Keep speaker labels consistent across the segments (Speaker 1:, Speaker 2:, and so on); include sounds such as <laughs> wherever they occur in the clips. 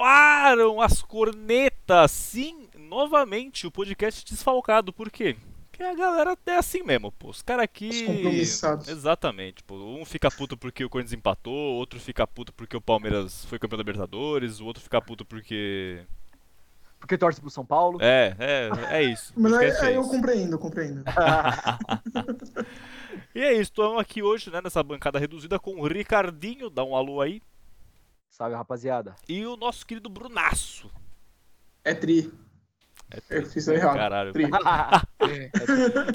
Speaker 1: tocaram as cornetas. Sim, novamente o podcast desfalcado. Por quê? Porque a galera é assim mesmo, pô. Os caras aqui.
Speaker 2: Os compromissados.
Speaker 1: Exatamente, pô. Um fica puto porque o Corinthians empatou, outro fica puto porque o Palmeiras foi campeão da Libertadores, o outro fica puto porque.
Speaker 3: Porque torce pro São Paulo.
Speaker 1: É, é, é isso.
Speaker 2: Mas aí,
Speaker 1: Esquece
Speaker 2: aí eu
Speaker 1: isso.
Speaker 2: compreendo, eu compreendo.
Speaker 1: E é isso, estamos aqui hoje, né, nessa bancada reduzida com o Ricardinho, dá um alô aí,
Speaker 3: Salve, rapaziada.
Speaker 1: e o nosso querido Brunaço.
Speaker 2: É tri.
Speaker 1: É
Speaker 2: Eu fiz errado.
Speaker 1: Caralho.
Speaker 2: Tri.
Speaker 1: <laughs>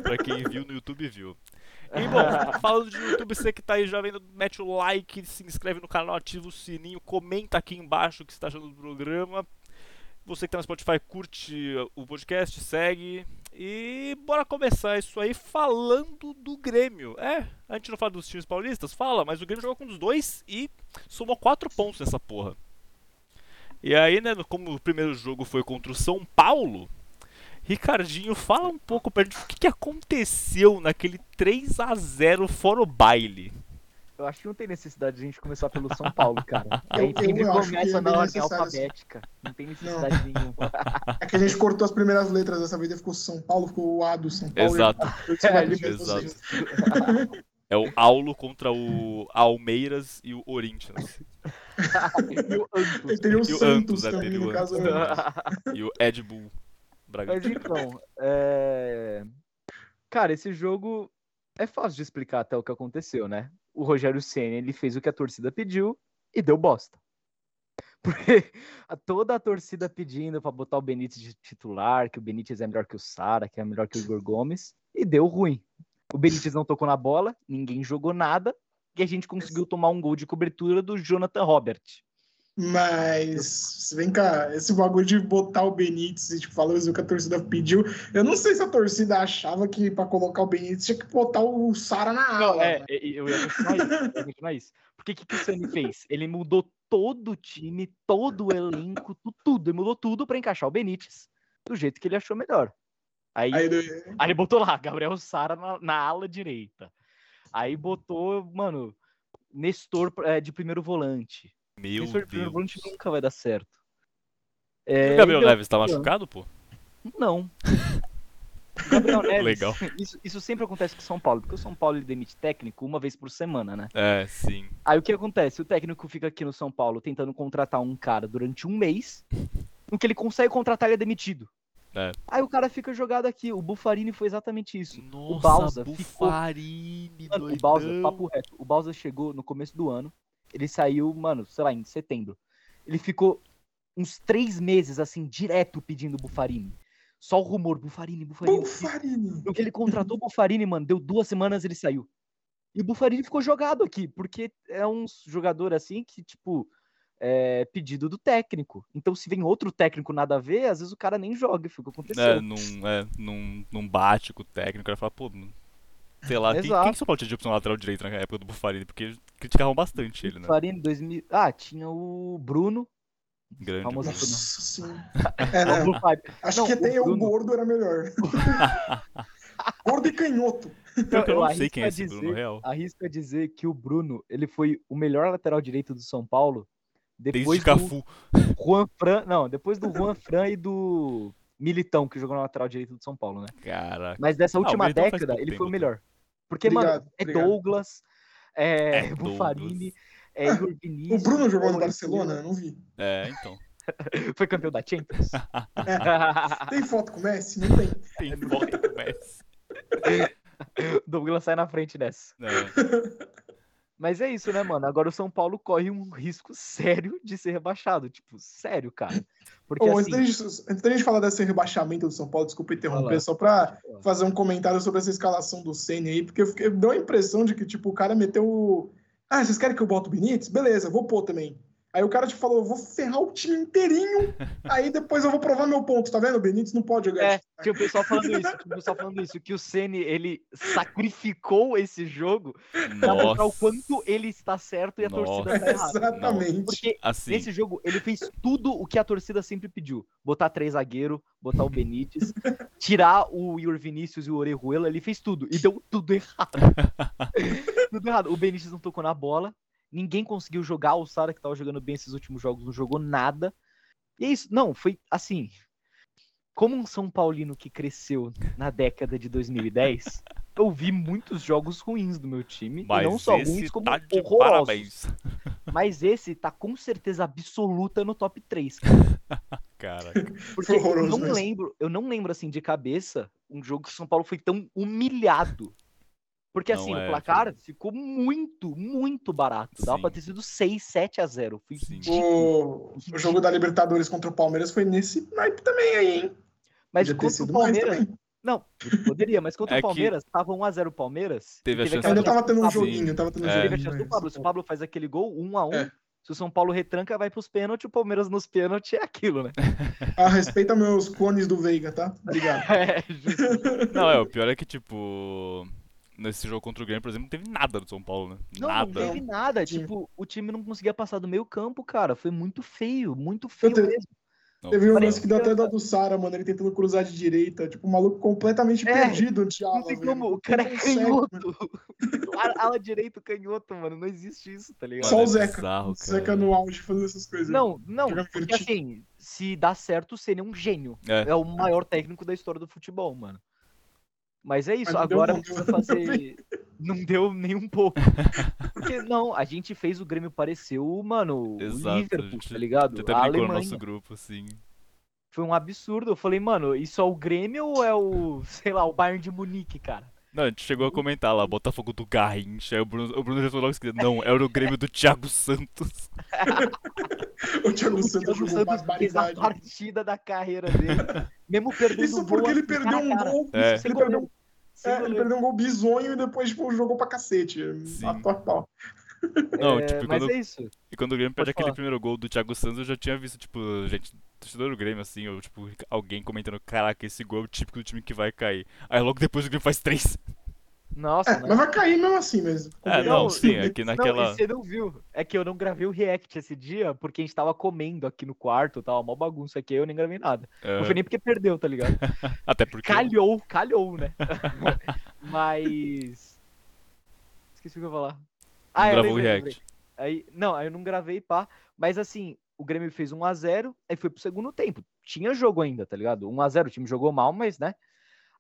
Speaker 1: Pra quem viu no YouTube, viu. E bom, falando de YouTube, você que tá aí já vendo, mete o like, se inscreve no canal, ativa o sininho, comenta aqui embaixo o que você tá achando do programa. Você que tá no Spotify, curte o podcast, segue. E bora começar isso aí falando do Grêmio. É, a gente não fala dos times paulistas? Fala, mas o Grêmio jogou com os dois e somou quatro pontos nessa porra. E aí, né, como o primeiro jogo foi contra o São Paulo, Ricardinho, fala um pouco pra gente o que, que aconteceu naquele 3 a 0 fora o baile.
Speaker 3: Eu acho que não tem necessidade de a gente começar pelo São Paulo, cara. A
Speaker 2: <laughs> Eu-
Speaker 3: gente
Speaker 2: eu
Speaker 3: sempre
Speaker 2: acho que
Speaker 3: começa
Speaker 2: é
Speaker 3: na ordem
Speaker 2: desnecessário.
Speaker 3: alfabética. Não tem necessidade
Speaker 2: <laughs>
Speaker 3: nenhuma. <laughs>
Speaker 2: É que a gente cortou as primeiras letras dessa vez, daí ficou São Paulo, ficou o A do São Paulo.
Speaker 1: Exato.
Speaker 2: Eu disse, vai,
Speaker 3: É,
Speaker 2: liberta
Speaker 1: exato.
Speaker 2: vocês.
Speaker 1: É o Aulo contra o Almeiras e o Corinthians.
Speaker 3: E o
Speaker 2: Ele
Speaker 3: Antos.
Speaker 2: teria o
Speaker 1: E o
Speaker 2: Santos
Speaker 1: Antos, né,
Speaker 2: também,
Speaker 1: teve
Speaker 2: no
Speaker 1: o
Speaker 2: caso.
Speaker 1: Antos também. E o Ed Bull.
Speaker 3: Mas
Speaker 1: Bragantino.
Speaker 3: então, é... cara, esse jogo é fácil de explicar até o que aconteceu, né? O Rogério Ceni ele fez o que a torcida pediu e deu bosta. <laughs> Porque a- toda a torcida pedindo pra botar o Benítez de titular, que o Benítez é melhor que o Sara, que é melhor que o Igor Gomes, e deu ruim. O Benítez não tocou na bola, ninguém jogou nada, e a gente conseguiu tomar um gol de cobertura do Jonathan Robert.
Speaker 2: Mas, vem cá, esse bagulho de botar o Benítez e tipo, valorizar o que a torcida pediu, eu não sei se a torcida achava que pra colocar o Benítez tinha que botar o Sara na
Speaker 3: Não,
Speaker 2: ala.
Speaker 3: é,
Speaker 2: né?
Speaker 3: e- e eu ia continuar isso. Eu ia continuar isso. Porque o que, que o Sani fez? Ele mudou todo o time, todo o elenco, tu- tudo. Ele mudou tudo pra encaixar o Benítez do jeito que ele achou melhor. Aí,
Speaker 2: Aí,
Speaker 3: aí,
Speaker 2: do-
Speaker 3: ele botou lá, Gabriel Sara na, na ala direita. Aí botou, mano, Nestor eh, de primeiro volante.
Speaker 1: Meu
Speaker 3: Nestor de primeiro
Speaker 1: Deus.
Speaker 3: volante nunca vai dar certo. É,
Speaker 1: O Gabriel
Speaker 3: e deu-
Speaker 1: Neves tá machucado, pô? <laughs>
Speaker 3: Não. O Gabriel Neves,
Speaker 1: Legal.
Speaker 3: Isso, isso sempre acontece com o São Paulo, porque o São Paulo ele demite técnico uma vez por semana, né?
Speaker 1: É, sim.
Speaker 3: Aí o que acontece? O técnico fica aqui no São Paulo tentando contratar um cara durante um mês. No que ele consegue contratar, ele é demitido.
Speaker 1: É.
Speaker 3: Aí o cara fica jogado aqui. O Bufarini foi exatamente isso.
Speaker 1: Nossa,
Speaker 3: Balsa ficou-
Speaker 1: Bufarini,
Speaker 3: Mano, o
Speaker 1: doidão.
Speaker 3: Bowser, papo reto. O Bowser chegou no começo do ano. Ele saiu, mano, sei lá, em setembro. Ele ficou uns três meses, assim, direto pedindo Bufarini. Só o rumor, Bufarini, Bufarini.
Speaker 2: Bufarini.
Speaker 3: No que ele contratou o Bufarini, mano, deu duas semanas ele saiu. E o Bufarini ficou jogado aqui, porque é um jogador assim que, tipo, é pedido do técnico. Então, se vem outro técnico nada a ver, às vezes o cara nem joga, foi o que
Speaker 1: É,
Speaker 3: aconteceu.
Speaker 1: num, é, num, num bate com o técnico, ele fala, pô, mano, sei lá, quem, quem
Speaker 3: Exato.
Speaker 1: que o São Paulo tinha de opção lateral direito na época do Bufarini? Porque criticavam bastante ele, né?
Speaker 3: Bufarini, 2000. Ah, tinha o Bruno.
Speaker 1: Grande. né?
Speaker 3: Famoso
Speaker 1: Bruno.
Speaker 2: Nossa senhora. É, né?
Speaker 3: O Bufarini.
Speaker 2: Acho
Speaker 3: Não,
Speaker 2: que até
Speaker 3: o
Speaker 2: eu
Speaker 3: Bruno.
Speaker 2: gordo era
Speaker 3: <laughs>
Speaker 2: melhor. gordo e canhoto.
Speaker 1: Pior que <laughs> eu não
Speaker 3: Eu
Speaker 1: sei quem é esse
Speaker 3: arrisco a
Speaker 1: Bruno
Speaker 3: Então, dizer-
Speaker 1: Real.
Speaker 3: Arrisco a dizer que o Bruno, ele foi o melhor lateral direito do São Paulo.
Speaker 1: Desde
Speaker 3: Depois do
Speaker 1: Cafu.
Speaker 3: Juan Fran. Não, depois do Juan Fran e do Militão, que jogou na lateral direito do São Paulo, né?
Speaker 1: Caraca.
Speaker 3: Mas dessa
Speaker 1: Ah, o
Speaker 3: última
Speaker 1: Militão faz
Speaker 3: década,
Speaker 1: pouco
Speaker 3: ele
Speaker 1: tempo,
Speaker 3: foi o
Speaker 1: né?
Speaker 3: melhor. Porque, mano,
Speaker 2: Obrigado,
Speaker 3: é
Speaker 2: obrigado.
Speaker 3: Douglas, é,
Speaker 1: É
Speaker 3: <laughs> Bufarini, é Igor Vinícius.
Speaker 2: O Bruno jogou no
Speaker 3: Maurício
Speaker 2: Barcelona? Eu não vi.
Speaker 1: É,
Speaker 3: <laughs>
Speaker 1: então.
Speaker 3: Silva, Foi campeão
Speaker 1: <laughs>
Speaker 3: da Champions. <laughs> Ah.
Speaker 2: Tem foto com o Messi? Não tem.
Speaker 3: É
Speaker 1: Tem volta do Messi.
Speaker 3: Douglas sai na frente dessa.
Speaker 1: É.
Speaker 3: Mas é isso, né, mano? Agora o São Paulo corre um risco sério de ser rebaixado. Tipo, sério, cara. Porque
Speaker 2: Bom,
Speaker 3: assim.
Speaker 2: antes, da gente, antes da gente falar desse rebaixamento do São Paulo, desculpa
Speaker 3: Fala.
Speaker 2: interromper, só pra fazer um comentário sobre essa escalação do Senna aí, porque eu fiquei, deu a impressão de que, tipo, o cara meteu. o- Ah, vocês querem que eu bote o Benítez? Beleza, vou pôr também. Aí o cara, tipo, falou, eu vou ferrar o time inteirinho,
Speaker 3: <laughs>
Speaker 2: aí depois eu vou provar meu ponto, tá vendo? O Benítez não pode jogar.
Speaker 3: É, tinha o pessoal falando isso, tinha o pessoal falando isso, que o Ceni ele sacrificou esse jogo pra mostrar o
Speaker 1: Nossa.
Speaker 3: quanto ele está certo e a torcida
Speaker 1: Nossa.
Speaker 3: está errada.
Speaker 2: Exatamente.
Speaker 3: Porque
Speaker 1: Assim,
Speaker 3: Nesse jogo, ele fez tudo o que a torcida sempre pediu: botar três zagueiro, botar o Benítez,
Speaker 1: <laughs>
Speaker 3: tirar o Ior Vinícius e o Orejuela. Ele fez tudo e deu tudo
Speaker 1: <laughs>
Speaker 3: errado. tudo errado. O Benítez não tocou na bola, ninguém conseguiu jogar. O Sara, que tava jogando bem esses últimos jogos, não jogou nada. E é isso. Não, foi assim. Como um São Paulino que cresceu na década de 2010, eu vi muitos jogos ruins do meu time. e
Speaker 1: Mas
Speaker 3: não só
Speaker 1: esse
Speaker 3: ruins, como
Speaker 1: tá de
Speaker 3: horrorosos.
Speaker 1: parabéns,
Speaker 3: Mas esse tá com certeza absoluta no top 3. <laughs>
Speaker 1: cara.
Speaker 3: Porque
Speaker 2: Foi horroroso
Speaker 3: eu não
Speaker 2: mesmo.
Speaker 3: lembro, eu não lembro assim de cabeça um jogo que o São Paulo foi tão humilhado. Porque
Speaker 1: Não
Speaker 3: assim,
Speaker 1: é,
Speaker 3: o placar ficou muito, muito barato. Dava
Speaker 1: Sim.
Speaker 3: pra ter sido 6, 7 a 0. Foi tipo,
Speaker 1: Sim.
Speaker 3: ridículo.
Speaker 2: O, o jogo da Libertadores contra o Palmeiras foi nesse naipe também aí, hein?
Speaker 3: Mas
Speaker 2: Podia ter
Speaker 3: contra o
Speaker 2: sido mais
Speaker 3: Palmeiras,
Speaker 2: também.
Speaker 3: não, <laughs> poderia, mas contra
Speaker 1: É
Speaker 3: o
Speaker 1: que-
Speaker 3: Palmeiras tava 1 a 0 o Palmeiras.
Speaker 1: Teve a
Speaker 3: e
Speaker 1: chance
Speaker 2: Ainda
Speaker 1: Cara,
Speaker 3: aquela
Speaker 2: tava tendo um
Speaker 1: Sim.
Speaker 2: joguinho, tava tendo um
Speaker 1: É.
Speaker 3: Teve a
Speaker 2: joguinho.
Speaker 3: chance do
Speaker 2: mas-
Speaker 3: Pablo. Se o Pablo faz aquele gol 1 a 1,
Speaker 2: É.
Speaker 3: se o São Paulo retranca vai pros pênaltis, o Palmeiras nos pênaltis é aquilo, né?
Speaker 2: Ah, respeita meus clones do Veiga, tá? Obrigado.
Speaker 3: <laughs> É, justo.
Speaker 1: Não, é, o pior é que, tipo. Nesse jogo contra o Grêmio, por exemplo, não teve nada do São Paulo, né?
Speaker 3: Não,
Speaker 1: nada.
Speaker 3: não teve nada.
Speaker 2: Tinha.
Speaker 3: Tipo, o time não conseguia passar do meio campo, cara. Foi muito feio, muito feio
Speaker 2: te-
Speaker 3: mesmo.
Speaker 1: Não,
Speaker 2: Teve um
Speaker 1: não.
Speaker 2: lance que deu até dó do Sara, mano. Ele tentando cruzar de direita. Tipo, um maluco completamente
Speaker 3: É.
Speaker 2: perdido no Thiago.
Speaker 3: Não tem como, o cara é
Speaker 2: consegue,
Speaker 3: canhoto. <laughs> Ala- Ala direito canhoto, mano. Não existe isso, tá ligado?
Speaker 2: Só o
Speaker 1: é
Speaker 2: Zeca.
Speaker 1: bizarro,
Speaker 2: O Zeca
Speaker 1: cara.
Speaker 2: no auge fazendo essas coisas.
Speaker 3: Não, não.
Speaker 2: Jogando
Speaker 3: Porque
Speaker 2: invertido.
Speaker 3: assim, se dá certo, o Senna é um gênio.
Speaker 1: É.
Speaker 3: É o maior técnico da história do futebol, mano. Mas é isso,
Speaker 2: não deu
Speaker 3: agora
Speaker 2: bom,
Speaker 3: precisa fazer. Não deu nem um pouco. Porque não, a gente fez o Grêmio parecer o, mano,
Speaker 1: Exato,
Speaker 3: o
Speaker 1: a
Speaker 3: Liverpool,
Speaker 1: gente
Speaker 3: tá ligado?
Speaker 1: Até
Speaker 3: a
Speaker 1: brincou no
Speaker 3: Alemanha.
Speaker 1: nosso grupo, assim.
Speaker 3: Foi um absurdo. Eu falei, mano, isso é o Grêmio ou é o, <laughs> sei lá, o Bayern de Munique, cara?
Speaker 1: Não, a gente chegou a comentar lá, Botafogo do Garrincha. Aí o Bruno, o Bruno já falou logo em seguida, não, era o Grêmio do Thiago Santos.
Speaker 2: O Thiago
Speaker 3: assim, O
Speaker 2: Santos jogou uma
Speaker 3: Thiago Santos fez a
Speaker 2: barbaridade.
Speaker 3: partida da carreira dele.
Speaker 1: <laughs>
Speaker 3: Mesmo perdendo
Speaker 2: Isso
Speaker 3: o gol
Speaker 2: porque ele
Speaker 3: assim,
Speaker 2: perdeu
Speaker 3: cara a
Speaker 2: um
Speaker 3: cara.
Speaker 2: gol.
Speaker 1: É.
Speaker 2: Ele perdeu um-
Speaker 3: Sem
Speaker 2: é, ele
Speaker 3: goleiro.
Speaker 2: perdeu um gol bizonho e depois, tipo, jogou pra cacete.
Speaker 1: Sim.
Speaker 2: A pau, a pau.
Speaker 1: Não,
Speaker 3: É,
Speaker 1: tipo, e
Speaker 3: mas
Speaker 1: quando,
Speaker 3: é isso.
Speaker 1: e quando o Grêmio perde
Speaker 3: Pode
Speaker 1: aquele
Speaker 3: falar.
Speaker 1: primeiro gol do Thiago Santos, eu já tinha visto, tipo, gente, torcedor do Grêmio, assim, ou, tipo, alguém comentando, caraca, esse gol é o típico do time que vai cair. Aí logo depois o Grêmio faz três.
Speaker 3: Nossa,
Speaker 2: É,
Speaker 3: né?
Speaker 2: mas vai cair mesmo assim mesmo.
Speaker 1: É,
Speaker 3: <laughs> Não,
Speaker 1: não, sim, é que
Speaker 3: Não,
Speaker 1: naquela...
Speaker 3: e você não viu. É que eu não gravei o react esse dia, porque a gente tava comendo aqui no quarto, tava mó bagunça aqui, eu nem gravei nada.
Speaker 1: é,
Speaker 3: Não foi nem porque perdeu,
Speaker 1: <laughs>
Speaker 3: tá ligado?
Speaker 1: até porque...
Speaker 3: Calhou, calhou, né? <laughs> Mas. Esqueci o que eu ia falar. Ah,
Speaker 1: não
Speaker 3: eu
Speaker 1: gravou o
Speaker 3: lembrei, lembrei.
Speaker 1: react.
Speaker 3: Aí, não, aí eu não gravei, pá. Mas assim, o Grêmio fez 1x0, aí foi pro segundo tempo. Tinha jogo ainda, tá ligado? 1x0, o time jogou mal, mas, né?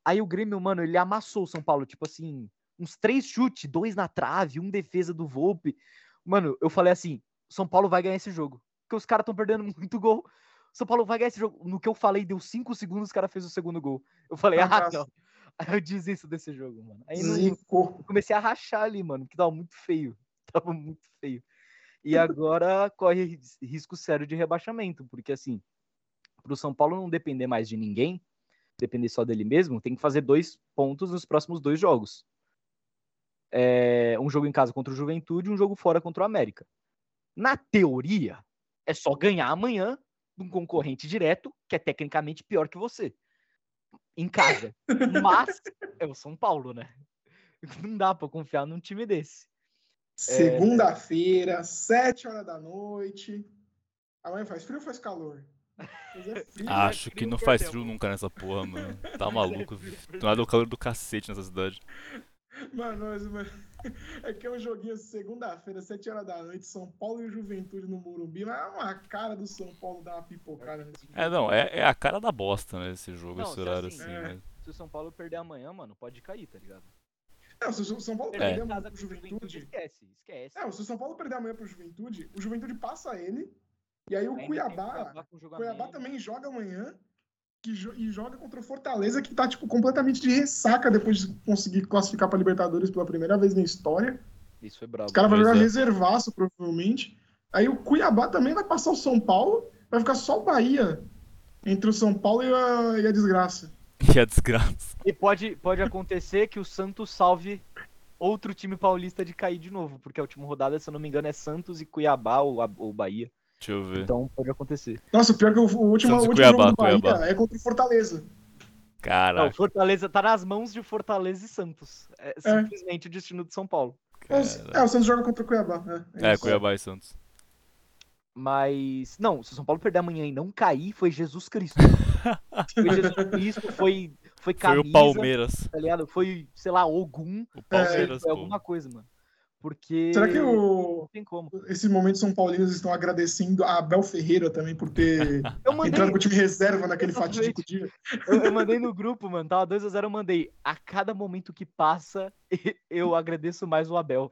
Speaker 3: Aí o Grêmio, mano, ele amassou o São Paulo, tipo assim, uns três chutes, dois na trave, um defesa do Volpe. Mano, eu falei assim, São Paulo vai ganhar esse jogo. Porque os caras estão perdendo <laughs> muito gol. São Paulo vai ganhar esse jogo. No que eu falei, deu cinco segundos, os caras fez o segundo gol. Eu falei, ah,
Speaker 2: Fracasso.
Speaker 3: não. <laughs> Aí eu desisto desse jogo, mano. Aí não,
Speaker 2: Zico.
Speaker 3: eu comecei a rachar ali, mano, que tava muito feio. <laughs> Tava muito feio. E agora <laughs> corre ris- risco sério de rebaixamento, porque assim, pro São Paulo não depender mais de ninguém, depender só dele mesmo, tem que fazer dois pontos nos próximos dois jogos. É, um jogo em casa contra o Juventude e um jogo fora contra o América. Na teoria, é só ganhar amanhã de um concorrente direto, que é tecnicamente pior que você. Em casa. Mas é o São Paulo, né? <laughs> Não dá pra confiar num time desse. É.
Speaker 2: Segunda-feira, sete horas da noite. Amanhã faz frio ou faz calor? Mas
Speaker 3: <laughs>
Speaker 2: é frio.
Speaker 1: Ah, Acho que
Speaker 3: frio
Speaker 1: não
Speaker 3: que
Speaker 1: faz
Speaker 3: até
Speaker 1: frio
Speaker 3: hoje.
Speaker 1: nunca nessa porra, mano. Tá maluco. Do nada é o calor do cacete nessa cidade.
Speaker 2: né? Mano, mas, mas- <laughs> é que é um joguinho segunda-feira, sete horas da noite, São Paulo e Juventude no Morumbi. Mas é uma cara do São Paulo dar uma pipocada nesse jogo.
Speaker 1: É, não, é, é a cara da bosta, né, esse jogo,
Speaker 3: Não,
Speaker 1: esse
Speaker 3: se
Speaker 1: horário,
Speaker 3: assim-
Speaker 1: assim,
Speaker 2: É.
Speaker 1: né? <laughs>
Speaker 3: Se o São Paulo perder amanhã, mano, pode cair, tá ligado?
Speaker 2: Não, se o São Paulo
Speaker 1: É.
Speaker 2: perder
Speaker 3: Em
Speaker 2: amanhã pro
Speaker 3: casa com o Juventude,
Speaker 2: Juventude. É,
Speaker 3: esquece, esquece.
Speaker 2: Não, se o São Paulo perder amanhã pro Juventude, o Juventude passa ele. E aí o
Speaker 3: Ainda tem
Speaker 2: Cuiabá.
Speaker 3: com jogo a
Speaker 2: Cuiabá
Speaker 3: menos.
Speaker 2: também joga amanhã que jo- e joga contra o Fortaleza, que tá tipo, completamente de ressaca depois de conseguir classificar pra Libertadores pela primeira vez na história.
Speaker 3: Isso é brabo.
Speaker 2: Os caras vão
Speaker 1: Pois
Speaker 2: jogar
Speaker 1: é.
Speaker 2: reservaço, provavelmente. Aí o Cuiabá também vai passar o São Paulo, vai ficar só o Bahia entre o São Paulo e a, e a desgraça.
Speaker 1: Que é desgraça.
Speaker 3: E pode, pode acontecer que o Santos salve outro time paulista de cair de novo, porque a última rodada, se eu não me engano, é Santos e Cuiabá ou, a- ou Bahia.
Speaker 1: Deixa eu ver.
Speaker 3: Então pode acontecer.
Speaker 2: Nossa, o pior que o, o último, o
Speaker 1: Santos e
Speaker 2: último
Speaker 1: Cuiabá,
Speaker 2: jogo do Bahia
Speaker 1: Cuiabá.
Speaker 2: é contra o Fortaleza.
Speaker 3: Não, o
Speaker 1: Caraca,
Speaker 3: Fortaleza tá nas mãos de Fortaleza e Santos. É simplesmente o destino de São Paulo.
Speaker 2: Ou se-
Speaker 1: cara.
Speaker 2: É, o Santos joga contra o Cuiabá. É,
Speaker 1: É,
Speaker 2: isso.
Speaker 1: Cuiabá e Santos.
Speaker 3: Mas. Não, se o São Paulo perder amanhã e não cair, foi
Speaker 1: <laughs>
Speaker 3: Jesus Cristo. foi Jesus Cristo, foi, foi
Speaker 1: Foi
Speaker 3: camisa,
Speaker 1: o Palmeiras.
Speaker 3: tá ligado? Foi, sei lá, Ogum.
Speaker 1: O
Speaker 3: Foi,
Speaker 1: Palmeiras,
Speaker 3: foi
Speaker 1: pô.
Speaker 3: alguma coisa, mano. Porque.
Speaker 2: É, Será que o-
Speaker 3: Não tem como.
Speaker 2: Esse momento, São Paulinos estão agradecendo a Abel Ferreira também
Speaker 1: <laughs>
Speaker 2: por ter
Speaker 3: Eu mandei,
Speaker 2: entrado com o time reserva naquele
Speaker 3: Exatamente.
Speaker 2: fatídico dia.
Speaker 3: eu, eu mandei no grupo, mano. Tava 2x0, eu mandei. A cada momento que passa, <laughs> eu agradeço mais o Abel.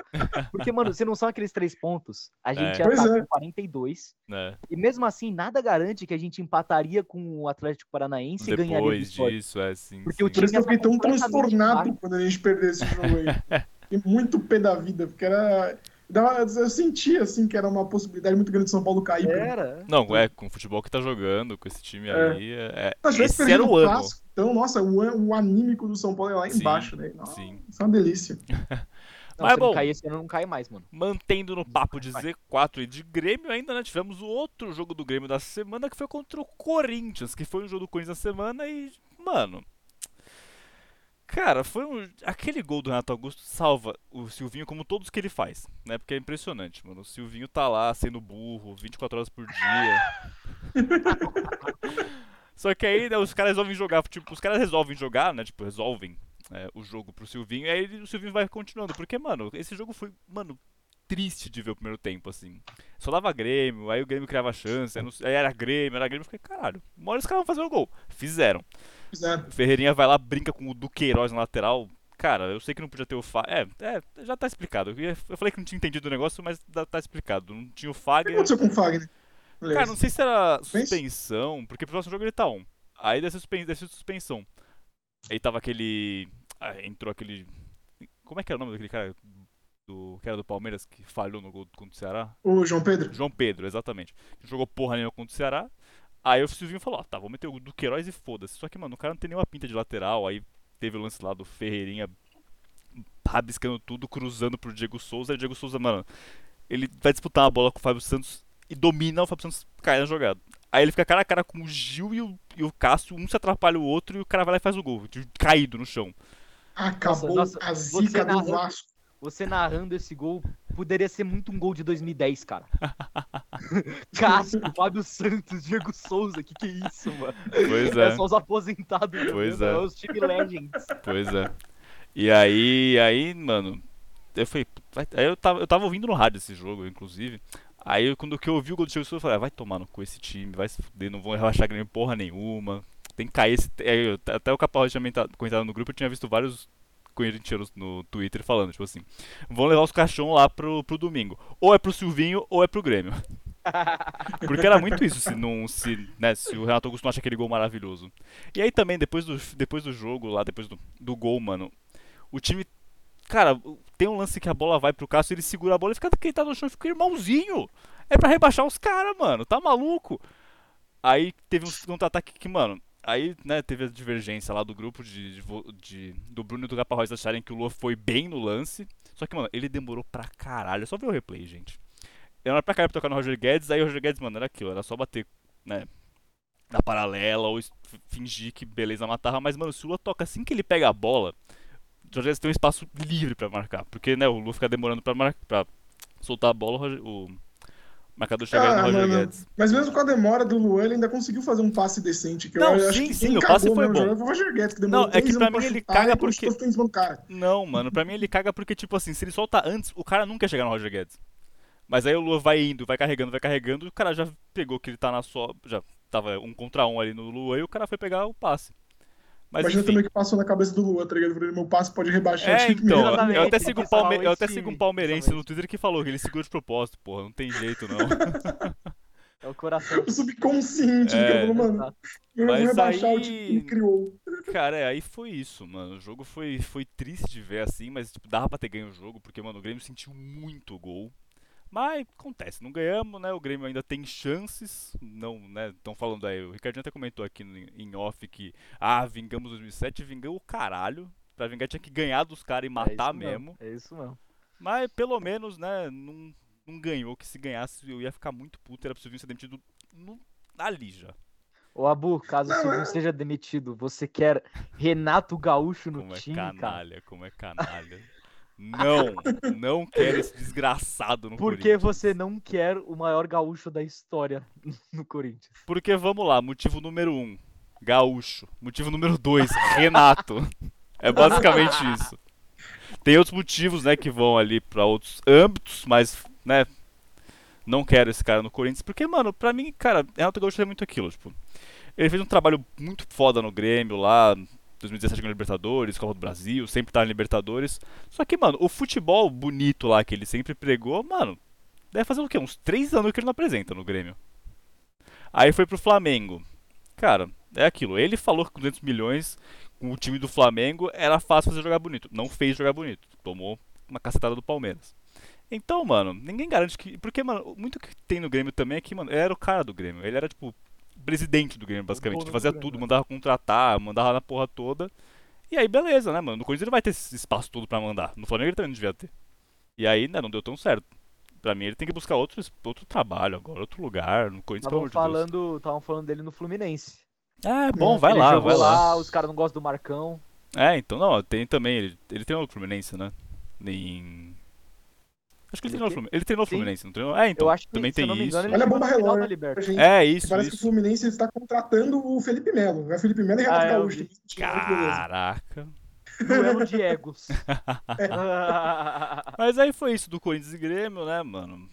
Speaker 3: Porque, mano, se não são aqueles três pontos, a
Speaker 1: É.
Speaker 3: gente já tá
Speaker 2: Pois é.
Speaker 3: com 42.
Speaker 1: né?
Speaker 3: E mesmo assim, nada garante que a gente empataria com o Atlético Paranaense e ganharia do
Speaker 1: Depois
Speaker 3: esporte.
Speaker 1: disso, é assim.
Speaker 3: Porque o
Speaker 2: Por
Speaker 1: sim.
Speaker 2: isso que eu fiquei tão
Speaker 3: Completamente
Speaker 2: transtornado
Speaker 3: baixo.
Speaker 2: quando a gente perdeu esse jogo aí. Fiquei muito pé da vida, porque era. dava- Eu sentia assim que era uma possibilidade muito grande de São Paulo cair. É.
Speaker 3: Era.
Speaker 1: Não, é, com o futebol que tá jogando, com esse time
Speaker 2: É.
Speaker 1: aí, é, é-
Speaker 2: Mas tivesse
Speaker 1: esse era
Speaker 2: perdido
Speaker 1: o
Speaker 2: o
Speaker 1: ano.
Speaker 2: clássico, então, nossa, o, an- o anímico do São Paulo é lá
Speaker 1: Sim,
Speaker 2: embaixo, né? Nossa,
Speaker 1: sim.
Speaker 2: Isso é uma delícia.
Speaker 3: Não,
Speaker 1: Mas é
Speaker 3: se
Speaker 1: bom.
Speaker 3: não cair esse ano, não cai mais, mano.
Speaker 1: Mantendo no papo de Z4 e de Grêmio, ainda né, tivemos o outro jogo do Grêmio da semana, que foi contra o Corinthians, que foi um jogo do Corinthians da semana e, mano. Cara, foi um. Aquele gol do Renato Augusto salva o Silvinho como todos que ele faz, né? Porque é impressionante, mano. O Silvinho tá lá sendo burro, 24 horas por dia. Só que aí, né, os caras resolvem jogar, tipo, os caras resolvem jogar, né? Tipo, resolvem é, o jogo pro Silvinho, e aí ele- o Silvinho vai continuando. Porque, mano, esse jogo foi, mano, triste de ver o primeiro tempo, assim. Só dava Grêmio, aí o Grêmio criava chance, aí, não- aí era Grêmio, era Grêmio, eu fiquei, caralho, uma hora os caras vão fazer o gol. Fizeram.
Speaker 2: Fizeram.
Speaker 1: O Ferreirinha vai lá, brinca com o Duqueiroz na lateral. Cara, eu sei que não podia ter o Fag. É, é, já tá explicado. Eu ia- eu falei que não tinha entendido o negócio, mas dá- tá explicado. Não tinha o
Speaker 2: O que
Speaker 1: Fagner.
Speaker 2: aconteceu com o Fagner?
Speaker 1: Cara, não sei se era
Speaker 2: Suspenso?
Speaker 1: suspensão, porque pro próximo jogo ele tá um. Aí dessa, suspen dessa suspensão. Aí tava aquele. ah, entrou aquele. Como é que era o nome daquele cara? Do, que era do Palmeiras que falhou no gol contra o Ceará?
Speaker 2: O João Pedro?
Speaker 1: João Pedro, exatamente. Jogou porra nenhuma contra o Ceará. Aí o Silvinho falou: ó, tá, vou meter o Duqueiroz e foda-se. Só que, mano, o cara não tem nenhuma pinta de lateral. Aí teve o lance lá do Ferreirinha rabiscando tudo, cruzando pro Diego Souza. Aí o Diego Souza, mano, ele vai disputar uma bola com o Fábio Santos e domina, o Fábio Santos cai na jogada. Aí ele fica cara a cara com o Gil e o, e o Cássio, um se atrapalha o outro e o cara vai lá e faz o gol, de- caído no chão.
Speaker 2: Acabou
Speaker 3: nossa,
Speaker 2: a
Speaker 3: você
Speaker 2: zica do
Speaker 3: narrando-
Speaker 2: Vasco.
Speaker 3: Você narrando esse gol poderia ser muito um gol de 2010,
Speaker 1: <laughs>
Speaker 3: cara. Cássio, Fábio Santos, Diego Souza, que que é isso, mano?
Speaker 1: Pois
Speaker 3: É,
Speaker 1: é.
Speaker 3: só os aposentados. né?
Speaker 1: Pois é.
Speaker 3: é. os time legends.
Speaker 1: Pois é. E aí, aí, mano, eu falei, "Pô, vai- aí eu tava, eu tava ouvindo no rádio esse jogo, inclusive. Aí eu- quando que eu ouvi o gol do Diego Souza, eu falei, ah, vai tomar no cu esse time, vai se fuder, não vão relaxar Grêmio porra nenhuma. Tem que cair esse. aí eu- até o Caparro tinha menta- comentado no grupo, eu tinha visto vários corintianos no Twitter falando, tipo assim, vão levar os caixão lá pro, pro domingo. Ou é pro Silvinho, ou é pro Grêmio. Porque era muito isso, se, não, se, né, se o Renato Augusto não acha aquele gol maravilhoso. E aí também, depois do, depois do jogo lá, depois do, do gol, mano, o time. Cara, o- tem um lance que a bola vai pro Cássio, ele segura a bola e fica deitado no chão, fica irmãozinho. É pra rebaixar os caras, mano, tá maluco? Aí teve um contra-ataque que, mano. Aí, né, teve a divergência lá do grupo de, de vo- de- do Bruno e do Gaparroz acharem que o Lua foi bem no lance. Só que, mano, ele demorou pra caralho. É só ver o replay, gente. Era pra caralho pra tocar no Roger Guedes, aí o Roger Guedes, mano, era aquilo, era só bater, né, na paralela ou es- f- fingir que beleza matava, mas, mano, se o Lua toca assim que ele pega a bola, o Roger Guedes tem um espaço livre pra marcar, porque, né, o Lua fica demorando pra, mar... pra soltar a bola, o, Roger- o marcador chega
Speaker 2: Ah,
Speaker 1: no Roger
Speaker 2: mano,
Speaker 1: Guedes.
Speaker 2: Mas mesmo com a demora do Luan, ele ainda conseguiu fazer um passe decente. Que
Speaker 1: Não,
Speaker 2: eu acho
Speaker 1: sim,
Speaker 2: que
Speaker 1: sim,
Speaker 2: quem
Speaker 1: o passe
Speaker 2: cagou
Speaker 1: foi
Speaker 2: mesmo
Speaker 1: bom.
Speaker 2: no jogo Foi o Roger Guedes, que demorou
Speaker 1: Não, é que
Speaker 2: três
Speaker 1: pra
Speaker 2: anos
Speaker 1: mim ele
Speaker 2: chutar,
Speaker 1: caga
Speaker 2: e quando
Speaker 1: porque-
Speaker 2: chutou, ficou em cima do cara.
Speaker 1: Não, mano, pra mim ele caga porque, tipo assim, se ele solta antes, o cara nunca ia chegar no Roger Guedes. Mas aí o Lua vai indo, vai carregando, vai carregando, e o cara já pegou que ele tá na só. Já tava um contra um ali no Lua e o cara foi pegar o passe. Mas
Speaker 2: Imagina
Speaker 1: enfim.
Speaker 2: também o que passou na cabeça do Luan, tá ligado? Falei, Meu passe pode rebaixar o
Speaker 1: É,
Speaker 2: time.
Speaker 1: então,
Speaker 3: Exatamente,
Speaker 1: eu até sigo um, palme...
Speaker 3: pessoal,
Speaker 1: eu até
Speaker 3: esse-
Speaker 1: sigo um palmeirense
Speaker 3: exatamente.
Speaker 1: no Twitter que falou que ele segura de propósito, porra, não tem jeito não.
Speaker 3: É o coração. tá?
Speaker 2: O subconsciente,
Speaker 1: É,
Speaker 2: ele falou, mano,
Speaker 3: Exato.
Speaker 2: eu vou
Speaker 1: mas
Speaker 2: rebaixar
Speaker 1: aí-
Speaker 2: o time que ele criou.
Speaker 1: Cara, é, aí foi isso, mano. O jogo foi, foi triste de ver assim, mas tipo, dava pra ter ganho o jogo, porque, mano, o Grêmio sentiu muito gol. Mas acontece, não ganhamos, né? O Grêmio ainda tem chances. Não, né? Estão falando aí. O Ricardinho até comentou aqui no- em off que, ah, vingamos 2007, vingamos o caralho. Pra vingar tinha que ganhar dos caras e matar
Speaker 3: É isso
Speaker 1: mesmo.
Speaker 3: É isso mesmo.
Speaker 1: Mas pelo menos, né, não, não ganhou. Que se ganhasse eu ia ficar muito puto. Era pro Silvinho ser demitido no, ali já.
Speaker 3: Ô, Abu, caso
Speaker 2: Não,
Speaker 3: o Silvio
Speaker 2: é-
Speaker 3: seja demitido, você quer Renato Gaúcho no
Speaker 1: Como é
Speaker 3: time, cara?
Speaker 1: canalha, como é canalha. Não, não quero esse desgraçado no
Speaker 3: Porque
Speaker 1: Corinthians.
Speaker 3: você não quer o maior gaúcho da história <laughs> no Corinthians.
Speaker 1: Porque vamos lá, motivo número um, gaúcho. Motivo número dois, Renato. É basicamente isso. Tem outros motivos, né, que vão ali pra outros âmbitos, mas, né, não quero esse cara no Corinthians, porque, mano, pra mim, cara, Renato Gaúcho é muito aquilo, tipo, ele fez um trabalho muito foda no Grêmio lá, 2017 ganhou Libertadores, Copa do Brasil, sempre tá em Libertadores. Só que, mano, o futebol bonito lá que ele sempre pregou, mano, deve fazer o quê? Uns 3 anos que ele não apresenta no Grêmio. Aí foi pro Flamengo. Cara, é aquilo. Ele falou que com 200 milhões, com o time do Flamengo, era fácil fazer jogar bonito. Não fez jogar bonito. Tomou uma cacetada do Palmeiras. Então, mano, ninguém garante que. Porque, mano, muito que tem no Grêmio também é que, mano, ele era o cara do Grêmio. Ele era, tipo, presidente do Grêmio, basicamente.
Speaker 4: dono
Speaker 1: Que
Speaker 4: do
Speaker 1: fazia
Speaker 4: Grêmio,
Speaker 1: tudo,
Speaker 4: né?
Speaker 1: mandava contratar, mandava na porra toda. E aí, beleza, né, mano? No Corinthians ele vai ter esse espaço todo pra mandar. No Flamengo ele também não devia ter. E aí, né, não deu tão certo. Pra mim, ele tem que buscar outro, outro trabalho agora, outro lugar. No Corinthians, pelo amor
Speaker 3: Estavam
Speaker 1: de Deus.
Speaker 3: falando, estavam falando dele no Fluminense.
Speaker 1: É, bom, vai
Speaker 3: Ele
Speaker 1: lá,
Speaker 3: jogou
Speaker 1: vai lá.
Speaker 3: Os caras não gostam do Marcão.
Speaker 1: É, então, não, tem também. Ele, ele treinou o Fluminense, né? Em. Acho que ele
Speaker 3: Ele
Speaker 1: treinou o
Speaker 3: tem-
Speaker 1: Fluminense. Ele treinou o
Speaker 3: Sim.
Speaker 1: Fluminense, não treinou? É, então.
Speaker 3: eu acho que,
Speaker 1: também
Speaker 3: se
Speaker 1: tem
Speaker 3: eu não me
Speaker 1: isso.
Speaker 3: engano, ele
Speaker 2: Olha a
Speaker 3: chegou
Speaker 2: bomba
Speaker 3: na final da
Speaker 2: relógio pra
Speaker 3: Libertadores.
Speaker 2: gente.
Speaker 1: É, isso,
Speaker 2: Parece que o
Speaker 1: isso.
Speaker 2: Fluminense está contratando o Felipe Melo. É Felipe Melo e Renato
Speaker 3: Ah, eu
Speaker 2: Gaúcho. é Tem
Speaker 3: vi.
Speaker 1: um
Speaker 2: que tirar, que beleza.
Speaker 1: Caraca.
Speaker 3: Duelo
Speaker 1: <laughs>
Speaker 3: de egos.
Speaker 1: Mas aí foi isso do Corinthians e Grêmio, né, mano?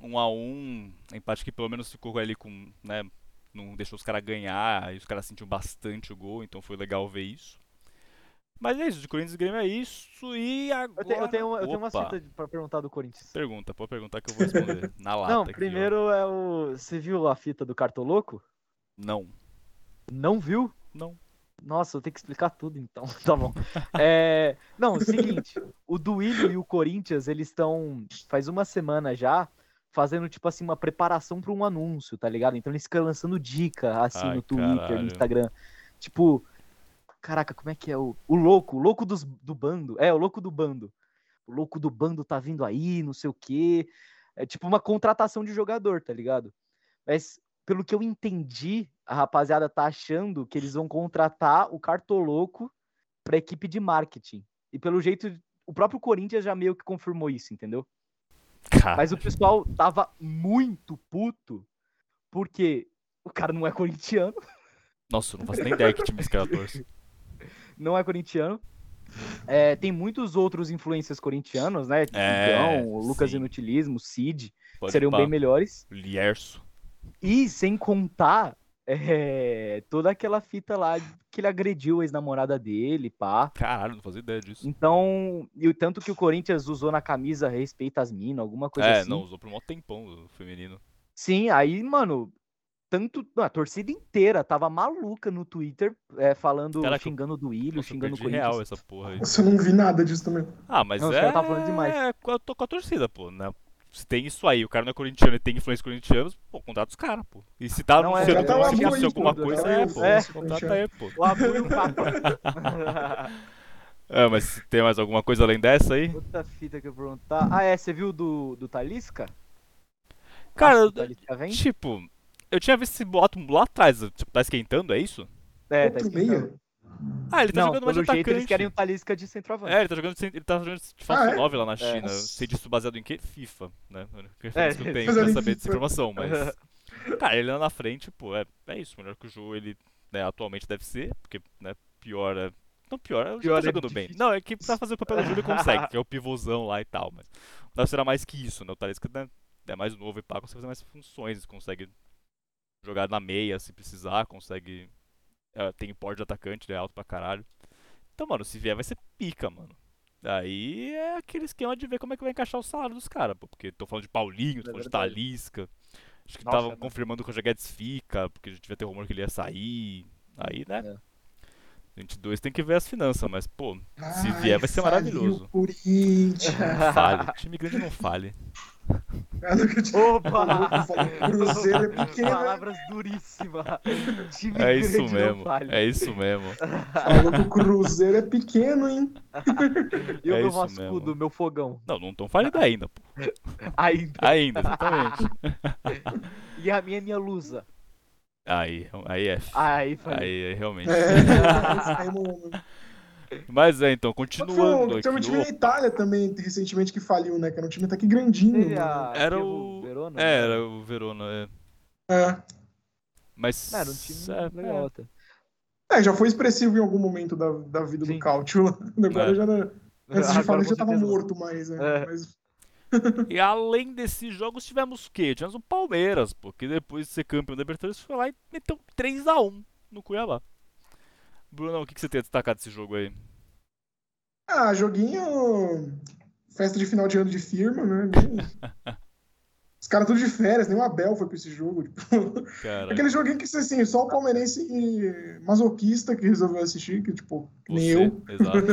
Speaker 1: Um a um, empate que pelo menos ficou ali com, né, não deixou os caras ganhar, e os caras sentiam bastante o gol, então foi legal ver isso. Mas é isso, de Corinthians e Grêmio é isso, e agora...
Speaker 3: Eu, tenho, eu, tenho, uma- eu tenho uma
Speaker 1: Opa.
Speaker 3: cita de- pra perguntar do Corinthians.
Speaker 1: Pergunta, pode perguntar que eu vou
Speaker 3: <laughs>
Speaker 1: responder. Na lata
Speaker 3: Não,
Speaker 1: aqui, ó.
Speaker 3: primeiro é o. Você viu a fita do Cartoloco?
Speaker 1: Não,
Speaker 3: Não viu?
Speaker 1: não.
Speaker 3: Nossa, eu tenho que explicar tudo então. <laughs> Tá bom. É, Não, é o seguinte: o Duílio e o Corinthians, eles estão, faz uma semana já, fazendo, tipo assim, uma preparação para um anúncio, tá ligado? Então eles ficam lançando dica, assim,
Speaker 1: Ai,
Speaker 3: no Twitter,
Speaker 1: caralho.
Speaker 3: no Instagram. Tipo, caraca, como é que é o. O louco, o louco dos, do bando. É, o louco do bando. O louco do bando tá vindo aí, não sei o quê. É tipo uma contratação de jogador, tá ligado? Mas pelo que eu entendi, a rapaziada tá achando que eles vão contratar o Cartoloco pra equipe de marketing. E pelo jeito, o próprio Corinthians já meio que confirmou isso, entendeu?
Speaker 1: Cara,
Speaker 3: Mas o pessoal tava muito puto porque o cara não é corintiano,
Speaker 1: nossa, eu não faço nem ideia que time esse cara
Speaker 3: <laughs>
Speaker 1: torce.
Speaker 3: não é corintiano. É, tem muitos outros influências corintianos, né?
Speaker 1: É,
Speaker 3: Então, o Lucas
Speaker 1: sim.
Speaker 3: Inutilismo, o Cid,
Speaker 1: Pode
Speaker 3: seriam
Speaker 1: pá.
Speaker 3: um bem melhores.
Speaker 1: Lierso.
Speaker 3: E sem contar é, toda aquela fita lá que ele agrediu a ex-namorada dele, pá.
Speaker 1: Caralho, não fazia ideia disso.
Speaker 3: Então, e o tanto que o Corinthians usou na camisa respeita as minas, alguma coisa
Speaker 1: é,
Speaker 3: assim.
Speaker 1: não, usou por um maior tempão o feminino.
Speaker 3: Sim, aí, mano, tanto. não, A torcida inteira tava maluca no Twitter, é, falando,
Speaker 1: Caraca, eu-
Speaker 3: xingando do Ilho,
Speaker 1: Nossa, eu
Speaker 3: xingando o
Speaker 1: perdi
Speaker 3: Corinthians.
Speaker 1: real essa porra aí.
Speaker 2: Nossa, eu não vi nada disso também.
Speaker 1: Ah, mas
Speaker 3: Não, os
Speaker 1: é...
Speaker 3: caras tá falando demais.
Speaker 1: É, eu tô com a torcida, pô, né? Se tem isso aí, o cara não é corintiano e tem influência corintianos, pô, contrata os caras, pô. E se tá
Speaker 3: Não, é,
Speaker 1: anunciando
Speaker 3: já
Speaker 1: que
Speaker 3: tá
Speaker 1: vai
Speaker 3: lá,
Speaker 1: acontecer
Speaker 3: muito,
Speaker 1: alguma
Speaker 3: né?
Speaker 1: coisa,
Speaker 2: É,
Speaker 1: é, pô,
Speaker 2: é.
Speaker 1: contrata aí, pô.
Speaker 3: O Abu e o Papa.
Speaker 1: <laughs> É, mas se tem mais alguma coisa além dessa aí?
Speaker 3: Outra fita que eu vou perguntar. Ah, é, você viu do, do Talisca?
Speaker 1: Cara,
Speaker 3: Acho que o
Speaker 1: eu-
Speaker 3: Talisca vem?
Speaker 1: tipo, eu tinha visto esse boato lá atrás, tipo, tá esquentando, é isso?
Speaker 3: É, tá
Speaker 2: Outro
Speaker 3: esquentando.
Speaker 2: meia?
Speaker 1: Ah, ele tá
Speaker 3: Não,
Speaker 1: jogando mais de
Speaker 3: pelo
Speaker 1: atacante.
Speaker 3: jeito eles querem o Talisca de centroavante.
Speaker 1: É, ele tá jogando, sem- ele tá jogando de falso
Speaker 2: Ah, é?
Speaker 1: 9 lá na China. Eu sei
Speaker 2: Nossa.
Speaker 1: disso baseado em quê? FIFA, né? A única
Speaker 3: É.
Speaker 1: referência que
Speaker 2: <laughs>
Speaker 1: eu tenho
Speaker 2: Baseado
Speaker 1: pra
Speaker 2: em
Speaker 1: saber dessa
Speaker 2: FIFA.
Speaker 1: informação, mas. Cara, ele lá na frente, pô, é, é isso. Melhor que o jogo ele né, atualmente deve ser, porque, né, pior é. Não, pior, é o Ju
Speaker 3: Pior
Speaker 1: tá
Speaker 3: é
Speaker 1: jogando bem.
Speaker 3: difícil.
Speaker 1: Não, é que pra fazer o papel do Júlio consegue,
Speaker 3: <laughs>
Speaker 1: que é o pivôzão lá e tal, mas. Não será mais que isso, né? O Talisca né, é mais novo e pá, consegue fazer mais funções, consegue jogar na meia se precisar, consegue. é, tem porte de atacante, ele é alto pra caralho. Então, mano, se vier vai ser pica, mano. Aí é aquele esquema de ver como é que vai encaixar o salário dos caras, pô. Porque tô falando de Paulinho, tô
Speaker 3: É
Speaker 1: falando de
Speaker 3: verdade.
Speaker 1: Talisca. Acho que
Speaker 3: Nossa,
Speaker 1: estavam
Speaker 3: né?
Speaker 1: confirmando que o Roger Guedes fica, porque a gente devia ter rumor que ele ia sair. Aí, né?
Speaker 3: É.
Speaker 1: 22 tem que ver as finanças, mas, pô, Se
Speaker 2: Ai,
Speaker 1: vier, vai ser
Speaker 2: faliu
Speaker 1: maravilhoso.
Speaker 2: o
Speaker 1: <laughs>
Speaker 2: Corinthians.
Speaker 3: <laughs>
Speaker 1: fale. Time grande não fale.
Speaker 2: Eu não acredito.
Speaker 1: <laughs>
Speaker 3: Opa!
Speaker 2: Cruzeiro é pequeno.
Speaker 3: Palavras duríssimas. Time
Speaker 1: É isso
Speaker 3: grande não
Speaker 1: mesmo.
Speaker 3: falha.
Speaker 1: É isso mesmo.
Speaker 2: Falou que o Cruzeiro é pequeno, hein?
Speaker 3: E o
Speaker 1: é
Speaker 3: meu
Speaker 1: isso
Speaker 3: vascudo,
Speaker 1: mesmo.
Speaker 3: meu fogão.
Speaker 1: Não, não tão falido ainda, pô.
Speaker 3: Ainda.
Speaker 1: Ainda,
Speaker 3: <laughs>
Speaker 1: exatamente.
Speaker 3: E a minha minha lusa.
Speaker 1: Aí, aí é.
Speaker 3: Aí, Ah, falei.
Speaker 1: Aí, aí realmente.
Speaker 2: É, mano.
Speaker 1: Mas é, então,
Speaker 2: Foi um-
Speaker 1: continuando aqui.
Speaker 2: Tem um time na
Speaker 1: o-
Speaker 2: Itália também, recentemente, que faliu, né? Que era um time até que grandinho. né?
Speaker 3: Teve
Speaker 2: mano.
Speaker 3: é a
Speaker 1: Era
Speaker 3: Chievo
Speaker 1: o-
Speaker 3: Verona,
Speaker 1: É,
Speaker 3: né?
Speaker 1: era o Verona, é.
Speaker 2: É.
Speaker 1: Mas.
Speaker 3: Não, Era um time
Speaker 1: é,
Speaker 3: legal. até.
Speaker 2: É, já foi expressivo em algum momento da, da vida
Speaker 3: Sim.
Speaker 2: do Cautio. <laughs> Agora
Speaker 1: É.
Speaker 2: já não... Antes de
Speaker 3: Agora, um
Speaker 2: falar,
Speaker 3: com
Speaker 2: ele já tava
Speaker 3: certeza, não.
Speaker 2: morto, mas, né?
Speaker 3: É.
Speaker 2: Mas
Speaker 1: E além desses jogos, tivemos o quê? Tivemos o Palmeiras, pô, que depois de ser campeão da Libertadores foi lá e meteu 3x1 no Cuiabá. Brunão, o que, que você tem a destacar desse jogo aí?
Speaker 2: Ah, joguinho. Festa de final de ano de firma, né?
Speaker 1: <laughs>
Speaker 2: Nem- Os caras tudo de férias, nem o Abel foi pra esse jogo. Tipo...
Speaker 1: Cara,
Speaker 2: Aquele joguinho que, assim, só o palmeirense e masoquista que resolveu assistir, que, tipo, que nem
Speaker 1: você,
Speaker 2: eu.
Speaker 1: exato.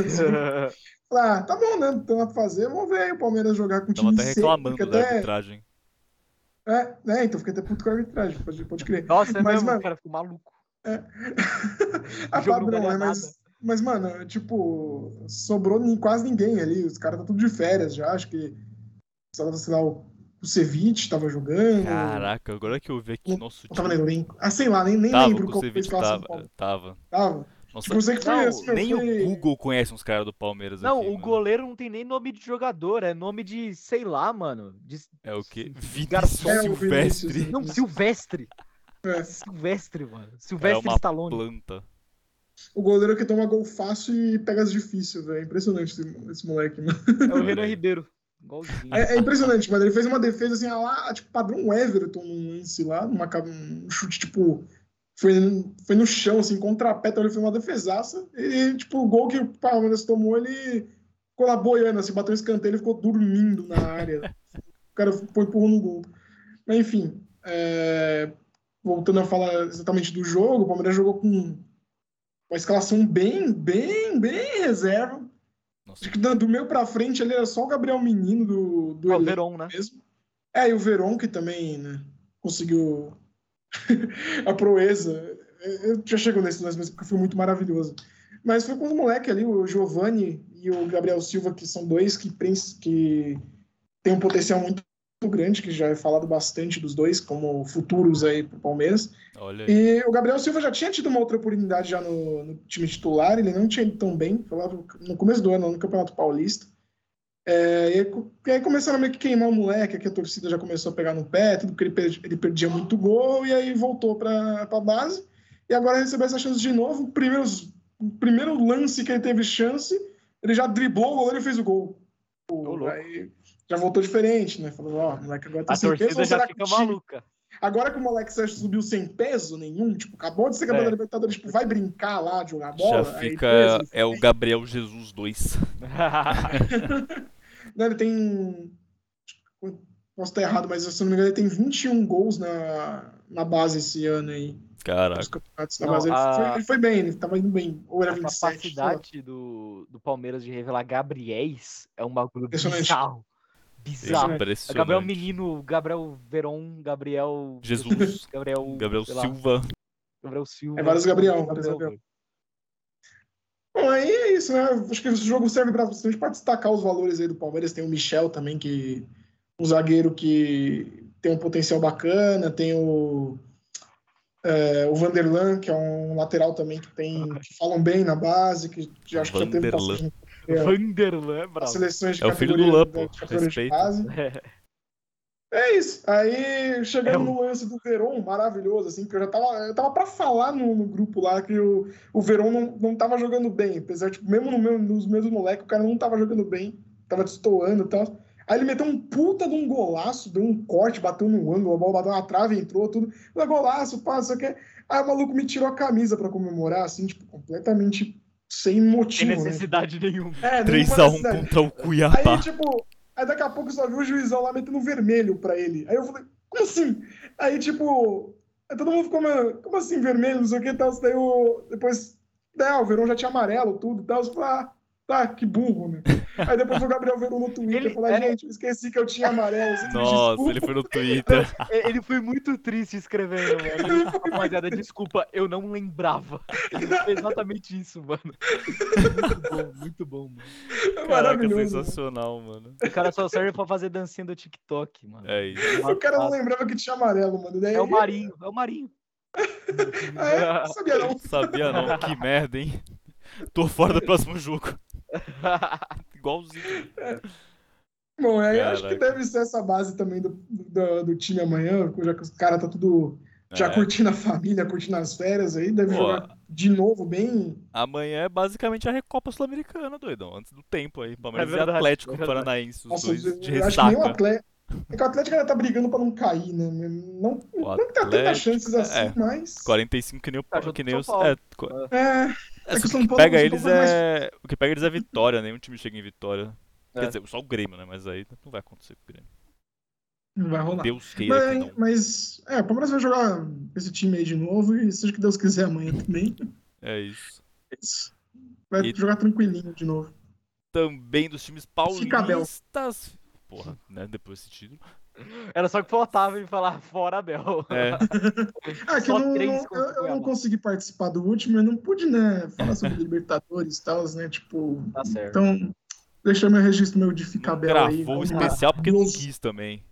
Speaker 1: assim.
Speaker 2: Ah, tá bom, né? Não tem nada pra fazer, vamos ver aí o Palmeiras jogar com o
Speaker 1: Tava
Speaker 2: <laughs> time
Speaker 1: até
Speaker 2: C,
Speaker 1: reclamando
Speaker 2: porque
Speaker 1: da
Speaker 2: até...
Speaker 1: arbitragem.
Speaker 2: É, né? Então fiquei até puto com a arbitragem, pode, pode crer.
Speaker 3: <laughs> Nossa, é
Speaker 2: Mas,
Speaker 3: mesmo,
Speaker 2: mano-
Speaker 3: o cara ficou maluco.
Speaker 1: Ah,
Speaker 2: A
Speaker 3: jogo
Speaker 2: Fábio
Speaker 3: não
Speaker 2: não
Speaker 3: valia
Speaker 2: é,
Speaker 3: nada.
Speaker 2: mas, mas, mano, tipo, sobrou ni- quase ninguém ali. Os caras tá tudo de férias já. Acho que, sei lá, sei lá, o, o Ceviche tava jogando.
Speaker 1: Caraca, agora que eu vi aqui,
Speaker 2: Não
Speaker 1: nosso
Speaker 2: Ou tava
Speaker 1: time
Speaker 2: no elenco. Ah, sei lá, nem, nem
Speaker 1: tava
Speaker 2: lembro
Speaker 1: com o
Speaker 2: qual foi a
Speaker 1: Cevic,
Speaker 2: escalação do
Speaker 1: tava,
Speaker 2: Palmeiras.
Speaker 1: tava.
Speaker 2: Tava.
Speaker 1: Nossa,
Speaker 2: Tipo, eu sei que foi
Speaker 3: Não,
Speaker 2: esse, meu,
Speaker 1: nem
Speaker 2: foi-
Speaker 1: o Google conhece uns caras do Palmeiras
Speaker 3: Não,
Speaker 1: aqui,
Speaker 3: o
Speaker 1: mano.
Speaker 3: goleiro não tem nem nome de jogador, é nome de, sei lá, mano. De...
Speaker 1: É o quê?
Speaker 3: Garçom.
Speaker 1: Vinícius
Speaker 2: É, o Vinícius,
Speaker 1: Silvestre.
Speaker 2: né?
Speaker 3: Não, Silvestre.
Speaker 2: É.
Speaker 3: Silvestre, mano. Silvestre
Speaker 1: É uma
Speaker 3: Stallone.
Speaker 1: Planta.
Speaker 2: O goleiro que toma gol fácil e pega as difíceis, velho. É impressionante esse, esse moleque, mano.
Speaker 3: É o
Speaker 1: Olha
Speaker 3: Renan
Speaker 1: aí.
Speaker 3: Ribeiro. Igualzinho.
Speaker 2: É, é impressionante, mas ele fez uma defesa assim, ah lá, tipo, padrão Everton num lance lá, numa, ca- um chute, tipo, foi, foi no chão, assim, contra a pé, então ele fez uma defesaça. E, tipo, o gol que o Palmeiras tomou, ele ficou lá boiando, assim, bateu um escanteio, ele ficou dormindo na área. o cara foi empurrando no gol. Mas, enfim, é, voltando a falar exatamente do jogo, o Palmeiras jogou com uma escalação bem, bem, bem reserva.
Speaker 1: Nossa,
Speaker 2: Acho que do do meio pra frente ali era só o Gabriel Menino do, do
Speaker 3: Ah, o
Speaker 2: elenco
Speaker 3: Veron, né?
Speaker 2: mesmo. É, e o Veron, que também né, conseguiu <laughs> a proeza. Eu já chego nesse lance, mas porque foi muito maravilhoso. Mas foi com os moleques ali, o Giovanni e o Gabriel Silva, que são dois que, prens- que têm um potencial muito grande, que já é falado bastante dos dois, como futuros aí pro Palmeiras.
Speaker 1: olha aí.
Speaker 2: E o Gabriel Silva já tinha tido uma outra oportunidade já no, no time titular, ele não tinha ido tão bem, foi lá no- no começo do ano, no Campeonato Paulista. É, e aí co- e aí começaram a meio que queimar o moleque, que a torcida já começou a pegar no pé, tudo porque ele, per- ele perdia muito gol, e aí voltou para a base. E agora recebeu essa chance de novo. O primeiro, o primeiro lance que ele teve chance, ele já driblou o goleiro e fez o Então, gol.
Speaker 3: Ô, louco.
Speaker 2: Aí já voltou diferente, né? Falou, ó, o moleque agora tá
Speaker 3: A
Speaker 2: sem peso, ou
Speaker 3: torcida já
Speaker 2: será que
Speaker 3: fica
Speaker 2: o time
Speaker 3: maluca.
Speaker 2: Agora que o moleque Sérgio subiu sem peso nenhum, tipo, acabou de ser campeão
Speaker 3: É.
Speaker 2: da Libertadores, tipo, vai brincar lá, de jogar bola.
Speaker 1: Já
Speaker 2: aí
Speaker 1: fica.
Speaker 2: peso,
Speaker 1: É o Gabriel Jesus 2.
Speaker 3: <laughs>
Speaker 2: né, ele tem. um, Posso estar errado, mas se eu não me engano, ele tem 21 gols na, na base esse ano aí.
Speaker 1: Caraca.
Speaker 2: Nos campeonatos na
Speaker 3: Tá. Não,
Speaker 2: base. Ele,
Speaker 3: a-
Speaker 2: foi, ele foi bem, ele tava indo bem. Ou era
Speaker 3: a
Speaker 2: 27. sei lá.
Speaker 3: capacidade do, do Palmeiras de revelar Gabriéis é um bagulho
Speaker 2: Impressionante.
Speaker 3: bizarro. Bizarro.
Speaker 1: Impressionante.
Speaker 3: Gabriel Menino, Gabriel Veron, Gabriel.
Speaker 1: Jesus.
Speaker 3: Gabriel.
Speaker 1: Gabriel
Speaker 3: sei lá,
Speaker 1: Silva.
Speaker 3: Gabriel Silva.
Speaker 2: É vários Gabriel, vários Gabriel.
Speaker 3: velho.
Speaker 2: Bom, aí é isso, né? Acho que esse jogo serve pra- bastante para destacar os valores aí do Palmeiras. Tem o Michel também, que um zagueiro que tem um potencial bacana. Tem o, é, o Vanderlan, que é um lateral também que tem que falam bem na base, que já acho que já teve
Speaker 1: Vanderlan.
Speaker 2: passagem É.
Speaker 3: Vanderlan,
Speaker 2: nas
Speaker 3: bravo.
Speaker 2: seleções de
Speaker 1: É o filho do
Speaker 2: categoria-
Speaker 1: Lã, pô.
Speaker 2: de categoria de
Speaker 1: Respeita.
Speaker 2: base. É isso. Aí chegando
Speaker 3: É um-
Speaker 2: no lance do Verón, maravilhoso, assim, que eu já tava, eu tava pra falar no, no grupo lá que o, o Verón não, não tava jogando bem. Apesar, tipo, mesmo no meu- nos mesmos moleques, o cara não tava jogando bem, tava destoando e tal. Aí ele meteu um puta de um golaço, deu um corte, bateu num ângulo, a bola bateu na trave, entrou, tudo. Falei, "Ah, golaço, passa, que. Aí o maluco me tirou a camisa pra comemorar, assim, tipo, completamente sem
Speaker 3: Sem
Speaker 2: motivo. Né? <laughs>
Speaker 3: necessidade nenhuma.
Speaker 2: É, nenhuma
Speaker 1: 3x1
Speaker 2: necessidade.
Speaker 1: contra o
Speaker 2: Aí,
Speaker 1: Cuiabá.
Speaker 2: tipo, aí daqui a pouco eu só vi o juizão lá metendo um vermelho pra ele. Aí eu falei, como assim? Aí, tipo, aí todo mundo ficou, mano, como assim vermelho, não sei o que e tal. Daí o, depois, né, o Verão já tinha amarelo, tudo e tal. Eu falei, ah, tá, que burro,
Speaker 1: <laughs>
Speaker 2: né? Aí depois o Gabriel Verão no Twitter
Speaker 3: Ele- é
Speaker 2: falou,
Speaker 3: era-
Speaker 2: gente, eu esqueci que eu tinha amarelo. vocês me
Speaker 1: Nossa,
Speaker 2: desculpem."
Speaker 1: ele foi
Speaker 2: <laughs>
Speaker 1: no Twitter.
Speaker 3: É, Ele foi muito triste escrevendo, mano. Rapaziada, desculpa, eu
Speaker 2: <laughs>
Speaker 3: não lembrava. Ele foi exatamente isso, mano. Muito bom, muito bom, mano.
Speaker 1: Caraca, é
Speaker 2: Maravilhoso.
Speaker 1: sensacional, mano.
Speaker 3: O cara só serve pra fazer dancinha do TikTok, mano.
Speaker 1: É isso.
Speaker 2: O cara não lembrava que tinha amarelo, mano. Daí,
Speaker 3: É o Marinho, é o Marinho.
Speaker 2: Ah, é? Não sabia não.
Speaker 1: Sabia não, que merda, hein? Tô fora do próximo jogo. Igualzinho.
Speaker 2: Bom, aí acho que
Speaker 1: Caraca.
Speaker 2: deve ser essa base também do, do, do time amanhã, já que os caras tá tudo já
Speaker 1: É.
Speaker 2: curtindo a família, curtindo as férias aí, deve
Speaker 1: Pô,
Speaker 2: jogar de novo bem.
Speaker 1: Amanhã é basicamente a Recopa Sul-Americana, doidão. Antes do tempo aí. Palmeiras
Speaker 3: É verdade,
Speaker 1: e Atlético
Speaker 3: é verdade.
Speaker 1: Paranaense, os
Speaker 2: Nossa,
Speaker 1: dois
Speaker 2: eu,
Speaker 1: de
Speaker 2: eu acho que nem o
Speaker 1: ressaca.
Speaker 2: Atlético. É que o Atlético ainda tá brigando pra não cair, né? Não,
Speaker 1: O
Speaker 2: não que tá tendo
Speaker 1: Atlético,
Speaker 2: chances assim,
Speaker 1: é.
Speaker 2: mas.
Speaker 1: 45 que nem o
Speaker 3: Tá junto
Speaker 1: que
Speaker 3: com
Speaker 1: nem
Speaker 3: São
Speaker 1: os,
Speaker 3: Paulo.
Speaker 1: é, co-
Speaker 2: É,
Speaker 1: é,
Speaker 2: que
Speaker 1: só
Speaker 2: o São
Speaker 1: que
Speaker 2: Paulo-
Speaker 1: pega
Speaker 2: o São
Speaker 1: eles
Speaker 2: Paulo é mais-
Speaker 1: é o que pega eles é vitória, nenhum time chega em vitória.
Speaker 3: É.
Speaker 1: Quer dizer, só o Grêmio, né? Mas aí não vai acontecer com o Grêmio.
Speaker 2: não vai rolar.
Speaker 1: Deus queira que
Speaker 2: Mas,
Speaker 1: não.
Speaker 2: mas, é, o Palmeiras vai jogar esse time aí de novo e seja o que Deus quiser amanhã
Speaker 1: <laughs>
Speaker 2: também.
Speaker 1: É isso.
Speaker 2: É isso. Vai
Speaker 1: E-
Speaker 2: jogar tranquilinho de novo.
Speaker 1: Também dos times
Speaker 2: Abel.
Speaker 1: paulistas. Porra, né? Depois desse título.
Speaker 3: Era só que faltava e falar fora Abel.
Speaker 1: É,
Speaker 2: Ah, que
Speaker 3: Só
Speaker 2: eu não,
Speaker 3: três
Speaker 2: não-
Speaker 3: contra o
Speaker 2: eu, eu não
Speaker 3: Cuiabá.
Speaker 2: consegui participar do último, eu não pude, né, falar sobre <laughs> Libertadores e tal, né, tipo...
Speaker 3: Tá certo.
Speaker 2: Então, deixa meu registro meu de ficar
Speaker 1: não
Speaker 2: belo aí.
Speaker 1: gravou o
Speaker 2: vamos lá.
Speaker 1: especial porque não
Speaker 2: Nos-
Speaker 1: quis também.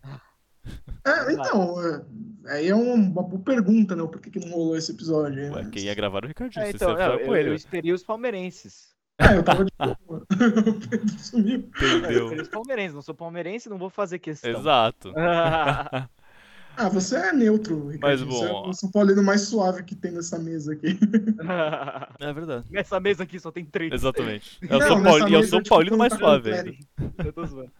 Speaker 2: É, então, é, aí é uma boa pergunta, né, por que, que não rolou esse episódio aí, né?
Speaker 1: Ué, quem ia gravar era o Ricardinho,
Speaker 3: É,
Speaker 1: você
Speaker 3: então,
Speaker 1: sabe
Speaker 3: não,
Speaker 1: falar com
Speaker 3: eu,
Speaker 1: ele.
Speaker 3: eu esperei os palmeirenses.
Speaker 2: Ah, eu tava de boa. <laughs> O Pedro sumiu.
Speaker 3: Eu
Speaker 1: <laughs> Entendeu?
Speaker 3: esperei os palmeirenses. Não sou palmeirense, não vou fazer questão.
Speaker 1: Exato.
Speaker 2: Ah, você é neutro, Ricardo.
Speaker 1: Mas, bom,
Speaker 2: Você é o São Paulino mais suave que tem nessa mesa aqui.
Speaker 1: É verdade.
Speaker 3: <laughs> Nessa mesa aqui só tem três.
Speaker 1: Exatamente. Eu
Speaker 2: Não,
Speaker 1: sou,
Speaker 2: nessa
Speaker 1: Pauli... eu
Speaker 2: mesa
Speaker 1: sou
Speaker 2: eu tipo, te
Speaker 1: paulino mais
Speaker 2: pergunto,
Speaker 1: suave
Speaker 2: cara,
Speaker 1: ainda.
Speaker 3: Eu tô zoando.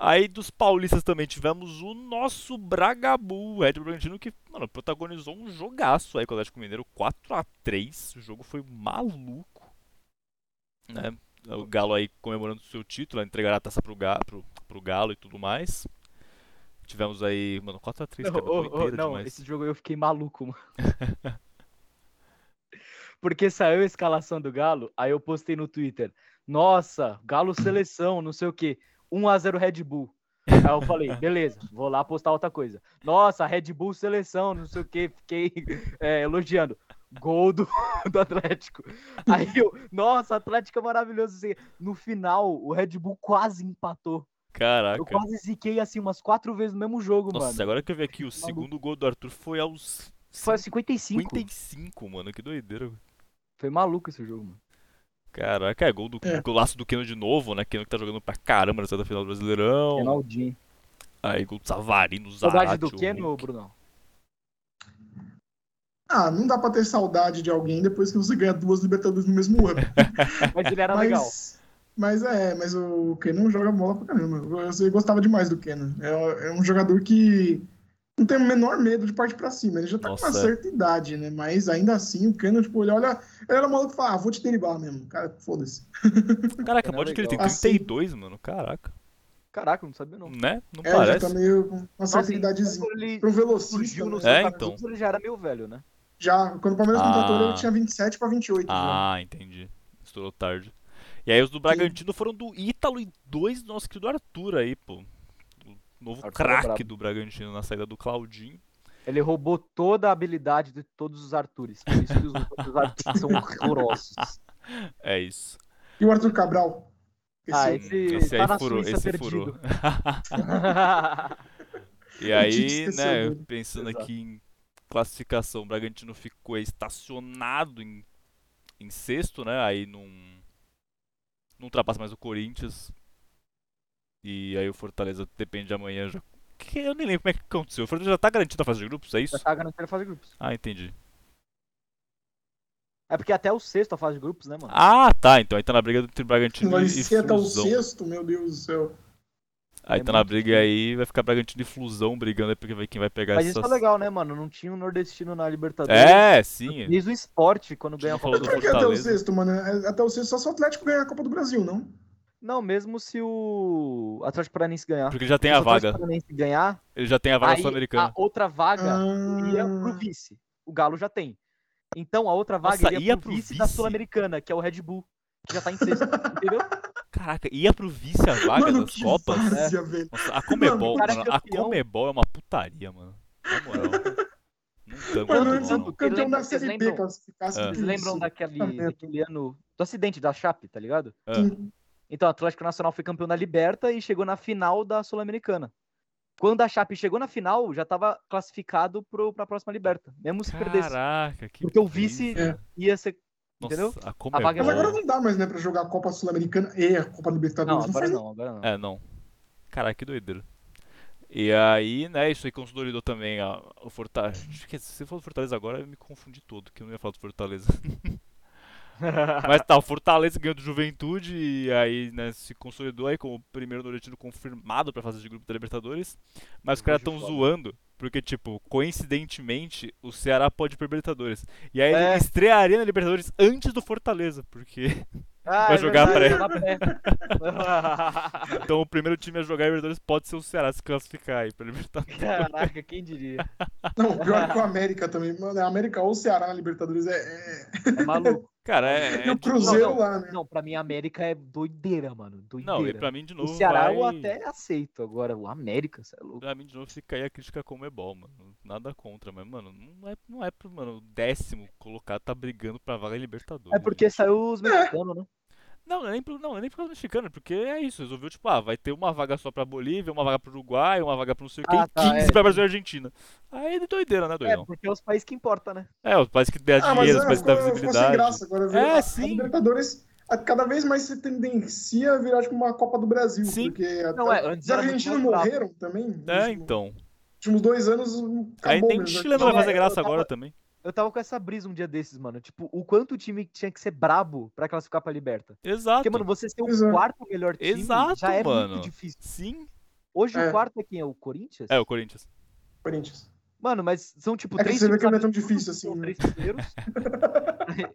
Speaker 1: Aí dos paulistas também tivemos o nosso Bragabu, o Red Bull Bragantino, que, mano, protagonizou um jogaço aí com o Atlético Mineiro, 4x3. O jogo foi maluco. Né? O Galo aí comemorando o seu título, entregar a taça pro, Ga... pro... pro Galo e tudo mais. Tivemos aí, mano, 4x3,
Speaker 3: Não,
Speaker 1: cara,
Speaker 3: <laughs> ô, ô,
Speaker 1: é doideira
Speaker 3: não,
Speaker 1: demais.
Speaker 3: esse jogo eu fiquei maluco, mano. <laughs> Porque saiu a escalação do Galo, aí eu postei no Twitter. Nossa, Galo seleção, não sei o quê. 1x0 Red Bull. Aí
Speaker 1: <laughs>
Speaker 3: eu falei, beleza, vou lá postar outra coisa. Nossa, Red Bull seleção, não sei o quê. Fiquei <laughs> é, elogiando. Gol do, <laughs> do Atlético. Aí eu, nossa, Atlético é maravilhoso. assim. No final, o Red Bull quase empatou.
Speaker 1: Caraca.
Speaker 3: Eu quase ziquei assim umas quatro vezes no mesmo jogo,
Speaker 1: Nossa,
Speaker 3: mano.
Speaker 1: agora que eu vi aqui, o
Speaker 3: Maluco.
Speaker 1: segundo gol do Arthur foi aos
Speaker 3: Foi 55.
Speaker 1: 55, mano, que doideira.
Speaker 3: Foi maluco esse jogo, mano.
Speaker 1: Caraca, é gol do
Speaker 2: É.
Speaker 1: golaço do Keno de novo, né? Keno que tá jogando pra caramba nessa final do Brasileirão.
Speaker 3: Ronaldinho.
Speaker 1: tá, Aí gol do Savarino, Zarate.
Speaker 3: Saudade do
Speaker 1: o
Speaker 3: Keno,
Speaker 1: Hulk.
Speaker 3: Brunão?
Speaker 2: Ah, não dá pra ter saudade de alguém depois que você ganha duas Libertadores no mesmo ano.
Speaker 3: Mas ele
Speaker 2: <laughs>
Speaker 3: era
Speaker 2: mas,
Speaker 3: Tá legal.
Speaker 2: mas é, mas o Kenan joga bola pra caramba. Eu, eu gostava demais do Kenan. É, é um jogador que não tem o menor medo de partir pra cima. Ele já tá com
Speaker 1: Nossa,
Speaker 2: uma
Speaker 1: é.
Speaker 2: certa idade, né? Mas ainda assim, o Kenan, tipo, ele olha. Ele era um maluco que fala, ah, vou te derivar mesmo. Cara, foda-se.
Speaker 1: Caraca,
Speaker 3: Keno é
Speaker 1: pode que ele tem
Speaker 3: legal.
Speaker 2: Assim-
Speaker 1: 32, mano. Caraca.
Speaker 3: Caraca, eu não sabia não.
Speaker 1: Né? Não
Speaker 2: É, já
Speaker 1: parece?
Speaker 2: tá meio com uma certa
Speaker 3: Nossa,
Speaker 2: idadezinha.
Speaker 3: quando ele
Speaker 2: Pra um velocista.
Speaker 3: surgiu no
Speaker 2: né?
Speaker 1: seu- É,
Speaker 3: Santa
Speaker 1: então.
Speaker 3: Cruz, ele já era meio velho, né?
Speaker 2: Já, quando o Palmeiras contratou ele,
Speaker 1: Ah.
Speaker 2: ele tinha 27 pra 28. já.
Speaker 1: Ah, entendi. Estourou tarde. E aí os do Bragantino foram do Ítalo e dois do nosso querido Arthur aí, pô. O novo
Speaker 3: Arthur é
Speaker 1: craque
Speaker 3: brabo.
Speaker 1: do Bragantino na saída do Claudinho.
Speaker 3: Ele roubou toda a habilidade de todos os Artures. Por isso que
Speaker 1: <laughs>
Speaker 3: os, os Artures são horrorosos.
Speaker 1: É isso.
Speaker 2: E o Arthur Cabral?
Speaker 3: Ah,
Speaker 2: Esse-
Speaker 3: esse,
Speaker 1: Esse
Speaker 3: tá
Speaker 1: aí
Speaker 3: na
Speaker 1: furou,
Speaker 3: Suíça
Speaker 1: esse
Speaker 3: perdido.
Speaker 1: furou.
Speaker 3: <laughs>
Speaker 1: E
Speaker 2: Eu tinha
Speaker 1: aí,
Speaker 2: esquecido
Speaker 1: né,
Speaker 2: dele.
Speaker 1: pensando
Speaker 3: Exato.
Speaker 1: aqui em classificação, o Bragantino ficou estacionado em, em sexto, né? Aí não, não ultrapassa mais o Corinthians. E aí o Fortaleza depende de amanhã já. Que eu nem lembro como é que aconteceu. O Fortaleza já tá garantido na fase de grupos, é
Speaker 3: Já
Speaker 1: isso?
Speaker 3: tá garantindo a fase de grupos.
Speaker 1: Ah, entendi.
Speaker 3: É porque até o sexto a fase de grupos, né, mano?
Speaker 1: Ah, tá. Então aí tá na briga entre Bragantino
Speaker 2: Vai
Speaker 1: e
Speaker 2: ser um até o
Speaker 1: Flusão.
Speaker 2: sexto, meu Deus do céu.
Speaker 1: Aí
Speaker 3: É
Speaker 1: tá na
Speaker 3: muito
Speaker 1: briga aí, vai ficar Bragantino e Flusão brigando aí porque vai quem vai pegar
Speaker 3: Mas
Speaker 1: essas...
Speaker 3: isso é legal, né, mano? Não tinha um nordestino na Libertadores.
Speaker 1: É, sim. um
Speaker 3: Diz o esporte quando ganha a
Speaker 1: falou
Speaker 3: Copa
Speaker 1: do
Speaker 3: do
Speaker 2: Por que até o
Speaker 1: Fortaleza.
Speaker 2: sexto, mano? É- Até o sexto só se o Atlético ganhar a Copa do Brasil, não?
Speaker 3: Não, mesmo se o Atlético Paranaense ganhar.
Speaker 1: Porque ele já tem
Speaker 3: se
Speaker 1: a
Speaker 3: o Atlético
Speaker 1: vaga.
Speaker 3: Paranaense ganhar,
Speaker 1: Ele já tem a vaga é
Speaker 3: aí ah,
Speaker 1: sul-americana.
Speaker 3: a outra vaga
Speaker 1: é
Speaker 3: iria pro
Speaker 2: Ah,
Speaker 3: vice. O Galo já tem. Então a outra vaga
Speaker 1: Nossa,
Speaker 3: iria,
Speaker 1: ia
Speaker 3: pro,
Speaker 1: pro
Speaker 3: vice, da
Speaker 1: vice?
Speaker 3: Sul-Americana, que é o Red Bull, que já tá em sexto, entendeu?
Speaker 1: Caraca, ia pro vice a vaga
Speaker 2: mano,
Speaker 1: das
Speaker 2: que
Speaker 1: Copas? É.
Speaker 2: várzea, velho.
Speaker 1: Nossa, a Comebol,
Speaker 3: o cara é
Speaker 1: mano, a
Speaker 3: campeão.
Speaker 1: Comebol é uma putaria, mano. Na moral. Não dá
Speaker 2: Mano, é
Speaker 1: muito
Speaker 2: eles
Speaker 1: bom,
Speaker 2: são
Speaker 3: Santo-
Speaker 1: não.
Speaker 2: o campeão
Speaker 3: lembram-
Speaker 2: da
Speaker 3: vocês
Speaker 2: Série B
Speaker 3: lembram-
Speaker 1: <laughs>
Speaker 2: classificasse.
Speaker 1: Ah.
Speaker 2: por
Speaker 3: Vocês lembram
Speaker 2: isso.
Speaker 3: daquele,
Speaker 2: Tá vendo?
Speaker 3: daquele ano do acidente da Chape, tá ligado?
Speaker 1: Ah.
Speaker 2: Sim.
Speaker 3: Então o Atlético Nacional foi campeão da Liberta e chegou na final da Sul-Americana. Quando a Chape chegou na final, já tava classificado pro, pra próxima Liberta. Mesmo se perdesse.
Speaker 1: Caraca, que
Speaker 3: Porque o vice-
Speaker 2: É.
Speaker 1: brisa.
Speaker 3: Ia ser
Speaker 1: Nossa,
Speaker 3: entendeu?
Speaker 1: a
Speaker 3: A vaga
Speaker 1: Comebol...
Speaker 3: é
Speaker 2: Mas agora não dá mais, né, pra jogar a Copa Sul-Americana e a Copa Libertadores.
Speaker 3: Não,
Speaker 2: Não,
Speaker 3: agora
Speaker 2: faz
Speaker 3: não, agora não.
Speaker 1: É, não. Caraca, que doideira. E aí, né, isso aí consolidou também a, o Fortaleza. Se você falou do Fortaleza agora, eu me confundi todo, que eu não ia falar do Fortaleza. <laughs> Mas tá, o Fortaleza ganhou do Juventude e aí né, se consolidou aí como o primeiro nordestino confirmado pra fase de grupo da Libertadores. Mas os caras
Speaker 3: Hoje
Speaker 1: estão
Speaker 3: foda.
Speaker 1: zoando, porque, tipo, coincidentemente, o Ceará pode ir pra Libertadores. E aí
Speaker 3: É.
Speaker 1: ele estrearia na Libertadores antes do Fortaleza, porque.
Speaker 3: Ah,
Speaker 1: Vai
Speaker 3: é
Speaker 1: jogar
Speaker 3: verdade, Tá lá
Speaker 1: Então o primeiro time a jogar a Libertadores pode ser o Ceará se classificar aí pra Libertadores.
Speaker 3: <laughs> perto. Caraca, quem diria?
Speaker 2: Não, pior que o América também. Mano, a América ou o Ceará na Libertadores é. é-
Speaker 3: É maluco.
Speaker 1: <laughs> Cara, é.
Speaker 2: E
Speaker 1: é
Speaker 2: o Cruzeiro
Speaker 3: não.
Speaker 2: lá, né?
Speaker 3: Não, pra mim a América é doideira, mano. Doideira.
Speaker 1: Não, e pra mim de
Speaker 3: O
Speaker 1: novo.
Speaker 3: Ceará
Speaker 1: vai...
Speaker 3: eu até aceito. Agora, o América, você é louco.
Speaker 1: Pra mim, de novo, fica aí a crítica com o Mebol, mano. Nada contra, mas, mano, não é, não é pro, mano, o décimo colocado tá brigando pra vaga em Libertadores.
Speaker 3: É porque saiu os mexicanos, né?
Speaker 1: Não, não é nem, pro, não, é nem por causa do mexicano, é porque é isso. Resolveu, tipo, ah, vai ter uma vaga só pra Bolívia, uma vaga pro Uruguai, uma vaga pro não sei o quê,
Speaker 3: Ah, tá,
Speaker 1: e 15
Speaker 3: é.
Speaker 1: pra Brasil e Argentina. Aí é doideira, né,
Speaker 3: É,
Speaker 1: doidão?
Speaker 3: porque é os países que importam, né?
Speaker 1: É, os países que dão dinheiro, os
Speaker 2: é,
Speaker 1: países que dão
Speaker 2: ficou- ficou sem
Speaker 1: visibilidade.
Speaker 2: graça agora.
Speaker 1: É,
Speaker 2: A- a
Speaker 1: sim.
Speaker 2: Libertadores a- cada vez mais se tendencia a virar tipo uma Copa do Brasil.
Speaker 1: Sim.
Speaker 2: Porque até-
Speaker 3: Não, é, antes
Speaker 2: os
Speaker 3: era muito
Speaker 2: argentinos
Speaker 3: mais bravo.
Speaker 2: morreram também. nos
Speaker 1: É,
Speaker 2: últimos-
Speaker 1: então.
Speaker 2: últimos dois anos
Speaker 1: Aí
Speaker 2: acabou né?
Speaker 1: nem
Speaker 2: mesmo.
Speaker 1: Chile não vai
Speaker 3: Não,
Speaker 1: fazer
Speaker 3: é, eu
Speaker 1: graça
Speaker 3: tava-
Speaker 1: agora também.
Speaker 3: Eu tava com essa brisa um dia desses, mano. Tipo, o quanto o time tinha que ser brabo pra classificar pra Liberta.
Speaker 1: Exato.
Speaker 3: Porque, mano, você ser
Speaker 2: Exato.
Speaker 3: o quarto melhor time
Speaker 1: Exato,
Speaker 3: já é
Speaker 1: mano.
Speaker 3: muito difícil.
Speaker 1: Sim.
Speaker 3: Hoje
Speaker 2: É.
Speaker 3: o quarto é quem? É o Corinthians?
Speaker 1: É, o Corinthians.
Speaker 2: Corinthians.
Speaker 3: Mano, mas são tipo
Speaker 2: É que
Speaker 3: três
Speaker 2: você vê que não é
Speaker 3: abaixo
Speaker 2: tão
Speaker 3: de tudo,
Speaker 2: difícil
Speaker 3: são
Speaker 2: assim, né?
Speaker 3: Três primeiros.
Speaker 2: <laughs>
Speaker 3: <laughs>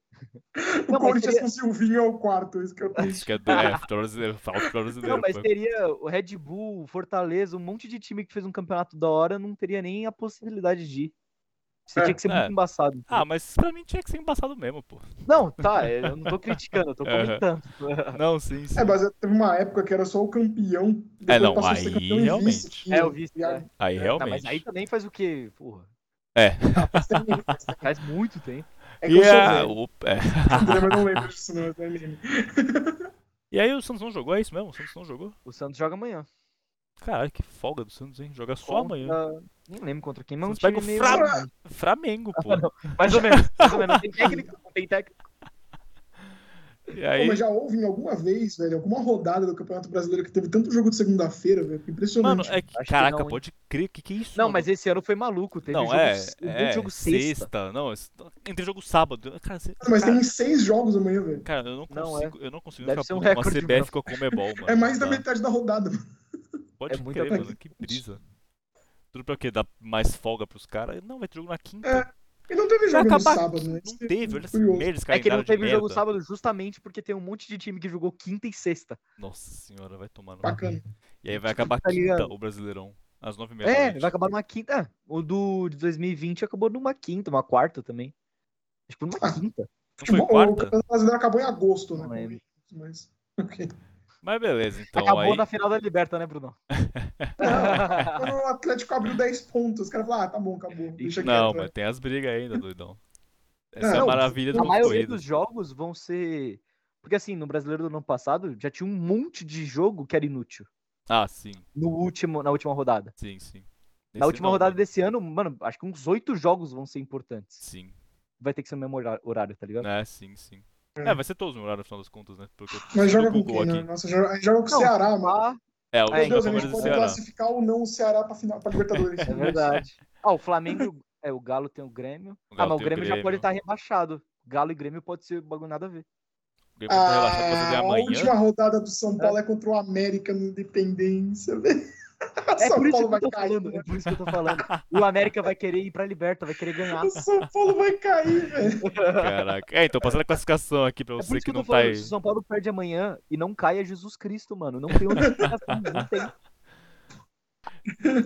Speaker 2: O
Speaker 3: Não, mas
Speaker 2: Corinthians
Speaker 3: seria-
Speaker 2: com o Silvinho é o quarto. Isso que eu
Speaker 1: Isso que é do. É, futebol brasileiro. Fala futebol
Speaker 2: é
Speaker 1: brasileiro.
Speaker 3: Não, mas
Speaker 1: pô.
Speaker 3: teria o Red Bull, o Fortaleza, um monte de time que fez um campeonato da hora, não teria nem a possibilidade de ir. Você
Speaker 2: É.
Speaker 3: tinha que ser
Speaker 1: É.
Speaker 3: muito embaçado.
Speaker 1: Ah, mas pra mim tinha que ser embaçado mesmo,
Speaker 3: <laughs>
Speaker 1: pô.
Speaker 3: Não, tá, é, eu não tô criticando, eu tô
Speaker 1: <laughs> Aham.
Speaker 3: comentando.
Speaker 1: Não, sim, sim.
Speaker 2: É, mas teve uma época que era só o campeão. depois
Speaker 1: É, não,
Speaker 2: passou a ser
Speaker 1: aí
Speaker 2: campeão e
Speaker 1: realmente.
Speaker 2: vice. tipo,
Speaker 3: É, o vice,
Speaker 2: E aí-
Speaker 1: Aí
Speaker 3: Não,
Speaker 1: realmente.
Speaker 3: mas aí também faz o quê? Porra, faz muito
Speaker 2: né?
Speaker 3: tempo.
Speaker 2: É
Speaker 1: <laughs> E,
Speaker 2: que eu sou
Speaker 1: a- <laughs>
Speaker 2: velho,
Speaker 1: o- é.
Speaker 2: mas eu não lembro disso, não. mas não é meme.
Speaker 1: E aí o Santos não jogou, é isso mesmo? O Santos não jogou?
Speaker 3: O Santos joga amanhã.
Speaker 1: Caralho, que folga do Santos, hein? Jogar só
Speaker 3: Contra-
Speaker 1: amanhã.
Speaker 3: Nem lembro contra quem, mas um
Speaker 1: Santos pega
Speaker 3: time
Speaker 1: o
Speaker 3: meio...
Speaker 1: Fra- Flamengo,
Speaker 3: <laughs>
Speaker 1: pô.
Speaker 3: Mais ou menos, mais
Speaker 2: <laughs>
Speaker 3: ou menos. Tem técnico, não tem técnico.
Speaker 1: E
Speaker 2: Pô,
Speaker 1: aí,
Speaker 2: mas já houve em alguma vez, velho, alguma rodada do Campeonato Brasileiro que teve tanto jogo de segunda-feira, velho. que
Speaker 1: mano,
Speaker 2: Impressionante.
Speaker 1: é que,
Speaker 3: Acho que
Speaker 1: caraca,
Speaker 3: não, hein?
Speaker 1: pode crer, que que é isso?
Speaker 3: Não,
Speaker 1: mano?
Speaker 3: mas esse ano foi maluco. Teve
Speaker 1: não,
Speaker 3: jogo,
Speaker 1: é,
Speaker 3: um monte de
Speaker 1: é,
Speaker 3: jogo
Speaker 1: sexta.
Speaker 3: sexta.
Speaker 1: não, es- entre jogo sábado, cara, você-
Speaker 2: Mas
Speaker 1: cara,
Speaker 2: tem seis jogos amanhã, velho.
Speaker 1: cara, eu não
Speaker 3: Não,
Speaker 1: consigo, eu não consigo
Speaker 3: Deve ser
Speaker 1: ficar puto
Speaker 3: um
Speaker 1: com a
Speaker 3: recorde,
Speaker 1: CBF com a Comebol, mano,
Speaker 2: É mais da
Speaker 1: tá?
Speaker 2: metade da rodada. mano.
Speaker 1: Pode
Speaker 3: É muita
Speaker 1: crer,
Speaker 2: coisa.
Speaker 1: mano, que brisa. Tudo pra quê? Dar mais folga pros caras? Não, vai ter jogo na quinta.
Speaker 2: E não teve
Speaker 1: Vai
Speaker 2: jogo no
Speaker 1: acabar-
Speaker 2: sábado, né?
Speaker 1: Não
Speaker 2: Isso é
Speaker 1: teve, olha essa
Speaker 2: curioso.
Speaker 1: merda, esse
Speaker 3: É que
Speaker 1: calendário
Speaker 3: não
Speaker 1: de
Speaker 3: teve jogo
Speaker 1: merda.
Speaker 3: sábado justamente porque tem um monte de time que jogou quinta e sexta.
Speaker 1: Nossa senhora, vai tomar no
Speaker 2: Bacana.
Speaker 1: E aí vai acabar
Speaker 3: Tá
Speaker 1: quinta
Speaker 3: ligado?
Speaker 1: o Brasileirão. Às nove e meia. da
Speaker 3: É,
Speaker 1: noite.
Speaker 3: vai acabar numa quinta. É, o do de 2020 acabou numa quinta, uma quarta também. Acho que numa
Speaker 2: Ah.
Speaker 3: quinta.
Speaker 1: Não foi
Speaker 2: Futebol- O
Speaker 1: quarta?
Speaker 2: Campeonato Brasileiro acabou em agosto,
Speaker 3: Não
Speaker 2: né?
Speaker 3: lembro.
Speaker 2: Mas. <laughs> ok.
Speaker 1: Mas beleza, então.
Speaker 3: acabou
Speaker 1: aí...
Speaker 3: na final da Liberta,
Speaker 1: <laughs>
Speaker 3: né, Bruno?
Speaker 2: Quando o Atlético abriu 10 pontos, os caras falaram, ah, tá bom, acabou. Deixa
Speaker 1: Não,
Speaker 2: quieto, né?
Speaker 1: mas tem as brigas ainda, doidão. Essa é a
Speaker 2: Não,
Speaker 1: maravilha do
Speaker 3: A
Speaker 1: mundo
Speaker 3: maioria
Speaker 1: corrido.
Speaker 3: dos jogos vão ser. Porque assim, no brasileiro do ano passado já tinha um monte de jogo que era inútil.
Speaker 1: Ah, sim,
Speaker 3: No último, na última rodada.
Speaker 1: sim, sim.
Speaker 3: na
Speaker 1: Esse
Speaker 3: última
Speaker 1: não, né?
Speaker 3: rodada
Speaker 1: mano.
Speaker 3: desse ano, mano, acho que uns oito jogos vão ser importantes.
Speaker 1: Sim,
Speaker 3: Vai ter que ser no mesmo hora- horário, tá ligado?
Speaker 1: é, sim, sim. É, vai ser todos no horário, no final das contas, né? Porque eu
Speaker 2: Mas
Speaker 1: fiz
Speaker 2: joga
Speaker 1: o
Speaker 2: com
Speaker 1: Google
Speaker 2: quem, né?
Speaker 1: aqui.
Speaker 2: Nossa, joga, joga com o
Speaker 3: Não,
Speaker 2: Ceará, mano.
Speaker 3: Ah,
Speaker 1: É, o
Speaker 3: Ai,
Speaker 2: Meu
Speaker 1: jogo
Speaker 2: Deus, a
Speaker 3: Palmeiras
Speaker 2: gente
Speaker 1: Palmeiras e
Speaker 2: pode
Speaker 1: Ceará.
Speaker 3: assim,
Speaker 2: classificar ou não o Ceará pra, final, pra Libertadores.
Speaker 3: É verdade. <laughs> Ah, o Flamengo. É, o Galo tem o Grêmio.
Speaker 1: O Galo
Speaker 3: ah, mas o
Speaker 1: tem o
Speaker 3: Grêmio, já
Speaker 1: Grêmio.
Speaker 3: pode estar rebaixado. Galo e Grêmio pode ser bagulho nada a ver.
Speaker 1: O Grêmio tá relaxado pra fazer
Speaker 2: Ah, a última
Speaker 1: amanhã.
Speaker 2: rodada do São Paulo é contra o América no Independência, <laughs> velho.
Speaker 3: É
Speaker 2: São
Speaker 3: por
Speaker 2: Paulo
Speaker 3: isso que eu
Speaker 2: vai
Speaker 3: tô
Speaker 2: cair. né?
Speaker 3: falando. É por isso que eu tô falando. O América vai querer ir pra Liberta, vai querer ganhar.
Speaker 2: O <laughs> São Paulo vai cair, velho.
Speaker 1: Caraca. É, então passando a classificação aqui pra
Speaker 3: É
Speaker 1: você
Speaker 3: por isso que
Speaker 1: que
Speaker 3: eu
Speaker 1: não
Speaker 3: tô
Speaker 1: tá
Speaker 3: falando.
Speaker 1: aí.
Speaker 3: Se o São Paulo perde amanhã e não cai, é Jesus Cristo, mano. Não tem outra
Speaker 1: <laughs>
Speaker 3: explicação. Não tem.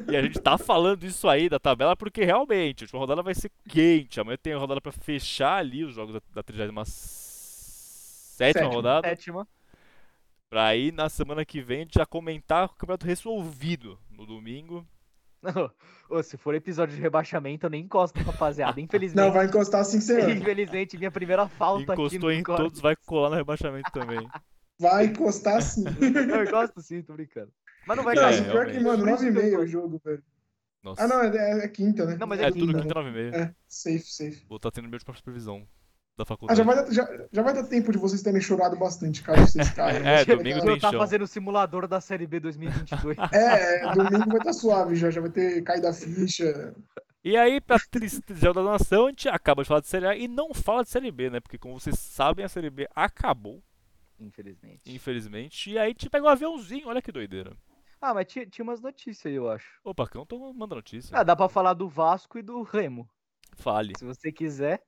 Speaker 1: E a gente tá falando isso aí da tabela porque realmente a última rodada vai ser quente. Amanhã tem a rodada pra fechar ali os jogos da, da 37
Speaker 2: Sétima.
Speaker 1: rodada.
Speaker 3: Sétima. É. <laughs>
Speaker 1: Pra aí na semana que vem a gente já comentar o campeonato resolvido no domingo.
Speaker 3: Não. Ô, se for episódio de rebaixamento, eu nem encosto, rapaziada.
Speaker 2: <laughs>
Speaker 3: Infelizmente.
Speaker 2: Não, vai encostar assim que você
Speaker 3: Infelizmente, minha primeira falta
Speaker 1: Encostou
Speaker 3: aqui.
Speaker 1: em
Speaker 3: no Ah, corte.
Speaker 1: todos, vai colar no rebaixamento também.
Speaker 2: vai encostar assim.
Speaker 3: Eu gosto sim, tô brincando. Mas não vai
Speaker 2: Não,
Speaker 1: É,
Speaker 2: mas
Speaker 3: cair.
Speaker 2: o pior é que,
Speaker 1: realmente.
Speaker 2: mano,
Speaker 3: Por isso
Speaker 2: 9 e
Speaker 3: que eu
Speaker 2: meio
Speaker 3: tô-
Speaker 2: o jogo, velho.
Speaker 1: Nossa.
Speaker 2: Ah, não, é, é quinta, né?
Speaker 3: Não, mas
Speaker 1: é, tudo
Speaker 2: quinta.
Speaker 1: quinta, nove e meia.
Speaker 2: É, safe, safe.
Speaker 1: Vou estar tendo minha última supervisão da
Speaker 2: Ah,
Speaker 1: faculdade.
Speaker 2: já, vai dar, já, já vai dar tempo de vocês terem chorado bastante, caso
Speaker 1: <laughs>
Speaker 2: vocês caiam.
Speaker 1: É,
Speaker 2: Tá
Speaker 1: domingo
Speaker 2: ligado?
Speaker 1: tem
Speaker 3: Eu tá
Speaker 1: chão.
Speaker 3: fazendo o simulador da Série B 2022.
Speaker 2: É, é, domingo vai estar suave já, já vai ter caído a ficha. <laughs>
Speaker 1: E aí, pra tristeza da nação, a gente acaba de falar de Série A e não fala de Série B, né? Porque, como vocês sabem, a Série B acabou,
Speaker 3: Infelizmente.
Speaker 1: infelizmente. E aí, a gente pega um aviãozinho, olha que doideira.
Speaker 3: Ah, mas tinha, tinha umas notícias aí, eu acho.
Speaker 1: Opa, que eu não tô mandando notícia.
Speaker 3: Ah, dá pra falar do Vasco e do Remo,
Speaker 1: Fale.
Speaker 3: se você quiser.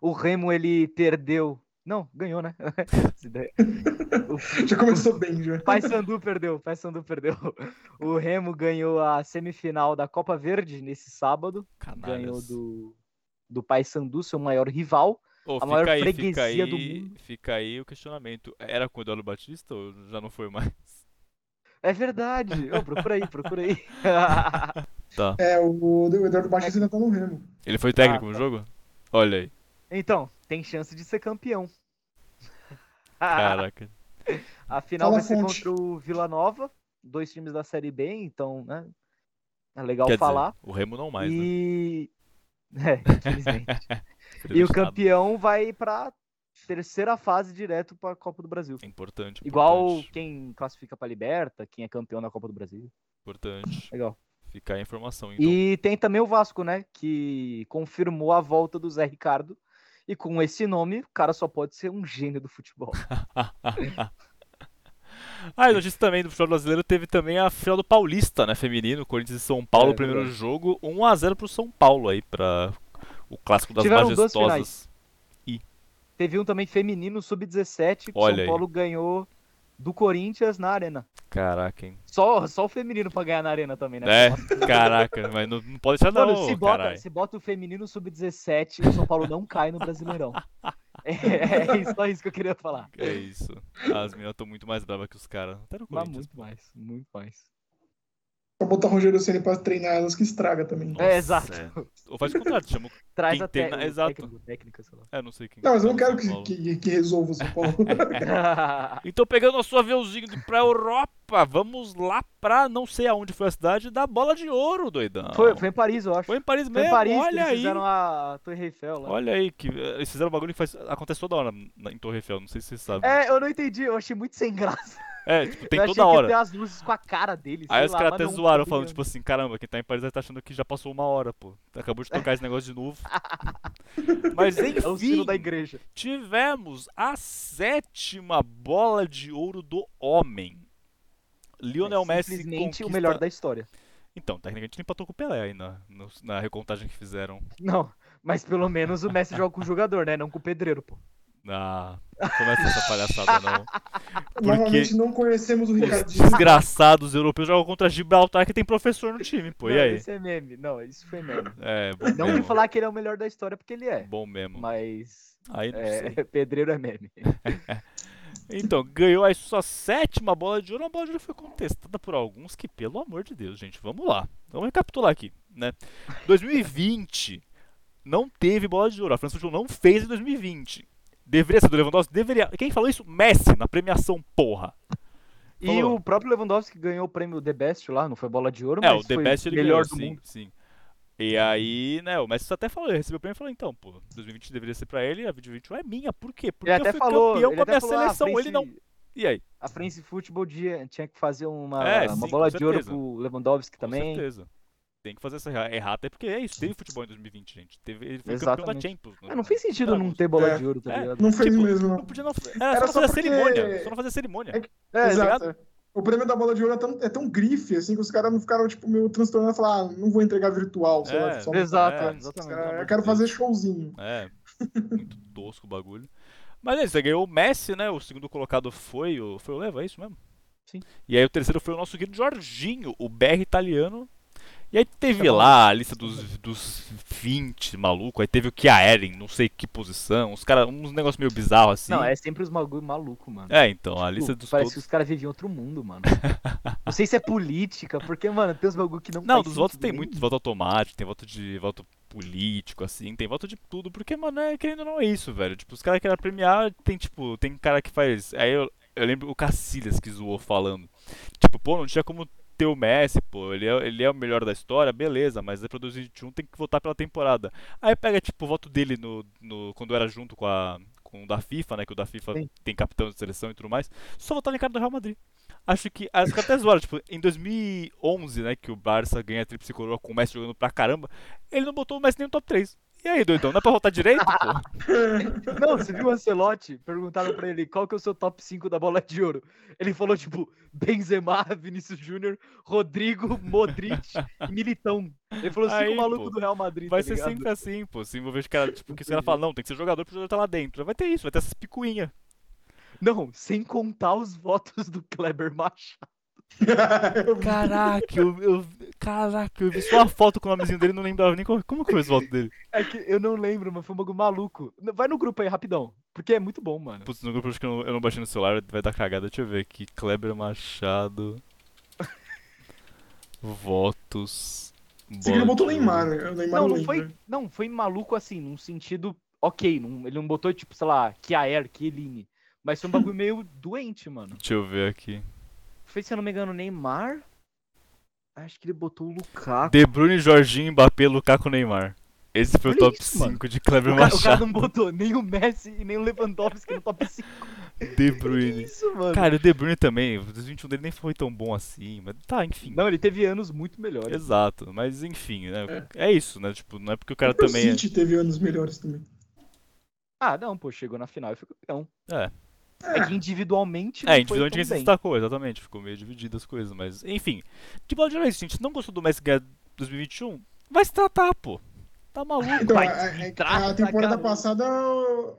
Speaker 3: O Remo, ele perdeu. Não, ganhou, né? <laughs> Essa ideia. o
Speaker 2: Já começou bem, já.
Speaker 3: Paysandu perdeu, Paysandu perdeu. O Remo ganhou a semifinal da Copa Verde nesse sábado. Ganhou
Speaker 1: Canalhas.
Speaker 3: do, do Paysandu, seu maior rival.
Speaker 1: Ô,
Speaker 3: a maior
Speaker 1: fica aí, fica
Speaker 3: freguesia do
Speaker 1: aí,
Speaker 3: mundo.
Speaker 1: fica aí o questionamento. Era com o Eduardo Batista ou já não foi mais?
Speaker 3: É verdade. Ô, procura aí, procura aí. <laughs>
Speaker 2: É, o, o Eduardo Batista ainda tá no remo.
Speaker 1: Ele foi técnico
Speaker 3: Ah,
Speaker 1: no jogo? Olha aí,
Speaker 3: então, tem chance de ser campeão. Ah,
Speaker 1: caraca.
Speaker 3: A final
Speaker 2: Fala,
Speaker 3: vai ser
Speaker 2: Fonte.
Speaker 3: contra o Vila Nova, dois times da Série B, então, né? É legal
Speaker 1: Quer dizer,
Speaker 3: falar.
Speaker 1: o Remo não mais, né?
Speaker 3: e. <laughs>
Speaker 1: <laughs>
Speaker 3: É, infelizmente. e o
Speaker 1: Nada.
Speaker 3: campeão vai pra terceira fase direto pra Copa do Brasil.
Speaker 1: É Importante, importante.
Speaker 3: Igual quem classifica pra Liberta, quem é campeão da Copa do Brasil.
Speaker 1: Importante.
Speaker 3: Legal.
Speaker 1: Fica aí a informação, então.
Speaker 3: E tem também o Vasco, né? Que confirmou a volta do Zé Ricardo. E com esse nome, o cara só pode ser um gênio do futebol.
Speaker 1: <laughs> Ah, e notícia também do futebol brasileiro teve também a final do Paulista, né? Feminino, Corinthians e São Paulo,
Speaker 3: É,
Speaker 1: primeiro
Speaker 3: verdade.
Speaker 1: jogo, 1x0 pro São Paulo aí, pra o clássico das
Speaker 3: Tiveram duas
Speaker 1: majestosas.
Speaker 3: Teve um também feminino, sub-17, que
Speaker 1: Olha
Speaker 3: São
Speaker 1: aí.
Speaker 3: Paulo ganhou do Corinthians na arena.
Speaker 1: Caraca, hein?
Speaker 3: Só, só o feminino pra ganhar na arena também, né?
Speaker 1: É, caraca, mas não, não pode deixar
Speaker 3: Mano,
Speaker 1: não,
Speaker 3: se, bota,
Speaker 1: caralho.
Speaker 3: se bota o feminino sub-17, o São Paulo não cai no
Speaker 1: <laughs>
Speaker 3: Brasileirão. É, é só isso que eu queria falar.
Speaker 1: É isso. As meninas estão muito mais bravas que os caras. Até no
Speaker 3: Mas
Speaker 1: Corinthians.
Speaker 3: muito mais, muito mais.
Speaker 2: Pra botar o Rogério Ceni pra treinar elas que estraga também.
Speaker 1: Nossa,
Speaker 3: é, exato.
Speaker 1: é. Ou faz o contrário, chama o...
Speaker 3: Traz
Speaker 1: Quem
Speaker 3: a
Speaker 1: tem na-
Speaker 3: técnica,
Speaker 1: exato.
Speaker 3: técnico, técnica, sei
Speaker 1: É, não sei quem.
Speaker 2: Não, mas eu
Speaker 1: tá
Speaker 2: não
Speaker 1: no
Speaker 2: quero
Speaker 1: São
Speaker 2: que,
Speaker 1: Paulo.
Speaker 2: que, que resolva o São
Speaker 1: <laughs>
Speaker 2: Paulo. <laughs>
Speaker 3: lá.
Speaker 1: Então, pegando nosso aviãozinho de- pra Europa, vamos lá pra não sei aonde foi a cidade da bola de ouro, doidão.
Speaker 3: <laughs> foi, foi em Paris, eu acho.
Speaker 1: É. Foi em Paris
Speaker 3: Foi
Speaker 1: mesmo,
Speaker 3: em Paris que
Speaker 1: olha
Speaker 3: eles
Speaker 1: aí.
Speaker 3: fizeram a Torre Eiffel lá.
Speaker 1: Olha aí, que eh, eles fizeram um bagulho que faz- acontece toda hora na- em Torre Eiffel, não sei se vocês sabem.
Speaker 3: É, eu não entendi, eu achei muito sem graça.
Speaker 1: É, tipo, tem
Speaker 3: eu
Speaker 1: toda
Speaker 3: achei que ia
Speaker 1: hora.
Speaker 3: ter as luzes com a cara deles.
Speaker 1: Aí
Speaker 3: sei
Speaker 1: os
Speaker 3: lá,
Speaker 1: caras
Speaker 3: mas
Speaker 1: até
Speaker 3: não,
Speaker 1: zoaram,
Speaker 3: tá
Speaker 1: falando,
Speaker 3: brilhando.
Speaker 1: tipo assim, caramba, quem tá em Paris tá achando que já passou uma hora, pô. Acabou de tocar esse negócio de
Speaker 3: <laughs>
Speaker 1: novo. Mas
Speaker 3: É o sino
Speaker 1: enfim,
Speaker 3: da igreja.
Speaker 1: tivemos a sétima bola de ouro do homem. Lionel
Speaker 3: É
Speaker 1: Messi
Speaker 3: Simplesmente
Speaker 1: conquista...
Speaker 3: o melhor da história.
Speaker 1: Então, tecnicamente ele empatou com o Pelé aí na, no- na recontagem que fizeram.
Speaker 3: Não, mas pelo menos o Messi joga com o jogador, né? Não com o pedreiro, pô.
Speaker 1: Ah, não começa essa palhaçada não.
Speaker 2: Novamente não conhecemos o
Speaker 1: Os
Speaker 2: Ricardinho.
Speaker 1: desgraçados europeus jogam contra Gibraltar que tem professor no time, pô.
Speaker 3: não,
Speaker 1: E aí?
Speaker 3: Isso é meme. Não, isso foi meme.
Speaker 1: É, bom
Speaker 3: Não de
Speaker 1: mesmo.
Speaker 3: falar que ele é o melhor da história, porque ele é.
Speaker 1: Bom mesmo.
Speaker 3: Mas
Speaker 1: Aí não sei.
Speaker 3: é, <laughs> pedreiro é meme.
Speaker 1: Então, ganhou aí sua sétima bola de ouro. A bola de ouro foi contestada por alguns que, pelo amor de Deus, gente, vamos lá. Vamos recapitular aqui, né? 2020 não teve bola de ouro. A França do Sul não fez em 2020. Deveria ser do Lewandowski? Deveria. Quem falou isso? Messi, na premiação, porra.
Speaker 3: E
Speaker 1: Falou.
Speaker 3: o próprio Lewandowski ganhou o prêmio The Best lá, não foi bola de ouro,
Speaker 1: É,
Speaker 3: mas
Speaker 1: o The
Speaker 3: foi
Speaker 1: Best ele
Speaker 3: melhor
Speaker 1: ganhou,
Speaker 3: do
Speaker 1: sim,
Speaker 3: mundo.
Speaker 1: sim. E aí, né, o Messi até falou, ele recebeu o prêmio e falou, então, pô, 2020 deveria ser pra ele, a 2021 é minha, por quê? Porque
Speaker 3: Ele até
Speaker 1: eu fui
Speaker 3: falou,
Speaker 1: campeão
Speaker 3: ele
Speaker 1: com a
Speaker 3: até
Speaker 1: minha
Speaker 3: falou, ah, a
Speaker 1: seleção, ele
Speaker 3: France-
Speaker 1: não. E aí?
Speaker 3: A France Football dia- tinha que fazer uma,
Speaker 1: É,
Speaker 3: uma
Speaker 1: sim,
Speaker 3: bola
Speaker 1: com
Speaker 3: de ouro
Speaker 1: certeza.
Speaker 3: pro Lewandowski
Speaker 1: Com
Speaker 3: também.
Speaker 1: certeza. Tem que fazer essa erra- errata, é porque é isso, teve futebol em 2020, gente. Teve, ele foi campeão da
Speaker 3: Exatamente.
Speaker 1: Champions.
Speaker 3: Ah, não fez sentido não ter bola de ouro, tá
Speaker 1: É.
Speaker 3: ligado?
Speaker 2: Não fez
Speaker 1: Tipo,
Speaker 2: mesmo,
Speaker 1: Não
Speaker 2: não.
Speaker 1: podia não. Era,
Speaker 2: Era
Speaker 1: só,
Speaker 2: só
Speaker 1: fazer
Speaker 2: porque-
Speaker 1: a cerimônia. Só não fazer a cerimônia.
Speaker 2: É
Speaker 3: É,
Speaker 2: Exato. O prêmio da bola de ouro é tão, é tão grife, assim, que os caras não ficaram, tipo, meio transtornados e falaram, ah, não vou entregar virtual, sei lá.
Speaker 1: É,
Speaker 2: tipo, Só...
Speaker 3: Exato,
Speaker 1: É,
Speaker 3: um exatamente.
Speaker 1: pelo amor
Speaker 2: Eu
Speaker 1: de
Speaker 2: quero
Speaker 1: Deus. <laughs>
Speaker 2: fazer showzinho.
Speaker 1: É, muito tosco o bagulho. Mas é isso, aí ganhou o Messi, né? O segundo colocado foi o. Foi o Leva, é isso mesmo?
Speaker 3: Sim.
Speaker 1: E aí o terceiro foi o nosso querido Jorginho, o BR italiano. E aí teve
Speaker 3: Tá bom.
Speaker 1: lá a lista dos, dos 20 maluco, aí teve o Kiaeren, não sei que posição, uns cara, uns negócios meio bizarros assim.
Speaker 3: Não, é sempre os bagulho maluco, mano.
Speaker 1: É, então, a
Speaker 3: Tipo,
Speaker 1: lista dos
Speaker 3: Parece
Speaker 1: todos.
Speaker 3: que os caras vivem em outro mundo, mano. não sei se é política, porque, mano, tem uns bagulho que não
Speaker 1: Não,
Speaker 3: faz
Speaker 1: dos votos
Speaker 3: sentido
Speaker 1: tem
Speaker 3: nenhum.
Speaker 1: muito voto automático, tem voto de voto político, assim, tem voto de tudo, porque, mano, é, querendo ou não é isso, velho. Tipo, os caras querem premiar, tem, tipo, tem cara que faz. Aí eu, eu lembro o Cacilhas que zoou falando. Tipo, pô, não tinha como ter o Messi, pô, ele é, ele é o melhor da história, beleza, mas é pra 2021 tem que votar pela temporada. Aí pega, tipo, o voto dele no, no, quando era junto com, a, com o da FIFA, né? Que o da FIFA
Speaker 2: Sim.
Speaker 1: tem capitão de seleção e tudo mais, só votar em cara do Real Madrid. Acho que as até zoaram, tipo, em 2011, né, que o Barça ganha a tríplice coroa com o Messi jogando pra caramba, ele não botou o Messi nem no top 3. E aí, doidão, não é pra <laughs> votar direito, pô?
Speaker 3: Não, você viu o Ancelotti? Perguntaram pra ele qual que é o seu top 5 da bola de ouro. Ele falou, tipo, Benzema, Vinícius Júnior, Rodrigo, Modric e Militão. Ele falou
Speaker 1: Aí,
Speaker 3: cinco malucos
Speaker 1: pô,
Speaker 3: do Real Madrid,
Speaker 1: Vai
Speaker 3: tá
Speaker 1: ser
Speaker 3: ligado?
Speaker 1: sempre assim, pô. Se envolver os caras, tipo, que os caras falam, não, tem que ser jogador pro jogador tá lá dentro. Vai ter isso, vai ter essas picuinhas.
Speaker 3: Não, sem contar os votos do Kleber Machado.
Speaker 1: Caraca, eu, eu. Caraca, eu vi só a foto com o nomezinho dele não lembrava nem como, como que foi o voto dele.
Speaker 3: É que eu não lembro, mas foi um bagulho maluco. Vai no grupo aí, rapidão. Porque é muito bom, mano.
Speaker 1: Putz, no grupo acho que eu não, eu não baixei no celular, vai dar cagada. Deixa eu ver aqui. Kleber <laughs> Machado. Votos.
Speaker 2: Você que ele botou o
Speaker 1: Bote-
Speaker 2: Neymar, né? O Neymar
Speaker 3: Não, não
Speaker 2: lembra.
Speaker 3: foi, não, foi maluco assim, num sentido ok. não- ele não botou, tipo, sei lá, Kiaer, Kieline. Mas foi um
Speaker 1: <laughs>
Speaker 3: bagulho meio doente, mano.
Speaker 1: Deixa eu ver aqui.
Speaker 3: Fez, se eu não me engano, Neymar. Acho que ele botou o Lukaku.
Speaker 1: De Bruyne, Jorginho, Mbappé, Lukaku, Neymar. Esse foi o
Speaker 3: Olha
Speaker 1: top
Speaker 3: isso, mano.
Speaker 1: 5 de Kleber
Speaker 3: O cara, o cara
Speaker 1: <laughs> Machado.
Speaker 3: não botou nem o Messi e nem o Lewandowski no top
Speaker 1: <laughs>
Speaker 3: 5. <laughs>
Speaker 1: De
Speaker 3: Que
Speaker 1: Bruyne.
Speaker 3: isso, mano?
Speaker 1: Cara, o De Bruyne também, o 21 dele nem foi tão bom assim, mas tá, enfim.
Speaker 3: Não, ele teve anos muito melhores.
Speaker 1: Exato, mas enfim, né? É. isso, né? Tipo, não é porque o cara
Speaker 2: O
Speaker 1: também é.
Speaker 2: City teve anos melhores também.
Speaker 3: Ah, não, pô, chegou na final e foi campeão.
Speaker 1: É.
Speaker 3: É que individualmente. não
Speaker 1: É,
Speaker 3: foi
Speaker 1: individualmente
Speaker 3: tão
Speaker 1: ninguém se
Speaker 3: bem.
Speaker 1: destacou, exatamente. Ficou meio dividido as coisas, mas enfim. De modo geral, é isso, gente não gostou do Messi ganhar 2021, vai se tratar, pô. Tá
Speaker 3: <laughs>
Speaker 1: maluco.
Speaker 2: Então,
Speaker 3: Vai
Speaker 2: a- a-
Speaker 3: desvitrar,
Speaker 2: a, temporada
Speaker 3: cara.
Speaker 2: passada. eu-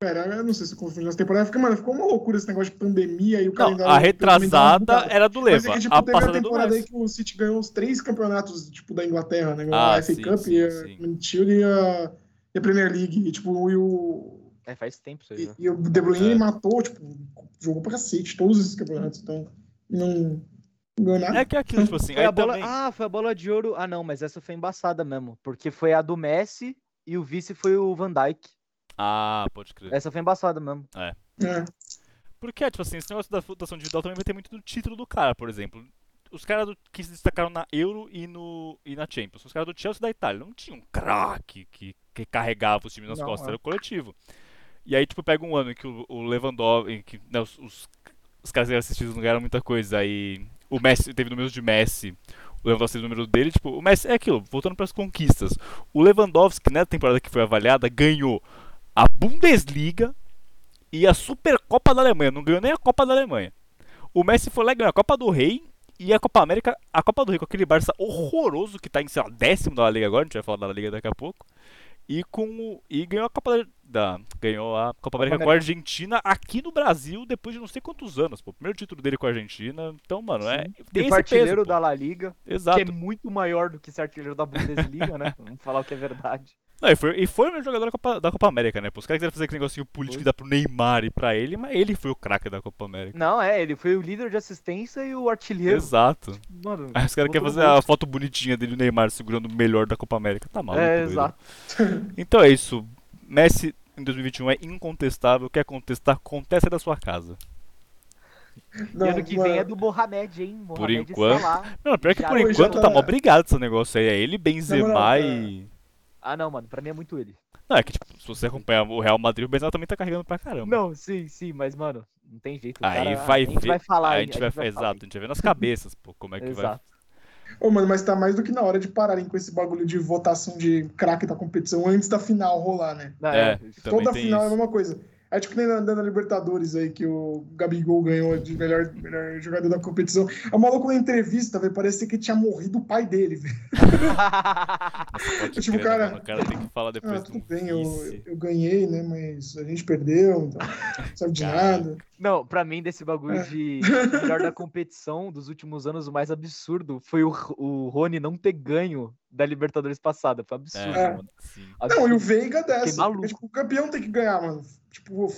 Speaker 2: Pera, eu não sei se eu confundi as temporadas. Fica, mano, ficou uma loucura esse negócio de pandemia e o
Speaker 1: Não,
Speaker 2: calendário.
Speaker 1: a
Speaker 2: do Flamengo deu uma
Speaker 1: retrasada
Speaker 2: bugada.
Speaker 1: era do
Speaker 2: Mas
Speaker 1: Leva,
Speaker 2: é que, tipo,
Speaker 1: a
Speaker 2: teve uma
Speaker 1: passada é do
Speaker 2: temporada aí
Speaker 1: Messi.
Speaker 2: que o City ganhou os três campeonatos, tipo, da Inglaterra, né? Ganhou
Speaker 1: Ah,
Speaker 2: a FA
Speaker 1: sim,
Speaker 2: Cup,
Speaker 1: sim,
Speaker 2: e a
Speaker 1: sim.
Speaker 2: Community Shield e a, e a Premier League. E, tipo, e o,
Speaker 3: É, faz tempo isso aí,
Speaker 2: e,
Speaker 3: né?
Speaker 2: e o De Bruyne
Speaker 1: É.
Speaker 2: matou, tipo, jogou pra cacete todos esses campeonatos. Então, não não ganhou nada.
Speaker 1: É que é aquilo, tipo assim,
Speaker 3: Foi a
Speaker 1: aí
Speaker 3: bola...
Speaker 1: também.
Speaker 3: Ah, foi a bola de ouro. Ah, não, mas essa foi embaçada mesmo. Porque foi a do Messi e o vice foi o Van Dijk.
Speaker 1: Ah, pode crer.
Speaker 3: Essa foi embaçada mesmo.
Speaker 2: É.
Speaker 1: Porque, tipo assim, esse negócio da votação individual também vai ter muito do título do cara, por exemplo. Os caras do- que se destacaram na Euro e, no, e na Champions, os caras do Chelsea e da Itália, não tinham um craque que, que carregava os times nas
Speaker 3: Não,
Speaker 1: costas,
Speaker 3: é.
Speaker 1: era o coletivo. E aí, tipo, pega um ano em que o, o Lewandowski, em que né, os, os, os caras que eram assistidos não ganharam muita coisa, aí o Messi teve números de Messi, o Lewandowski teve número dele, tipo, o Messi é aquilo, voltando para as conquistas. O Lewandowski, né, na temporada que foi avaliada, ganhou a Bundesliga e a Supercopa da Alemanha. Não ganhou nem a Copa da Alemanha. O Messi foi lá e ganhou a Copa do Rei e a Copa América, a Copa do Rei com aquele Barça horroroso que tá em, sei lá, décimo da La Liga agora, a gente vai falar da La Liga daqui a pouco. E com o- e ganhou a Copa da, da- ganhou a Copa América com a Argentina aqui no Brasil depois de não sei quantos anos, pô. Primeiro título dele com a Argentina. Então, mano, é tem
Speaker 3: E
Speaker 1: esse peso,
Speaker 3: artilheiro
Speaker 1: pô.
Speaker 3: da La Liga,
Speaker 1: Exato.
Speaker 3: que é muito maior do que esse artilheiro da
Speaker 1: <laughs>
Speaker 3: Bundesliga, né? Vamos falar o que é verdade.
Speaker 1: Não, e, foi, e foi o melhor jogador da Copa, da Copa América, né? Pô, os caras quiseram fazer aquele negocinho político
Speaker 3: Foi.
Speaker 1: que dá pro Neymar e pra ele, mas ele foi o craque da Copa América.
Speaker 3: Não, é, ele foi o líder de assistência e o artilheiro.
Speaker 1: Exato.
Speaker 3: Mano,
Speaker 1: Aí Ah, os caras querem
Speaker 3: botou
Speaker 1: fazer
Speaker 3: no bolso.
Speaker 1: a foto bonitinha dele, o Neymar, segurando o melhor da Copa América. Tá maluco,
Speaker 3: É,
Speaker 1: doido.
Speaker 3: exato.
Speaker 1: Então é isso. Messi em 2021 é incontestável. Quer contestar, contesta é da sua casa.
Speaker 2: Não,
Speaker 3: e ano que
Speaker 2: mano,
Speaker 3: vem é do Mohamed, hein? Mohamed
Speaker 1: enquanto.
Speaker 3: Salah.
Speaker 1: Não, pior que
Speaker 3: Já
Speaker 1: por
Speaker 2: hoje
Speaker 1: enquanto
Speaker 2: tá-
Speaker 1: tá mó brigado esse negócio aí. É ele,
Speaker 2: Na moral,
Speaker 1: Benzema
Speaker 2: tá-
Speaker 1: e...
Speaker 3: Ah, não, mano, pra mim é muito ele.
Speaker 1: Não, é que tipo, se você acompanhar o Real Madrid, o Benzema também tá carregando pra caramba.
Speaker 3: Não, sim, sim, mas, mano, não tem jeito. o
Speaker 1: Aí
Speaker 3: cara-
Speaker 1: vai
Speaker 3: a gente
Speaker 1: ver...
Speaker 3: vai falar.
Speaker 1: aí
Speaker 3: hein,
Speaker 1: a gente vai...
Speaker 3: falar.
Speaker 1: Exato, a gente vai ver nas cabeças, pô, como é que vai...
Speaker 3: Exato.
Speaker 2: Ô, mano, mas tá mais do que na hora de pararem com esse bagulho de votação de craque da competição antes da final rolar, né?
Speaker 3: Não,
Speaker 1: É,
Speaker 3: <laughs> é,
Speaker 1: também
Speaker 2: Toda
Speaker 1: tem
Speaker 2: final é a
Speaker 1: isso.
Speaker 2: mesma coisa. É tipo que nem na, na Libertadores aí, que o Gabigol ganhou de melhor, melhor jogador da competição. O maluco na entrevista, velho, parecia que tinha morrido o pai dele, velho.
Speaker 1: Pode
Speaker 2: Tipo,
Speaker 1: crer,
Speaker 2: cara-
Speaker 1: né, mano? O cara tem que falar
Speaker 2: Ah,
Speaker 1: depois de um
Speaker 2: tudo bem, eu,
Speaker 1: vice.
Speaker 2: eu ganhei, né? Mas a gente perdeu,
Speaker 1: <laughs>
Speaker 2: então não serve de
Speaker 1: Caraca.
Speaker 2: nada.
Speaker 3: Não, pra mim, desse
Speaker 2: É.
Speaker 3: bagulho
Speaker 2: <laughs>
Speaker 3: de melhor da competição dos últimos anos, o mais absurdo foi o, o Rony não ter ganho da Libertadores passada. Foi um absurdo,
Speaker 1: É,
Speaker 3: mano.
Speaker 1: sim.
Speaker 2: Não, e o
Speaker 3: Absurdo.
Speaker 2: Veiga dessa.
Speaker 3: maluco.
Speaker 2: Porque, tipo, o campeão tem que ganhar, mano. Tipo,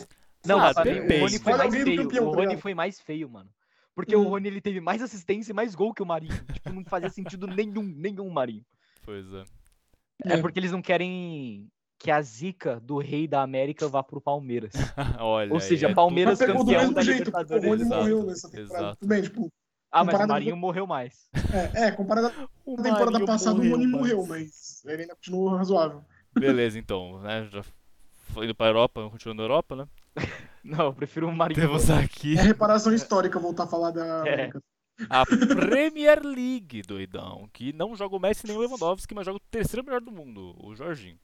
Speaker 3: Não,
Speaker 1: Ah,
Speaker 3: mas pra mim,
Speaker 1: depende.
Speaker 3: o Rony foi
Speaker 2: Olha
Speaker 3: mais
Speaker 2: alguém do
Speaker 3: feio.
Speaker 2: campeão,
Speaker 3: o
Speaker 2: tá
Speaker 3: Rony
Speaker 2: ligado?
Speaker 3: foi mais feio, mano. Porque
Speaker 2: Hum.
Speaker 3: o Rony ele teve mais assistência e mais gol que o Marinho. Tipo, não fazia sentido nenhum, nenhum Marinho.
Speaker 1: Pois é. <laughs>
Speaker 3: É
Speaker 2: É.
Speaker 3: porque eles não querem que a zica do rei da América vá pro Palmeiras.
Speaker 1: Olha
Speaker 3: Ou seja,
Speaker 1: aí, é
Speaker 3: Palmeiras
Speaker 1: tudo-
Speaker 2: mas pegou do
Speaker 3: campeão
Speaker 2: mesmo
Speaker 3: da
Speaker 2: jeito, porque o Rony
Speaker 3: Libertadores.
Speaker 2: morreu
Speaker 1: Exato,
Speaker 2: nessa temporada.
Speaker 1: exato.
Speaker 2: Tudo bem, tipo,
Speaker 3: Ah, mas o
Speaker 2: Comparado
Speaker 3: Marinho morreu mais.
Speaker 2: É, é comparado à
Speaker 1: O
Speaker 2: temporada
Speaker 1: Marinho
Speaker 2: passada, o Rony
Speaker 1: mas-
Speaker 2: morreu, mas ele ainda continua razoável.
Speaker 1: Beleza, então, né? Já foi indo pra Europa, continuando na Europa, né?
Speaker 3: Não, eu prefiro o Marinho.
Speaker 1: Temos aqui
Speaker 2: É reparação histórica voltar a falar da
Speaker 3: É.
Speaker 2: América.
Speaker 1: a Premier League, doidão, que não joga o Messi nem o Lewandowski, mas joga o terceiro melhor do mundo, o Jorginho.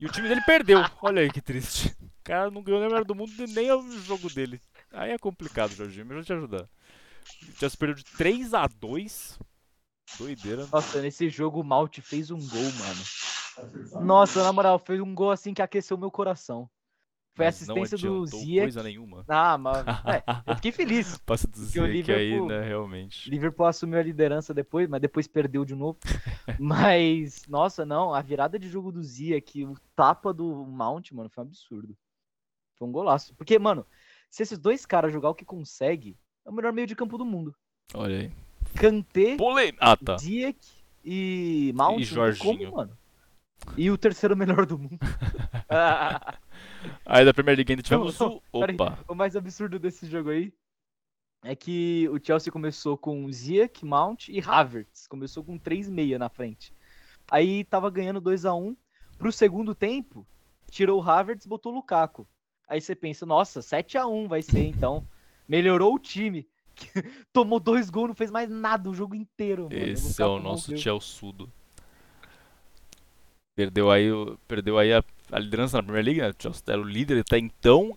Speaker 1: E o time dele
Speaker 3: <laughs>
Speaker 1: perdeu. Olha aí que triste. O cara não ganhou nem o melhor do mundo e nem é o jogo dele. Aí é complicado, Jorginho, melhor te ajudar. Já se perdeu de 3 a 2 Doideira.
Speaker 3: Nossa, nesse jogo o Malte fez um gol, mano. Nossa, na moral, fez um gol assim que aqueceu meu coração. Foi a
Speaker 1: Mas não
Speaker 3: assistência do
Speaker 1: adiantou
Speaker 3: Ziyech.
Speaker 1: coisa
Speaker 3: <laughs>
Speaker 1: nenhuma.
Speaker 3: Ah, mas. É, eu
Speaker 1: <laughs>
Speaker 3: fiquei feliz.
Speaker 1: Passa do
Speaker 3: o
Speaker 1: Ziyech aí,
Speaker 3: Liverpool-
Speaker 1: né, realmente.
Speaker 3: Liverpool assumiu a liderança depois, mas depois perdeu
Speaker 1: <laughs>
Speaker 3: de novo. mas, nossa, não, a virada de jogo do Ziyech, o tapa do Mount, mano, foi um absurdo. Foi um golaço. Porque, mano, se esses dois caras jogar o que consegue, é o melhor meio de campo do mundo.
Speaker 1: Olha aí.
Speaker 3: Kanté,
Speaker 1: Polêmica. Ah, tá.
Speaker 3: Ziyech e Mount.
Speaker 1: E
Speaker 3: não tem
Speaker 1: Jorginho.
Speaker 3: Como, mano? E o terceiro melhor
Speaker 1: <laughs>
Speaker 3: do mundo. <laughs> Ah,
Speaker 1: Aí da Premier League
Speaker 3: <laughs>
Speaker 1: ainda tivemos
Speaker 3: Não, não,
Speaker 1: o.
Speaker 3: peraí.
Speaker 1: Opa!
Speaker 3: o mais absurdo desse jogo aí é que o Chelsea começou com Ziyech, Mount e Havertz. Começou com 3-6 na frente. Aí tava ganhando 2x1. Pro segundo tempo, tirou o Havertz, botou o Lukaku. Aí você pensa, nossa, 7x1 vai ser então. Melhorou o time. <laughs> Tomou dois gols, não fez mais nada o jogo inteiro. Mano.
Speaker 1: Esse é o
Speaker 3: Lukaku
Speaker 1: nosso
Speaker 3: morreu.
Speaker 1: Chelsudo. Perdeu aí, o- perdeu aí a, a liderança na Premier League, né? O Chelsea era o líder até então.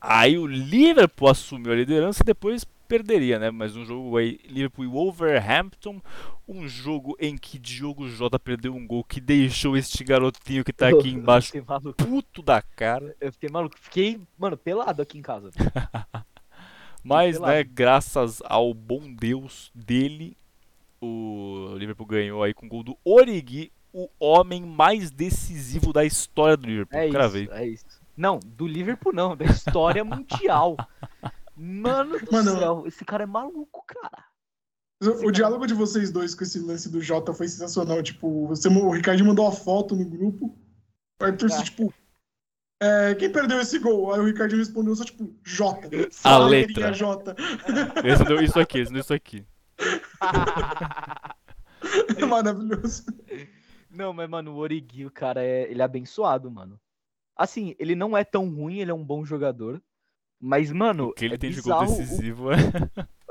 Speaker 1: Aí o Liverpool assumiu a liderança e depois perderia, né? Mas um jogo aí, Liverpool e Wolverhampton. Um jogo em que Diogo Jota perdeu um gol que deixou este garotinho que tá
Speaker 3: <laughs>
Speaker 1: aqui embaixo
Speaker 3: Eu fiquei maluco.
Speaker 1: puto da cara.
Speaker 3: Eu fiquei maluco. Fiquei, mano, pelado aqui em casa.
Speaker 1: Mas,
Speaker 3: Sei lá.
Speaker 1: né, graças ao bom Deus dele, o Liverpool ganhou aí com o gol do Origi, o homem mais decisivo da história do Liverpool.
Speaker 3: É isso,
Speaker 1: Cravei.
Speaker 3: é isso. Não, do Liverpool não, da
Speaker 1: <laughs>
Speaker 3: história mundial. Mano do
Speaker 2: Mano.
Speaker 3: céu, esse cara é maluco, cara.
Speaker 2: Mas O, o diálogo de vocês dois com esse lance do Jota foi sensacional. Tipo, você, o Ricardinho mandou a foto no grupo. O
Speaker 1: Tá.
Speaker 2: Arthur,
Speaker 3: Ah.
Speaker 2: tipo, é, quem perdeu esse gol? Aí o Ricardinho respondeu só, tipo,
Speaker 1: <laughs>
Speaker 2: Jota. Só
Speaker 1: letra.
Speaker 2: letrinha é Jota. <laughs>
Speaker 1: Esse deu isso aqui, esse deu isso
Speaker 3: <laughs>
Speaker 1: aqui.
Speaker 2: Maravilhoso.
Speaker 3: não, mas mano, o Origi, o cara é, ele é abençoado, mano. Assim, ele não é tão ruim, ele é um bom jogador. Mas, mano,
Speaker 1: Que ele
Speaker 3: é
Speaker 1: tem de gol
Speaker 3: bizarro. o-
Speaker 1: decisivo, é.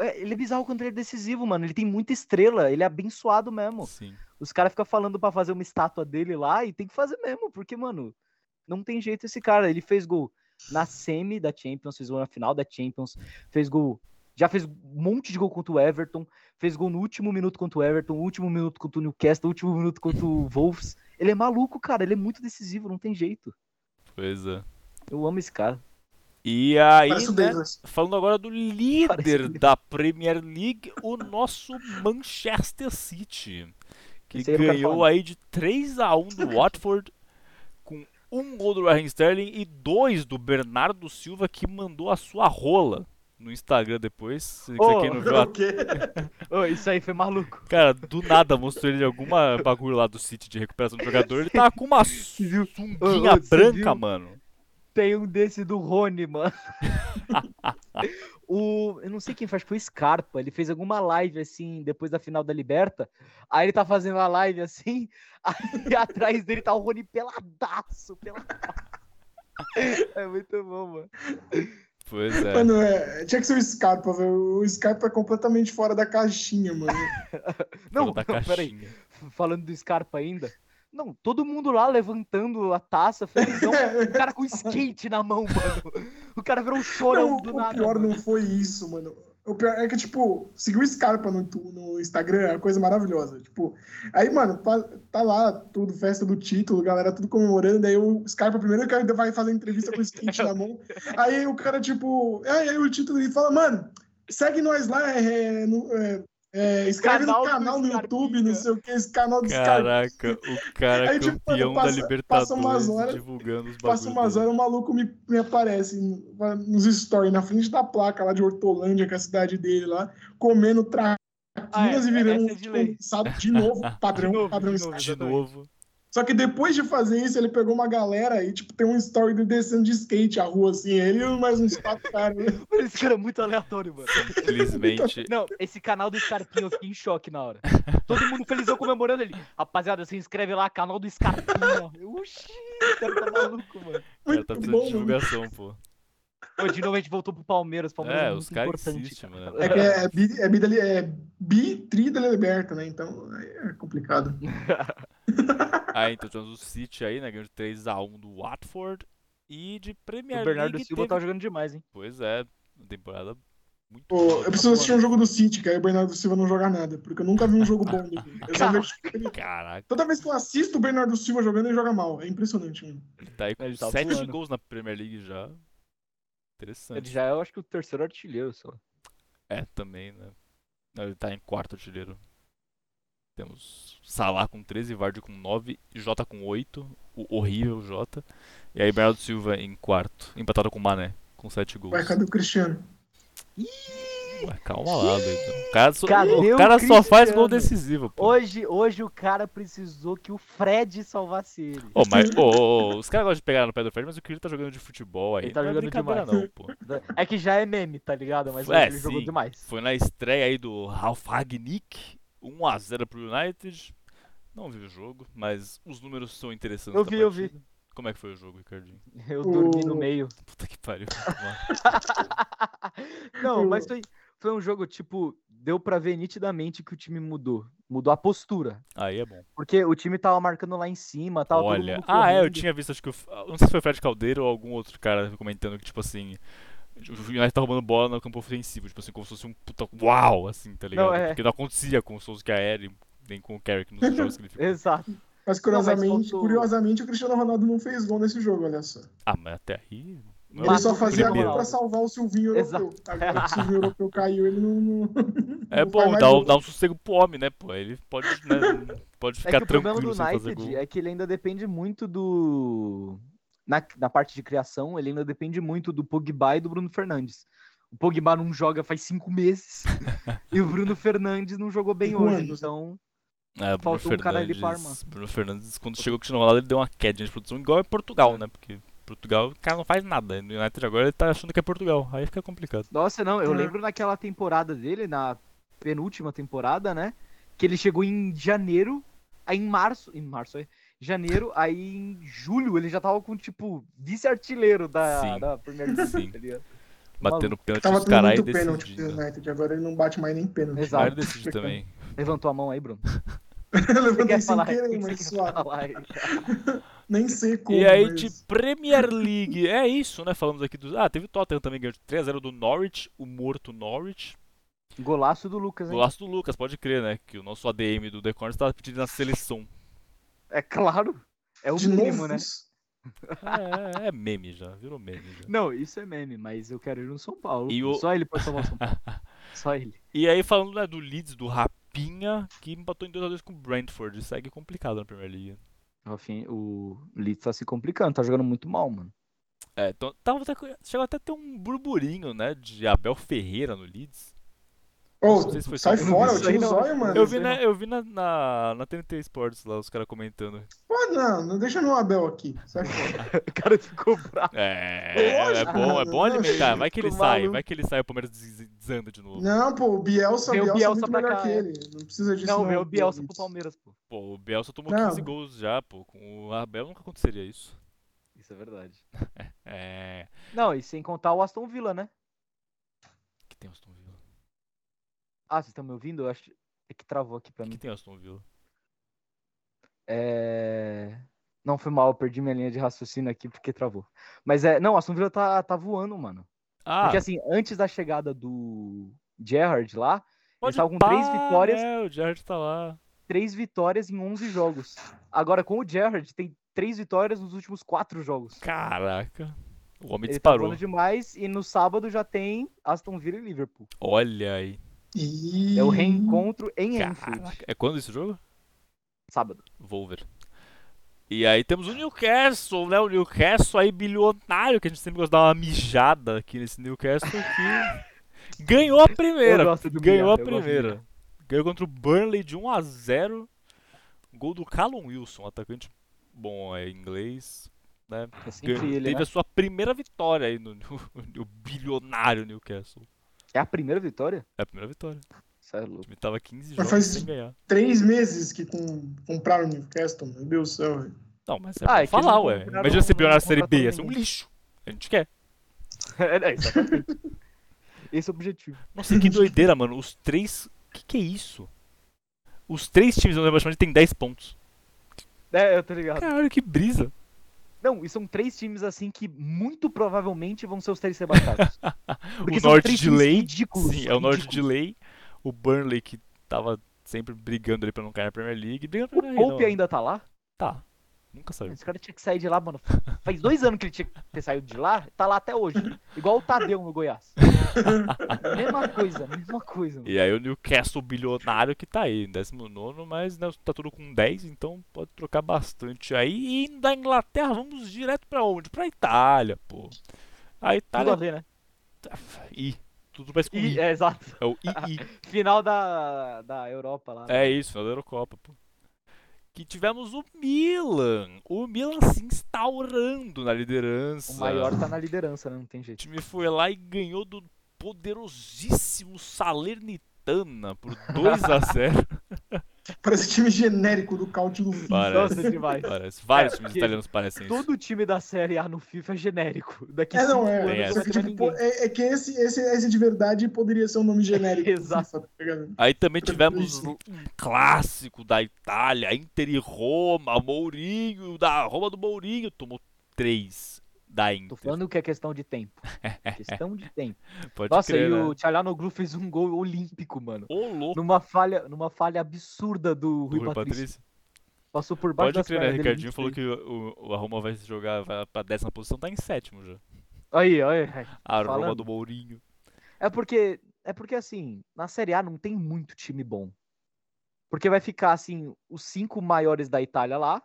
Speaker 3: é, ele é bizarro quando ele é decisivo, mano. Ele tem muita estrela, ele é abençoado mesmo.
Speaker 1: Sim.
Speaker 3: Os caras ficam falando pra fazer uma estátua dele lá e tem que fazer mesmo, porque, mano, não tem jeito esse cara. Ele fez gol na semi da Champions, fez gol na final da Champions, fez gol. Já fez um monte de gol contra o Everton, fez gol no último minuto contra o Everton, último minuto contra o Newcastle, último minuto contra o Wolves. Ele é maluco, cara, ele é muito decisivo, não tem jeito.
Speaker 1: Pois é.
Speaker 3: Eu amo esse cara.
Speaker 1: E aí,
Speaker 2: Parece um o
Speaker 1: né,
Speaker 2: Douglas.
Speaker 1: falando agora do líder
Speaker 3: Parece-
Speaker 1: da Premier League, o nosso Manchester City, que
Speaker 3: Esse aí é eu não quero
Speaker 1: ganhou
Speaker 3: falar.
Speaker 1: aí de 3 a 1 do Watford, com um gol do Raheem Sterling e dois do Bernardo Silva, que mandou a sua rola no Instagram depois. Se se
Speaker 3: Ô,
Speaker 1: quem não
Speaker 3: <laughs>
Speaker 1: viu a...
Speaker 2: O quê?
Speaker 3: Ô, isso aí foi maluco.
Speaker 1: Cara, do nada mostrou ele alguma bagulho lá do City de recuperação do jogador. Ele tava com
Speaker 3: <laughs>
Speaker 1: uma sunguinha
Speaker 3: viu? Ô, ô, você
Speaker 1: branca,
Speaker 3: viu?
Speaker 1: mano.
Speaker 3: Tem um desse do Rony, mano. <laughs> o, eu não sei quem faz, acho que foi o Scarpa. Ele fez alguma live assim, depois da final da Liberta. Aí ele tá fazendo a live assim, <laughs> aí atrás dele tá o Rony peladaço, peladaço. É muito bom, mano.
Speaker 1: Pois é.
Speaker 2: Mano, é, tinha que ser o Scarpa, velho. O Scarpa é completamente fora da
Speaker 1: <laughs>
Speaker 2: caixinha, mano. <laughs>
Speaker 3: Não,
Speaker 1: Jogo da
Speaker 3: peraí.
Speaker 1: caixinha.
Speaker 3: Falando do Scarpa ainda. Não, todo mundo lá levantando a taça, felizão. O cara com skate na mão, mano. O cara virou um chorão
Speaker 2: Não,
Speaker 3: do
Speaker 2: o
Speaker 3: nada.
Speaker 2: pior
Speaker 3: mano.
Speaker 2: não foi isso, mano. O pior é que, tipo, seguir o Scarpa no, tu- no Instagram é uma coisa maravilhosa. Tipo, aí, mano, pa- tá lá tudo, festa do título, galera tudo comemorando. Aí o Scarpa, primeiro que ainda vai fazer entrevista com o skate na mão. Aí o cara, tipo, aí, aí o título ele fala, mano, segue nós lá, é, no, é, é, escreve
Speaker 3: Canal
Speaker 2: no
Speaker 3: do
Speaker 2: canal no
Speaker 3: Scarpinha.
Speaker 2: YouTube, não sei o que, esse canal do Scarpa.
Speaker 1: Caraca, o cara
Speaker 2: Aí, tipo,
Speaker 1: campeão
Speaker 2: passa-
Speaker 1: da
Speaker 2: passa
Speaker 1: Libertadores
Speaker 2: umas horas-
Speaker 1: divulgando os bagulhos.
Speaker 2: Passa umas horas, o maluco me, me aparece no- nos stories, na frente da placa lá de Hortolândia, que é a cidade dele lá, comendo traquinhas
Speaker 3: Ah, é,
Speaker 2: e virando
Speaker 3: essa é de lei.
Speaker 2: sabe, de novo, um padrão,
Speaker 3: De novo,
Speaker 2: padrão
Speaker 3: de
Speaker 2: <laughs>
Speaker 3: novo.
Speaker 1: De
Speaker 2: escravo.
Speaker 1: novo.
Speaker 2: Só que depois de fazer isso, ele pegou uma galera e, tipo, tem um story dele descendo de skate a rua, assim. Ele e mais uns quatro caras. né?
Speaker 3: Esse cara é muito aleatório, mano.
Speaker 2: Então, <laughs>
Speaker 1: Infelizmente.
Speaker 3: Não, esse canal do Scarpinho, eu fiquei em choque na hora. Todo mundo felizão comemorando ele. Rapaziada, se inscreve lá, canal do Scarpinho. Eu, Oxi, o cara tá maluco,
Speaker 1: O
Speaker 3: mano.
Speaker 1: cara tá
Speaker 2: Muito
Speaker 1: precisando de
Speaker 2: bom, mano.
Speaker 1: divulgação, pô.
Speaker 3: Pô, de novo a gente voltou pro Palmeiras. Palmeiras é,
Speaker 1: É,
Speaker 3: muito
Speaker 1: os caras
Speaker 3: importante,
Speaker 1: insistem,
Speaker 3: cara.
Speaker 1: mano.
Speaker 2: É
Speaker 1: <laughs>
Speaker 2: que é, bi, é, bi, dele- é bi, tri da liberta, né? Então aí é complicado.
Speaker 1: Ah, então temos o City aí, né? Ganhou de 3x1 do Watford. E de Premier
Speaker 3: O Bernardo
Speaker 1: League
Speaker 3: Silva tá
Speaker 1: teve...
Speaker 3: tava jogando demais, hein?
Speaker 1: Pois é, uma temporada muito
Speaker 2: Pô,
Speaker 1: boa.
Speaker 2: eu preciso assistir um jogo do City, que aí o Bernardo Silva não joga nada, porque eu nunca vi um jogo bom dele. Eu só vejo ele-
Speaker 1: Caraca,
Speaker 2: Toda vez que eu assisto o Bernardo Silva jogando, ele joga mal. É impressionante, mano.
Speaker 1: ele tá aí com
Speaker 3: Ele tá
Speaker 1: 7
Speaker 3: voando.
Speaker 1: gols na Premier League já.
Speaker 3: Ele
Speaker 1: Interessante.
Speaker 3: já é, eu acho que o terceiro artilheiro, sei lá.
Speaker 1: É, também, né? Não, ele tá em quarto artilheiro. Temos Salah com 13, Vardy com 9, Jota com 8, o horrível Jota. E aí Bernardo Silva em quarto, empatado com o Mané, com 7 gols.
Speaker 2: Vai, cadê o Cristiano?
Speaker 1: Ué, calma lá, doido. O cara só,
Speaker 3: Cadê
Speaker 1: o
Speaker 3: o
Speaker 1: cara só faz gol
Speaker 3: Cristiano?
Speaker 1: decisivo, pô.
Speaker 3: Hoje, hoje o cara precisou que o Fred salvasse ele.
Speaker 1: Ô, mas, ô, ô, ô, os caras gostam de pegar no pé do Fred, mas o Kirito tá jogando de futebol aí.
Speaker 3: Ele tá
Speaker 1: não é
Speaker 3: jogando
Speaker 1: brincadeira
Speaker 3: demais.
Speaker 1: não, pô.
Speaker 3: É que já é meme, tá ligado? Mas
Speaker 1: É,
Speaker 3: ele jogou
Speaker 1: sim.
Speaker 3: demais.
Speaker 1: Foi na estreia aí do Ralf Ragnick, 1x0 pro United. Não vi o jogo, mas os números são interessantes.
Speaker 3: Eu
Speaker 1: da
Speaker 3: vi, eu
Speaker 1: partida.
Speaker 3: vi.
Speaker 1: Como é que foi o jogo, Ricardinho? <laughs>
Speaker 3: Eu dormi no
Speaker 2: O-
Speaker 3: meio.
Speaker 1: Puta que pariu.
Speaker 3: Não,
Speaker 2: Eu-
Speaker 3: mas foi, foi um jogo, tipo, deu pra ver nitidamente que o time mudou. Mudou a postura.
Speaker 1: Aí é bom.
Speaker 3: Porque o time tava marcando lá em cima, <laughs> tava todo
Speaker 1: Olha.
Speaker 3: mundo
Speaker 1: Ah, é, eu
Speaker 3: correndo.
Speaker 1: tinha visto, acho que. o F- ah, Não sei se foi o Fred Caldeira ou algum outro cara comentando que, tipo assim. O United tá roubando bola no campo ofensivo, tipo assim, como se fosse um puta. Uau! Assim, tá ligado?
Speaker 3: é.
Speaker 1: Porque não acontecia com o Souza aéreo, nem com o Carrick nos jogos que ele
Speaker 3: <laughs>
Speaker 1: ficou.
Speaker 3: Exato. É
Speaker 2: Mas
Speaker 3: Não, mas
Speaker 2: curiosamente,
Speaker 3: faltou-
Speaker 2: curiosamente, o Cristiano Ronaldo não fez gol nesse jogo, olha só.
Speaker 1: Ah, mas até aí. não é
Speaker 2: Ele
Speaker 1: bom.
Speaker 3: Mas
Speaker 2: só
Speaker 3: o
Speaker 2: fazia
Speaker 1: primeiro.
Speaker 2: gol pra salvar o Silvinho Europeu. Agora que o Silvinho Europeu caiu, ele não. não-
Speaker 1: É
Speaker 2: não faz
Speaker 1: bom,
Speaker 2: mais
Speaker 1: dá, um-
Speaker 2: gol.
Speaker 1: dá um sossego pro homem, né, pô? Ele pode,
Speaker 3: <laughs>
Speaker 1: né, pode
Speaker 3: É
Speaker 1: ficar
Speaker 3: que o problema
Speaker 1: tranquilo
Speaker 3: do
Speaker 1: sem fazer gol.
Speaker 3: United é que ele ainda depende muito do. Na, na parte de criação, ele ainda depende muito do Pogba e do Bruno Fernandes. O Pogba não joga faz cinco
Speaker 1: <laughs>
Speaker 3: meses e o Bruno Fernandes não jogou bem
Speaker 2: Cinco
Speaker 3: hoje.
Speaker 2: anos.
Speaker 3: Então,
Speaker 1: É, Bruno
Speaker 3: Faltou um cara ali pra
Speaker 1: Fernandes- Bruno Fernandes, quando chegou o Cristiano Ronaldo, ele deu uma queda de produção, igual em Portugal, né? Porque Portugal, o cara não faz nada. No United agora ele tá achando que é Portugal. Aí fica complicado.
Speaker 3: nossa, não, eu
Speaker 2: É.
Speaker 3: lembro naquela temporada dele, na penúltima temporada, né? Que ele chegou em janeiro, aí em março, em março, aí, janeiro, aí em julho ele já tava com, tipo, vice-artilheiro da,
Speaker 1: Sim.
Speaker 3: da Premier League,
Speaker 1: Sim.
Speaker 3: tá ligado?
Speaker 1: Batendo pênalti
Speaker 2: Tava
Speaker 1: os
Speaker 2: tendo
Speaker 1: caras e
Speaker 2: muito pênalti pro
Speaker 1: decidindo.
Speaker 2: United, agora ele não bate mais nem pênalti.
Speaker 3: né? Exato.
Speaker 1: Aí ele decide também.
Speaker 3: <laughs> Levantou a mão aí, Bruno.
Speaker 2: <laughs> Eu
Speaker 3: Você
Speaker 2: levantei
Speaker 3: quer
Speaker 2: sem
Speaker 3: falar? O
Speaker 2: querer,
Speaker 3: que
Speaker 2: mas
Speaker 3: você quer
Speaker 2: suave.
Speaker 3: falar aí?
Speaker 2: Nem sei como.
Speaker 1: E aí tipo,
Speaker 2: mas-
Speaker 1: de Premier League, é isso, né? Falamos aqui dos... Ah, teve o Tottenham também, ganhou de 3x0 do Norwich, o morto Norwich.
Speaker 3: Golaço do Lucas, hein?
Speaker 1: Golaço do Lucas, pode crer, né? Que o nosso ADM do The Corner tá pedindo na seleção.
Speaker 3: É claro. É o
Speaker 2: de
Speaker 3: mínimo,
Speaker 2: novo,
Speaker 3: né?
Speaker 2: isso.
Speaker 1: É, é- é meme já, virou meme já.
Speaker 3: Não, isso é meme, mas eu quero ir no São Paulo.
Speaker 1: E
Speaker 3: pô.
Speaker 1: o-
Speaker 3: Só ele pode salvar o
Speaker 1: <laughs>
Speaker 3: São Paulo. Só ele.
Speaker 1: E aí, falando né, do Leeds, do Rapinha, que empatou em 2x2 com o Brentford. Segue complicado na Primeira Liga.
Speaker 3: Rafinha, o Leeds tá se complicando, tá jogando muito mal, mano.
Speaker 1: É, então, tava até, chegou até a ter um burburinho, né, de Abel Ferreira no Leeds.
Speaker 2: Ô,
Speaker 1: Não sei se foi
Speaker 2: sai
Speaker 1: só-
Speaker 2: fora,
Speaker 1: Isso
Speaker 2: eu
Speaker 1: aí
Speaker 2: tiro o
Speaker 3: não-
Speaker 2: zóio, mano.
Speaker 1: Eu vi,
Speaker 3: sei
Speaker 1: na, eu vi na, na, na TNT Sports lá, os caras comentando.
Speaker 2: Pô, não, não deixa no Abel aqui. Sai fora.
Speaker 3: O cara ficou bravo.
Speaker 1: É, é
Speaker 2: Ah, Lógico,
Speaker 1: bom, é bom
Speaker 2: não,
Speaker 1: alimentar.
Speaker 2: gente,
Speaker 1: Vai que ele
Speaker 3: tô
Speaker 1: sai,
Speaker 3: maluco.
Speaker 1: vai que ele sai e o Palmeiras des- desanda de novo.
Speaker 2: Não, pô, o Bielsa,
Speaker 3: Vem o
Speaker 2: Bielsa, é
Speaker 3: tipo, Bielsa
Speaker 2: muito
Speaker 3: pra
Speaker 2: melhor
Speaker 3: cá,
Speaker 2: que
Speaker 3: é.
Speaker 2: ele. Não precisa disso.
Speaker 3: Não, veio o
Speaker 2: pô,
Speaker 3: Bielsa pro
Speaker 2: Leeds.
Speaker 3: Palmeiras, pô.
Speaker 1: Pô, o Bielsa tomou
Speaker 2: Não.
Speaker 1: 15 gols já, pô. Com o Abel nunca aconteceria isso.
Speaker 3: Isso é verdade.
Speaker 1: É,
Speaker 3: Não, e sem contar o Aston Villa, né?
Speaker 1: que tem Aston Villa?
Speaker 3: Ah, vocês estão me ouvindo? Eu acho é que travou aqui pra
Speaker 1: Que
Speaker 2: Hum.
Speaker 3: mim.
Speaker 1: tem Aston Villa?
Speaker 3: É... Não foi mal, eu perdi minha linha de raciocínio aqui porque travou. Mas é, não, o Aston Villa tá, tá voando, mano.
Speaker 1: Ah,
Speaker 3: Porque assim, antes da chegada do Gerrard lá,
Speaker 1: pode
Speaker 3: tava com três
Speaker 1: pá,
Speaker 3: vitórias.
Speaker 1: É, o Gerrard tá lá.
Speaker 3: três vitórias em 11 jogos. Agora com o Gerrard, tem três vitórias nos últimos quatro jogos.
Speaker 1: Caraca. O homem
Speaker 3: Ele tá
Speaker 1: disparou.
Speaker 3: voando demais e no sábado já tem Aston Villa e Liverpool.
Speaker 1: Olha aí.
Speaker 2: Ih,
Speaker 3: É o reencontro em Anfield,
Speaker 1: Caraca. É quando esse jogo?
Speaker 3: sábado.
Speaker 1: Volver. E aí temos o Newcastle, né? O Newcastle aí bilionário, que a gente sempre gosta de dar uma mijada aqui nesse Newcastle que
Speaker 3: <laughs>
Speaker 1: ganhou a primeira.
Speaker 3: Eu gosto de
Speaker 1: ganhou a
Speaker 3: humilhar, eu gosto de
Speaker 1: primeira. um Ganhou contra o Burnley de 1 a 0. Gol do Callum Wilson, um atacante bom é inglês, né?
Speaker 3: É sempre
Speaker 1: Ganhou-
Speaker 3: ele,
Speaker 1: teve
Speaker 3: né?
Speaker 1: a sua primeira vitória aí no, <laughs> no- no bilionário Newcastle.
Speaker 3: É a primeira vitória?
Speaker 1: É a primeira vitória.
Speaker 3: Isso é
Speaker 1: O
Speaker 3: louco.
Speaker 1: time tava 15
Speaker 2: Mas
Speaker 1: jogos
Speaker 2: faz-
Speaker 1: sem ganhar.
Speaker 2: Três meses que com- compraram o Newcastle, meu Deus do céu. velho.
Speaker 1: Não, mas é
Speaker 3: Ah,
Speaker 1: pra
Speaker 3: é que
Speaker 1: falar,
Speaker 3: eles não
Speaker 1: ué.
Speaker 3: compraram-
Speaker 1: Imagina se
Speaker 3: não
Speaker 1: piorar na Série B, ia ser um
Speaker 3: contrataram
Speaker 1: lixo. A gente quer.
Speaker 3: <laughs> É, é, exatamente. Esse é o objetivo.
Speaker 1: Nossa, que doideira, mano. Os três. Que que é isso? Os três times do rebaixamento têm 10 pontos.
Speaker 3: É, eu tô ligado.
Speaker 1: Caralho, que brisa.
Speaker 3: Não, e são três times assim que muito provavelmente vão ser os três
Speaker 1: <laughs>
Speaker 3: rebaixados.
Speaker 1: o Norte de
Speaker 3: times
Speaker 1: Ley.
Speaker 3: ridículos,
Speaker 1: Sim, é o Norte de
Speaker 3: ridículos.
Speaker 1: Ley. O Burnley, que tava sempre brigando ali pra não cair na Premier League. Brigando pra
Speaker 3: O
Speaker 1: não cair,
Speaker 3: Pope
Speaker 1: não.
Speaker 3: ainda tá lá?
Speaker 1: Tá. Nunca saiu.
Speaker 3: Esse cara tinha que sair de lá, mano. Faz dois anos que ele tinha que ter saído de lá, tá lá até hoje. Igual o Tadeu
Speaker 1: <laughs>
Speaker 3: no Goiás. mesma coisa, mesma coisa. Mano.
Speaker 1: E aí o Newcastle bilionário que tá aí, 19, mas né, tá tudo com 10, então pode trocar bastante aí. E da Inglaterra vamos direto pra onde? Pra Itália, pô. A
Speaker 3: Tudo a
Speaker 1: Itália.
Speaker 3: ver, né?
Speaker 1: I. Tudo mais com
Speaker 3: E,
Speaker 1: I.
Speaker 3: é, exato.
Speaker 1: É o II.
Speaker 3: Final da, da Europa lá. né?
Speaker 1: É isso, final da Eurocopa, pô. Que tivemos o Milan. O Milan se instaurando na liderança.
Speaker 3: O maior tá na liderança, né? Não tem
Speaker 1: O
Speaker 3: jeito.
Speaker 1: time foi lá e ganhou do poderosíssimo Salernitana por 2 a 0
Speaker 3: <laughs>
Speaker 2: Parece um time genérico do Caute do FIFA.
Speaker 1: Parece.
Speaker 3: Nossa, demais.
Speaker 1: Parece. Vários
Speaker 3: É,
Speaker 1: times
Speaker 3: porque
Speaker 1: italianos parecem isso.
Speaker 3: Todo time da Série A no FIFA é genérico. Daqui
Speaker 2: É, não,
Speaker 3: cinco
Speaker 2: é.
Speaker 3: anos
Speaker 1: Tem
Speaker 3: não
Speaker 2: só
Speaker 1: essa.
Speaker 2: que,
Speaker 3: vai ter mais
Speaker 2: tipo, pô,
Speaker 3: ninguém.
Speaker 2: é, é que esse, esse, esse de verdade poderia ser um nome genérico.
Speaker 3: Exato.
Speaker 2: do FIFA, tá ligado?
Speaker 1: Aí também tivemos um clássico da Itália, Inter e Roma, Mourinho, da Roma do Mourinho, tomou 3 da Inter.
Speaker 3: Tô falando que é questão de tempo. questão de tempo.
Speaker 1: Pode
Speaker 3: Nossa,
Speaker 1: crer,
Speaker 3: e
Speaker 1: né?
Speaker 3: o Tchalanoglu fez um gol olímpico, mano.
Speaker 1: Ô, louco
Speaker 3: Numa falha, numa falha absurda do
Speaker 1: do
Speaker 3: Rui,
Speaker 1: Rui
Speaker 3: Patrício.
Speaker 1: Patrício.
Speaker 3: Passou por baixo
Speaker 1: Pode
Speaker 3: das
Speaker 1: crer, né?
Speaker 3: pernas dele,
Speaker 1: Ricardinho
Speaker 3: muito
Speaker 1: falou
Speaker 3: bem.
Speaker 1: que o, o- a Roma vai se jogar vai pra décima posição, tá em sétimo já.
Speaker 3: Aí, aí, aí.
Speaker 1: A Roma
Speaker 3: Falando.
Speaker 1: do Mourinho.
Speaker 3: É porque, é porque assim, na Série A não tem muito time bom. Porque vai ficar assim, os cinco maiores da Itália lá,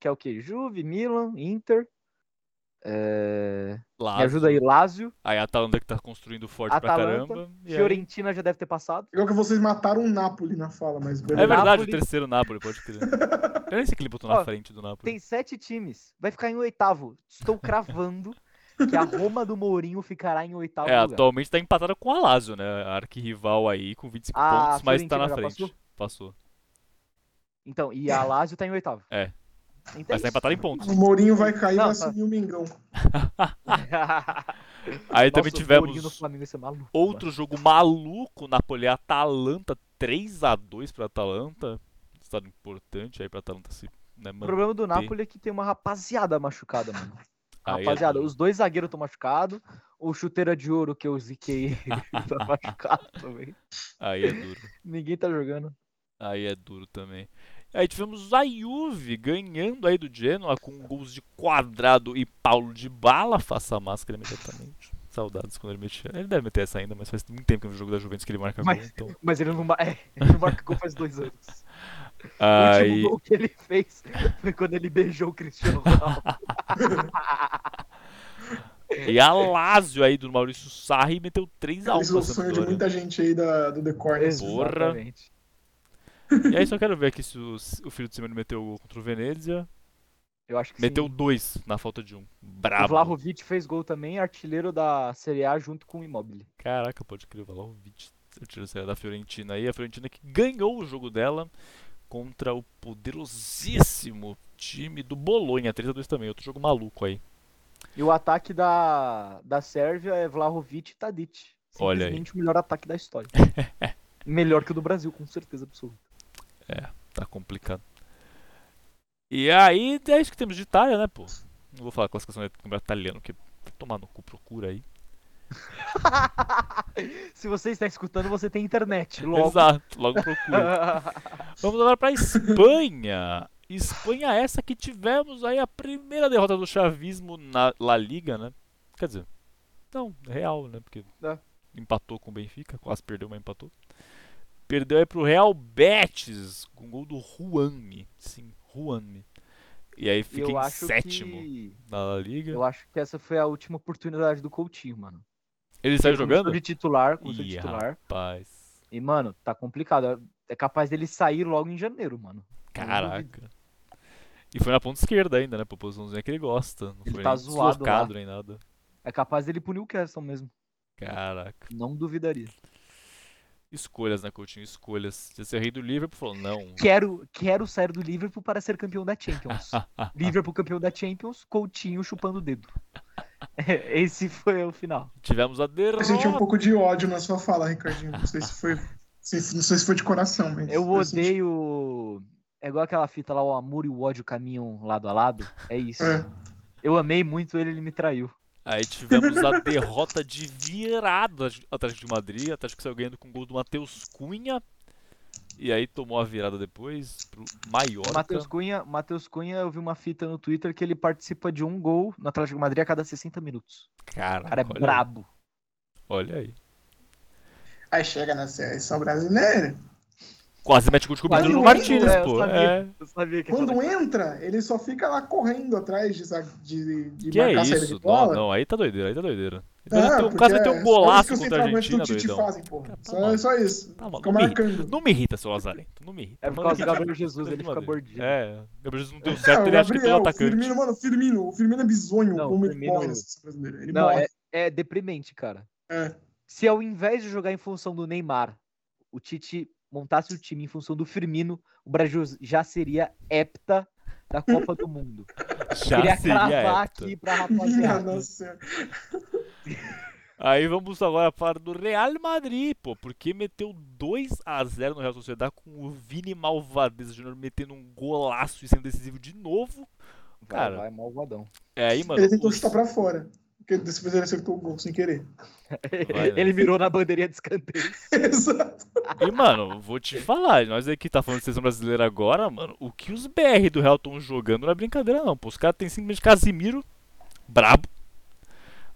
Speaker 3: que é o quê? Juve, Milan, Inter. eh, Me
Speaker 1: Lá.
Speaker 3: ajuda aí, Lazio.
Speaker 1: Aí a Atalanta que tá construindo forte
Speaker 3: Atalanta,
Speaker 1: pra caramba. e aí-
Speaker 3: Fiorentina já deve ter passado.
Speaker 2: Legal que vocês mataram o Napoli na fala, mas
Speaker 1: É
Speaker 2: beleza.
Speaker 1: verdade,
Speaker 3: Napoli.
Speaker 1: o terceiro Napoli, pode
Speaker 3: <laughs>
Speaker 1: crer. Eu nem sei que ele botou
Speaker 3: Ó,
Speaker 1: na frente do Napoli.
Speaker 3: Tem sete times. Vai ficar em oitavo. Estou
Speaker 1: <laughs>
Speaker 3: cravando que a Roma do Mourinho ficará em oitavo
Speaker 1: É,
Speaker 3: lugar.
Speaker 1: atualmente tá empatada com a Lazio, né? A arquirrival aí com 25
Speaker 3: A
Speaker 1: pontos, mas tá
Speaker 3: Fiorentina
Speaker 1: na
Speaker 3: Ah, já
Speaker 1: frente.
Speaker 3: passou?
Speaker 1: Passou.
Speaker 3: Então, e a Lazio tá em oitavo.
Speaker 1: É.
Speaker 3: Então é
Speaker 1: Mas tá
Speaker 3: isso.
Speaker 1: empatada em
Speaker 3: <laughs>
Speaker 1: pontos.
Speaker 2: O Mourinho vai cair e
Speaker 3: Não,
Speaker 2: vai
Speaker 3: tá.
Speaker 2: assumir o Mengão.
Speaker 1: Aí também
Speaker 3: Nossa, o Mourinho no
Speaker 1: tivemos
Speaker 3: Flamengo, esse é maluco.
Speaker 1: outro jogo maluco, Napoli e Atalanta, 3x2 pra Atalanta. Estado importante aí pra Atalanta se né,
Speaker 3: O
Speaker 1: manter.
Speaker 3: problema do Napoli é que tem uma rapaziada machucada, mano.
Speaker 1: <laughs> Aí é
Speaker 3: rapaziada,
Speaker 1: duro.
Speaker 3: os dois zagueiros estão machucados. O chuteira de ouro que eu ziquei <laughs>
Speaker 1: <laughs>
Speaker 3: tá machucado também.
Speaker 1: Aí é duro.
Speaker 3: Ninguém tá jogando.
Speaker 1: Aí é duro também. Aí tivemos a Juve ganhando aí do Genoa com gols de quadrado e Paulo de Bala. Faça a máscara imediatamente. Saudades quando ele metia. Ele deve meter essa ainda, mas faz muito tempo que eu vi o jogo da Juventus que ele marca gol.
Speaker 3: Mas-
Speaker 1: Então...
Speaker 3: Mas ele não, ma- é, ele não marca gol faz dois anos. O
Speaker 1: Aí,
Speaker 3: último gol que ele fez foi quando ele beijou o
Speaker 1: <laughs>
Speaker 3: Cristiano Ronaldo.
Speaker 1: e a Lazio aí do Maurício Sarri meteu 3x1
Speaker 2: Esse é
Speaker 1: na
Speaker 2: o sonho de
Speaker 1: Sampdoria.
Speaker 2: muita gente aí da, do The Corners.
Speaker 3: Exatamente.
Speaker 1: E aí só quero ver aqui se o, se o filho do Simone meteu o gol contra o Venezia.
Speaker 3: Eu acho que
Speaker 1: Meteu
Speaker 3: sim.
Speaker 1: dois na falta de um.
Speaker 3: O
Speaker 1: Brabo.
Speaker 3: Vlahovic fez gol também, artilheiro da Serie A junto com o Immobile.
Speaker 1: Caraca, pode crer, o Vlahovic tirou essa da Fiorentina aí. A Fiorentina que ganhou o jogo dela contra o poderosíssimo time do Bolonha, 3x2 também, outro jogo maluco aí.
Speaker 3: E o ataque da, da Sérvia é Vlahovic e Tadic.
Speaker 1: Olha aí.
Speaker 3: Simplesmente o melhor ataque da história.
Speaker 1: <laughs>
Speaker 3: melhor que o do Brasil, com certeza absoluta.
Speaker 1: Tá complicado. E aí, é isso que temos de Itália, né, pô? Não vou falar classificação do campeonato italiano, que vai tomar no cu, procura aí.
Speaker 3: Se você está escutando, você
Speaker 1: <laughs>
Speaker 3: tem internet. Logo. <laughs>
Speaker 1: Exato, logo procura. Vamos agora para Espanha. Espanha é essa que tivemos aí a primeira derrota do chavismo na La Liga, né? Quer dizer, não, Real, né? Porque
Speaker 3: É.
Speaker 1: empatou com o Benfica, quase perdeu, mas empatou. Perdeu aí pro Real Betis, com gol do Juanmi. Sim, Juanmi. E aí fica
Speaker 3: eu
Speaker 1: em
Speaker 3: acho
Speaker 1: sétimo
Speaker 3: que.
Speaker 1: na La Liga.
Speaker 3: Eu acho que essa foi a última oportunidade do Coutinho, mano.
Speaker 1: Ele saiu
Speaker 3: Ele começou
Speaker 1: jogando?
Speaker 3: De titular, começou de
Speaker 1: Ih,
Speaker 3: titular.
Speaker 1: Rapaz,
Speaker 3: E, mano, tá complicado. É capaz dele sair logo em janeiro, mano.
Speaker 1: caraca. E foi na ponta esquerda ainda, né? Pra posiçãozinha que ele gosta. Não
Speaker 3: Ele
Speaker 1: foi
Speaker 3: tá
Speaker 1: nem
Speaker 3: zoado
Speaker 1: deslocado
Speaker 3: lá.
Speaker 1: nem nada.
Speaker 3: É capaz dele ir pro Newcastle mesmo.
Speaker 1: Caraca.
Speaker 3: Não duvidaria.
Speaker 1: Escolhas, né, Coutinho? Escolhas. Você ser rei do Liverpool, falou, não.
Speaker 3: Quero, quero sair do Liverpool para ser campeão
Speaker 1: <laughs>
Speaker 3: da Champions. Liverpool campeão da Champions, Coutinho chupando o dedo. <laughs> Esse foi o final.
Speaker 1: Tivemos a
Speaker 2: Eu
Speaker 1: derrota.
Speaker 2: senti um pouco de ódio na sua fala, Ricardinho. Não sei se foi, se- se- não sei se foi de coração, mas.
Speaker 3: Eu
Speaker 2: senti-
Speaker 3: odeio. É igual aquela fita lá, o amor e o ódio caminham lado a lado. É isso.
Speaker 2: É.
Speaker 3: Eu amei muito ele, ele me traiu.
Speaker 1: Aí tivemos a
Speaker 3: <laughs>
Speaker 1: derrota de virada de- Atlético de Madrid. Atlético saiu ganhando com o gol do Matheus Cunha. E aí tomou a virada depois pro Maiorca.
Speaker 3: Matheus Cunha, Matheus Cunha, eu vi uma fita no Twitter que ele participa de um gol no Atlético de Madrid a cada 60 minutos.
Speaker 1: Cara,
Speaker 3: O cara é
Speaker 1: olha, aí,
Speaker 3: brabo.
Speaker 1: olha aí.
Speaker 2: Aí chega na seleção brasileira.
Speaker 1: Quase mete gol de cobertura
Speaker 2: Quase
Speaker 1: no
Speaker 2: um gol,
Speaker 1: Martins,
Speaker 3: é, eu
Speaker 1: pô.
Speaker 3: sabia.
Speaker 1: É.
Speaker 3: Eu sabia que
Speaker 2: Quando entra, ele só fica lá correndo atrás de, sa- de, de
Speaker 1: Que é
Speaker 2: marcar a saída de
Speaker 1: isso? Não,
Speaker 2: bola.
Speaker 1: não, aí tá doideira, aí tá doideira.
Speaker 2: Ah,
Speaker 1: Ele tem um,
Speaker 2: porque
Speaker 1: quase meteu
Speaker 2: é-
Speaker 1: um
Speaker 2: é
Speaker 1: golaço
Speaker 2: isso que os
Speaker 1: contra a
Speaker 2: centroavolantes
Speaker 1: Argentina,
Speaker 2: do Tite
Speaker 1: doidão.
Speaker 2: fazem, porra.
Speaker 1: Tá
Speaker 2: só,
Speaker 1: bom.
Speaker 2: só isso.
Speaker 1: Tá bom,
Speaker 2: Fica
Speaker 1: não me-
Speaker 2: marcando.
Speaker 1: Não me irrita, seu lazarento. Não me irrita.
Speaker 3: É por causa do
Speaker 1: Mano,
Speaker 3: Gabriel Jesus, ele fica
Speaker 1: Madrid.
Speaker 3: gordinho.
Speaker 1: É, Gabriel Jesus não deu
Speaker 2: Ah,
Speaker 1: certo, ele acha que todo
Speaker 2: o
Speaker 1: um atacante.
Speaker 2: Firmino, mano, o Firmino, o Firmino é bizonho
Speaker 3: Não,
Speaker 2: como
Speaker 3: o
Speaker 2: ele
Speaker 3: Firmino-
Speaker 2: morre na seleção brasileira. Ele
Speaker 3: Não,
Speaker 2: morre.
Speaker 3: é, é deprimente, cara.
Speaker 2: É.
Speaker 3: Se ao invés de jogar em função do Neymar, o Tite montasse o time em função do Firmino, o Brasil já seria hepta da Copa do Mundo.
Speaker 1: <laughs> Já
Speaker 3: Queria
Speaker 1: seria
Speaker 3: cravar
Speaker 1: épico.
Speaker 3: aqui
Speaker 2: <laughs> Minha
Speaker 3: pra rapaziada.
Speaker 1: né?
Speaker 2: nossa senhora.
Speaker 1: Aí vamos agora falar do Real Madrid, pô, porque meteu 2 a 0 no Real Sociedade com o Vini Malvadeza Júnior metendo um golaço e sendo decisivo de novo. Cara.
Speaker 3: Vai, vai malvadão.
Speaker 1: É aí, mano.
Speaker 2: Ele tentou
Speaker 1: os-
Speaker 2: chutar pra fora. Porque depois ele acertou o gol sem querer.
Speaker 1: <laughs>
Speaker 2: <laughs>
Speaker 3: <laughs>
Speaker 1: Vai, né?
Speaker 3: Ele mirou na bandeirinha de escanteio.
Speaker 2: Exato.
Speaker 1: E, mano, vou te falar, nós aqui tá falando de seleção brasileira agora, mano, o que os BR do Real estão jogando não é brincadeira, não, pô. Os caras têm simplesmente Casimiro, brabo.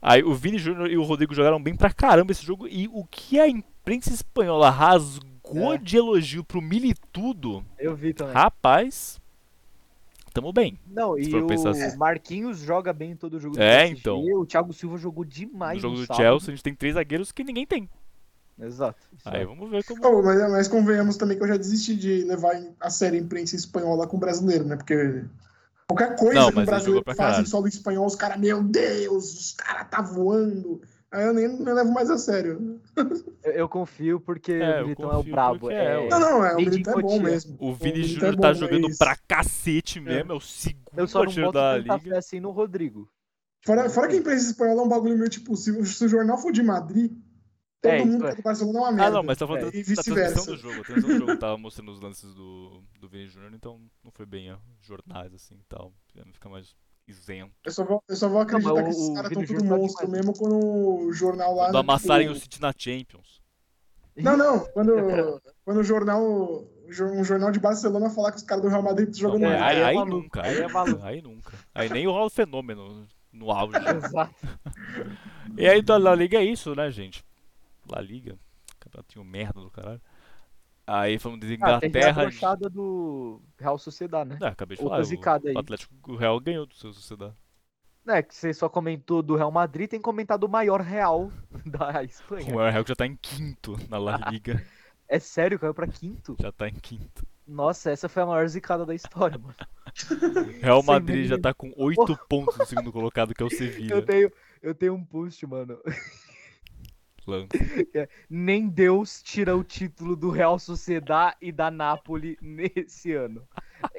Speaker 1: Aí o Vini Júnior e o Rodrigo jogaram bem pra caramba esse jogo. E o que a imprensa espanhola rasgou
Speaker 3: É.
Speaker 1: de elogio pro Militudo,
Speaker 3: Eu vi também.
Speaker 1: rapaz, tamo bem.
Speaker 3: Não,
Speaker 1: Se
Speaker 3: e
Speaker 1: for pensar
Speaker 3: o
Speaker 1: assim.
Speaker 3: Marquinhos joga bem em todo jogo do
Speaker 1: É,
Speaker 3: PSG,
Speaker 1: então.
Speaker 3: O Thiago Silva jogou
Speaker 1: no
Speaker 3: demais
Speaker 1: jogo
Speaker 3: no
Speaker 1: do
Speaker 3: sábado.
Speaker 1: Chelsea, a gente tem três zagueiros que ninguém tem.
Speaker 3: Exato. isso
Speaker 1: Aí
Speaker 3: é.
Speaker 1: vamos ver como.
Speaker 2: Oh, mas, mas convenhamos também que eu já desisti de levar em- a sério a imprensa espanhola com brasileiro, né? Porque qualquer coisa
Speaker 1: Não, mas
Speaker 2: que o
Speaker 1: ele
Speaker 2: brasileiro
Speaker 1: jogou pra
Speaker 2: faz em
Speaker 1: caralho.
Speaker 2: solo espanhol, os caras, meu Deus, os caras tá voando. Aí eu nem, nem levo mais a sério.
Speaker 3: Eu, eu confio porque
Speaker 1: É, eu
Speaker 3: o Militão é o
Speaker 1: confio
Speaker 3: brabo.
Speaker 1: porque
Speaker 3: É,
Speaker 1: é, ué.
Speaker 2: Não, não, é, o
Speaker 3: Vem de
Speaker 2: Milito é bom
Speaker 3: Cotia.
Speaker 2: mesmo.
Speaker 1: O Vini
Speaker 2: Milito é
Speaker 1: Júnior
Speaker 2: bom,
Speaker 1: tá
Speaker 2: mas-
Speaker 1: jogando pra cacete mesmo, é, o
Speaker 3: Eu
Speaker 1: segundo
Speaker 3: só não
Speaker 1: artilheiro
Speaker 3: boto
Speaker 1: da
Speaker 3: tanta
Speaker 1: liga.
Speaker 3: fé assim no Rodrigo.
Speaker 2: Fora, fora que a imprensa espanhola é um bagulho meio tipo, se, o- se o jornal for de Madrid, todo
Speaker 3: É,
Speaker 2: mundo
Speaker 3: isso
Speaker 2: que
Speaker 3: é.
Speaker 2: é do Barcelona é uma merda.
Speaker 1: Ah, não, mas tá falando
Speaker 2: É,
Speaker 1: da, da
Speaker 2: e
Speaker 1: transmissão
Speaker 2: vice-versa.
Speaker 1: do jogo. A transmissão do jogo tava mostrando os lances do, do Vini Júnior, então não foi bem ó, jornais assim e tal. Já não fica mais isento.
Speaker 2: Eu só vou, eu só vou acreditar
Speaker 3: mas
Speaker 2: que
Speaker 3: o-
Speaker 2: esses
Speaker 3: o
Speaker 2: caras
Speaker 3: Vini
Speaker 2: estão tudo
Speaker 3: Júnior tá
Speaker 2: monstro
Speaker 3: demais.
Speaker 2: mesmo quando o jornal lá.
Speaker 1: Quando
Speaker 2: né,
Speaker 1: amassarem
Speaker 2: tipo,
Speaker 1: o City na Champions.
Speaker 2: Não, não.
Speaker 1: <laughs> É.
Speaker 2: Quando, quando o jornal. Um jornal de Barcelona falar que os caras do Real Madrid estão jogando
Speaker 1: Não,
Speaker 3: é,
Speaker 2: mal.
Speaker 1: aí,
Speaker 3: é
Speaker 1: aí
Speaker 3: maluco,
Speaker 1: nunca,
Speaker 3: aí
Speaker 1: aí,
Speaker 3: é maluco.
Speaker 1: nunca, aí nunca. Aí nem o Raul Fenômeno no auge.
Speaker 3: Exato.
Speaker 1: E aí da La Liga é isso, né, gente? La Liga. Campeonatinho um merda do caralho. Aí falando de
Speaker 3: Ah, teve a
Speaker 1: Inglaterra.
Speaker 3: brochada do Real Sociedade, né?
Speaker 1: Ah, acabei de
Speaker 3: Outra
Speaker 1: falar.
Speaker 3: zicada aí.
Speaker 1: O, o Atlético o Real ganhou do seu Sociedade.
Speaker 3: É, que você só comentou do Real Madrid, tem comentado o maior Real <laughs> da
Speaker 1: O
Speaker 3: Espanha.
Speaker 1: Real que já tá em quinto na La Liga.
Speaker 3: É sério, caiu pra quinto?
Speaker 1: Já tá em quinto.
Speaker 3: Nossa, essa foi a maior zicada da história, mano.
Speaker 1: Real
Speaker 3: Sem
Speaker 1: Madrid já
Speaker 3: meme.
Speaker 1: tá com 8 pontos no segundo colocado,
Speaker 3: <laughs>
Speaker 1: que é o Sevilla.
Speaker 3: Eu tenho, eu tenho um post, mano. <laughs>
Speaker 1: Lan-
Speaker 3: Nem Deus tira o título do Real Sociedade e da Napoli <laughs> nesse ano.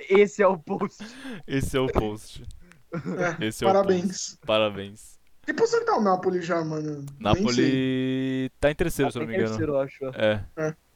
Speaker 3: Esse é o post.
Speaker 1: Esse é o post. <laughs>
Speaker 2: É,
Speaker 1: Esse é O post.
Speaker 2: Parabéns.
Speaker 1: Parabéns.
Speaker 2: Que posição que tá o Napoli já, mano? Nem sei.
Speaker 1: Napoli tá em terceiro, se eu não me
Speaker 3: Em
Speaker 1: engano.
Speaker 3: terceiro, eu acho.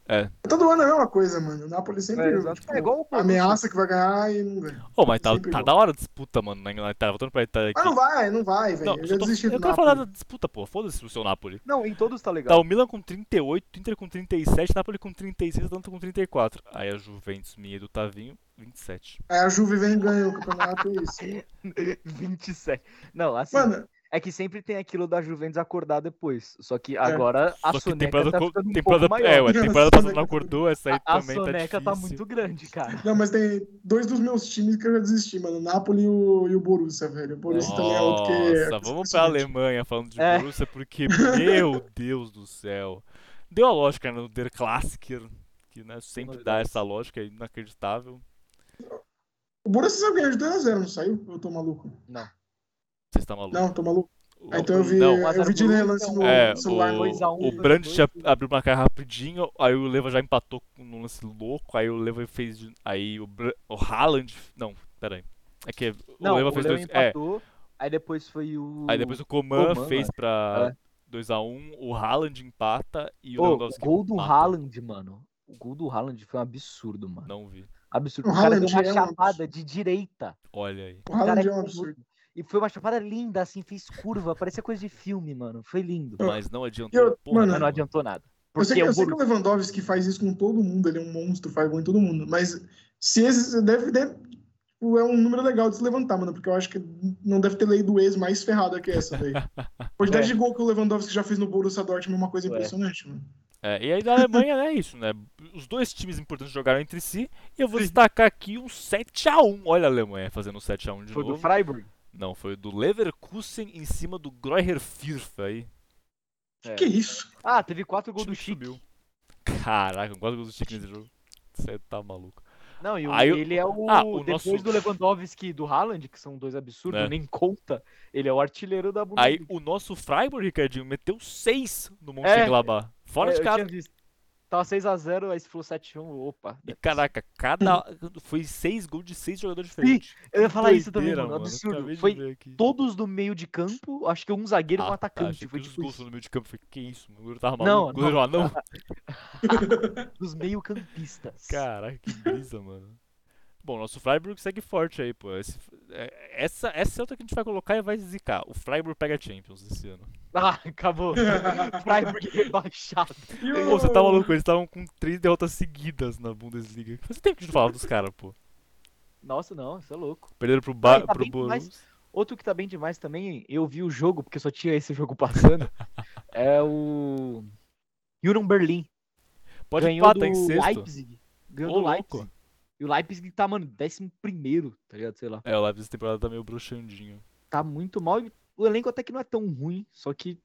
Speaker 1: É.
Speaker 2: Todo ano é a mesma coisa, mano. O Napoli sempre
Speaker 3: É, exato.
Speaker 2: tipo,
Speaker 3: É igual o Corinthians.
Speaker 2: ameaça que vai ganhar e não ganha.
Speaker 1: Oh, mas tá,
Speaker 2: Sempre
Speaker 1: tá
Speaker 2: igual.
Speaker 1: da hora a disputa, mano, na Inglaterra. Voltando pra Itália
Speaker 3: Ah,
Speaker 1: aqui.
Speaker 2: Mas não vai, não vai,
Speaker 1: Não,
Speaker 2: velho. Eu
Speaker 1: eu,
Speaker 2: já
Speaker 1: só tô,
Speaker 2: desisti do
Speaker 1: eu quero falar da
Speaker 2: Napoli.
Speaker 1: disputa, pô. Foda-se o seu Napoli.
Speaker 3: Não, em todos tá
Speaker 1: Tá
Speaker 3: legal.
Speaker 1: o Milan com 38, Inter com 37, Napoli com 36, Atlanta com 34. Aí a Juventus, minha e do Tavinho, 27.
Speaker 2: Aí a Juve vem e ganha o campeonato e é isso.
Speaker 1: Então-
Speaker 3: <laughs> 27. Não, assim,
Speaker 2: Mano,
Speaker 3: é que sempre tem aquilo da Juventus acordar depois. Só que
Speaker 2: É.
Speaker 3: agora a
Speaker 1: Só que
Speaker 3: soneca
Speaker 1: temporada,
Speaker 3: tá
Speaker 1: co-
Speaker 3: ficando um
Speaker 1: temporada,
Speaker 3: pouco
Speaker 1: é,
Speaker 3: maior. <laughs> tá
Speaker 1: ué,
Speaker 2: Não,
Speaker 1: temporada
Speaker 2: a
Speaker 1: passada não
Speaker 2: soneca-
Speaker 1: acordou, essa aí
Speaker 3: A
Speaker 1: também
Speaker 3: soneca tá,
Speaker 1: tá difícil.
Speaker 3: muito grande, cara.
Speaker 2: não, mas tem dois dos meus times que eu já desisti, mano. O Napoli e o, e o Borussia, velho. O Borussia também é outro que.
Speaker 1: Nossa, vamos pra Alemanha falando de
Speaker 3: É.
Speaker 1: Borussia, porque,
Speaker 2: <laughs>
Speaker 1: meu Deus do céu. Deu a lógica né, no Der Klassiker, que né, sempre dá essa lógica, é inacreditável.
Speaker 2: O O Borussia saiu ganhando de 2x0, não saiu? Eu tô maluco.
Speaker 1: Vocês estão malucos.
Speaker 2: Não, tô maluco.
Speaker 1: O-
Speaker 2: Ah, então eu vi,
Speaker 1: Não,
Speaker 3: mas
Speaker 2: eu
Speaker 3: era
Speaker 2: vi de
Speaker 3: Borussia,
Speaker 2: relance no
Speaker 3: então.
Speaker 1: É,
Speaker 2: celular.
Speaker 3: dois a um,
Speaker 1: o, o
Speaker 2: né,
Speaker 3: dois a
Speaker 1: Brandt
Speaker 3: dois,
Speaker 1: já
Speaker 3: dois a um.
Speaker 1: abriu uma cara rapidinho, aí o Leva já empatou com um lance louco, aí o Leva fez. de- Aí o, Br- o Haaland. Não, peraí. É que o
Speaker 3: Não,
Speaker 1: Leva
Speaker 3: o
Speaker 1: fez
Speaker 3: Leo
Speaker 1: dois. É,
Speaker 3: empatou, aí depois foi o...
Speaker 1: aí depois o Coman,
Speaker 3: Coman,
Speaker 1: fez
Speaker 3: acho. É.
Speaker 1: pra 2x1, o Haaland empata e o
Speaker 3: Ô, o
Speaker 1: Lewandowski
Speaker 3: gol do
Speaker 1: empata.
Speaker 3: Haaland, mano. O gol do Haaland foi um absurdo, mano.
Speaker 1: Não vi.
Speaker 3: Absurdo.
Speaker 2: O
Speaker 3: O, cara deu
Speaker 2: Haaland
Speaker 3: uma
Speaker 2: é um
Speaker 3: chapada de direita.
Speaker 1: Olha aí.
Speaker 2: O
Speaker 3: O cara
Speaker 2: Haaland é
Speaker 3: que
Speaker 2: um
Speaker 3: foi
Speaker 2: absurdo.
Speaker 3: gordo. E foi uma chapada linda, assim, fez curva, parecia coisa de filme, mano. Foi lindo.
Speaker 1: Mas não adiantou.
Speaker 2: Eu-
Speaker 1: porra,
Speaker 2: mano,
Speaker 3: Mas não
Speaker 1: nenhuma.
Speaker 3: adiantou nada.
Speaker 2: Eu sei,
Speaker 3: Porque é
Speaker 2: que,
Speaker 3: o
Speaker 2: eu sei que
Speaker 3: Borussia...
Speaker 2: o Lewandowski faz isso com todo mundo, ele é um monstro, faz gol em todo mundo, mas se esse deve, deve tipo, é um número legal de se levantar, mano, porque eu acho que não deve ter lei do ex mais ferrada que
Speaker 1: <laughs>
Speaker 2: essa daí. A quantidade
Speaker 3: É.
Speaker 2: de gol que o Lewandowski já fez no Borussia Dortmund é uma coisa
Speaker 3: Ué.
Speaker 2: impressionante, mano.
Speaker 1: É, e aí da Alemanha é isso, né? Os dois times importantes jogaram entre si. E eu vou destacar aqui um 7x1. Olha a Alemanha fazendo um 7x1 de
Speaker 3: Foi do
Speaker 1: novo.
Speaker 3: Freiburg.
Speaker 1: Não, foi do Leverkusen em cima do Greuer Fürth aí.
Speaker 3: É.
Speaker 2: Que isso?
Speaker 3: Ah, teve quatro gols
Speaker 1: time
Speaker 3: do
Speaker 1: que
Speaker 3: Chico.
Speaker 1: subiu. Caraca, quase gols do Chique nesse jogo. Você tá maluco.
Speaker 3: Não, e o-
Speaker 1: Aí o-
Speaker 3: ele é o.
Speaker 1: Ah, o
Speaker 3: depois
Speaker 1: nosso-
Speaker 3: do Lewandowski e do Haaland, que são dois absurdos,
Speaker 1: Né?
Speaker 3: nem conta, ele é o artilheiro da Bundesliga.
Speaker 1: Aí o nosso Freiburg, Ricardinho, meteu 6 no Monte Fora
Speaker 3: É,
Speaker 1: de
Speaker 3: eu
Speaker 1: casa.
Speaker 3: tinha visto. Tava 6x0, aí se falou 7x1, opa.
Speaker 1: E caraca, cada. Foi 6 gols de 6 jogadores diferentes.
Speaker 3: Eu ia falar isso também,
Speaker 1: Doideira,
Speaker 3: mano. Absurdo.
Speaker 1: acabei de
Speaker 3: Foi
Speaker 1: ver aqui.
Speaker 3: todos do meio de campo, acho que um zagueiro e um
Speaker 1: Ah, tá,
Speaker 3: atacante.
Speaker 1: achei que
Speaker 3: foi
Speaker 1: os
Speaker 3: tipo
Speaker 1: gols
Speaker 3: isso.
Speaker 1: no meio de campo. Falei, que isso, mano? O goleiro tava
Speaker 3: Não,
Speaker 1: maluco. O <laughs> goleiro
Speaker 3: não.
Speaker 1: era um anão.
Speaker 3: dos
Speaker 1: <laughs>
Speaker 3: meio-campistas.
Speaker 1: Caraca, que brisa, mano. Bom, nosso Freiburg segue forte aí, pô. Esse- é- essa, essa é outra que a gente vai colocar e vai zicar. O Freiburg pega a Champions esse ano.
Speaker 3: Ah,
Speaker 1: <laughs>
Speaker 3: acabou. Freiburg rebaixado.
Speaker 2: E
Speaker 1: Pô, você tá maluco? Eles estavam com três derrotas seguidas na Bundesliga. Faz tempo que a gente não falava dos caras, pô.
Speaker 3: Nossa, não, isso é louco.
Speaker 1: Perderam pro, ba
Speaker 3: Ah, e tá
Speaker 1: pro
Speaker 3: bem demais.
Speaker 1: Borussia.
Speaker 3: Outro que tá bem demais também, eu vi o jogo, porque só tinha esse
Speaker 1: <laughs>
Speaker 3: jogo passando, é o. Jurgen Berlim.
Speaker 1: Pode
Speaker 3: ganhou
Speaker 1: empatar
Speaker 3: do
Speaker 1: em sexto.
Speaker 3: Leipzig. Ganhou
Speaker 1: Ô,
Speaker 3: do
Speaker 1: louco.
Speaker 3: Leipzig. E o Leipzig tá, mano, décimo primeiro, tá ligado? Sei lá.
Speaker 1: É, o Leipzig essa temporada tá meio bruxandinho.
Speaker 3: Tá muito mal. e O elenco até que não é tão ruim, só que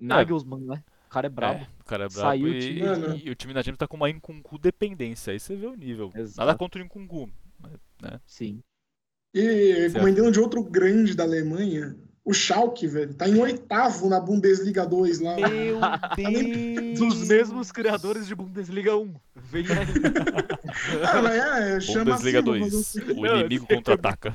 Speaker 3: Nagelsmann, né? O cara é brabo.
Speaker 1: É, o cara é brabo.
Speaker 3: Saiu o
Speaker 1: e,
Speaker 3: time,
Speaker 1: e-
Speaker 2: né?
Speaker 1: e o time da Champions tá com uma Incuncu dependência. Aí você vê o nível. Nada
Speaker 3: Exato.
Speaker 1: contra o Incuncu.
Speaker 3: Sim.
Speaker 2: E
Speaker 1: Certo.
Speaker 2: comentando de outro grande da Alemanha, o Schalke, velho, tá em oitavo na Bundesliga 2 lá.
Speaker 1: Meu Deus!
Speaker 3: Dos mesmos criadores de Bundesliga 1. Vem <laughs> aí.
Speaker 2: <laughs> Ah, mas é, chama
Speaker 1: Bundesliga
Speaker 2: assim,
Speaker 1: 2. O
Speaker 3: <laughs> Não,
Speaker 1: inimigo
Speaker 3: eu sei.
Speaker 1: contra-ataca.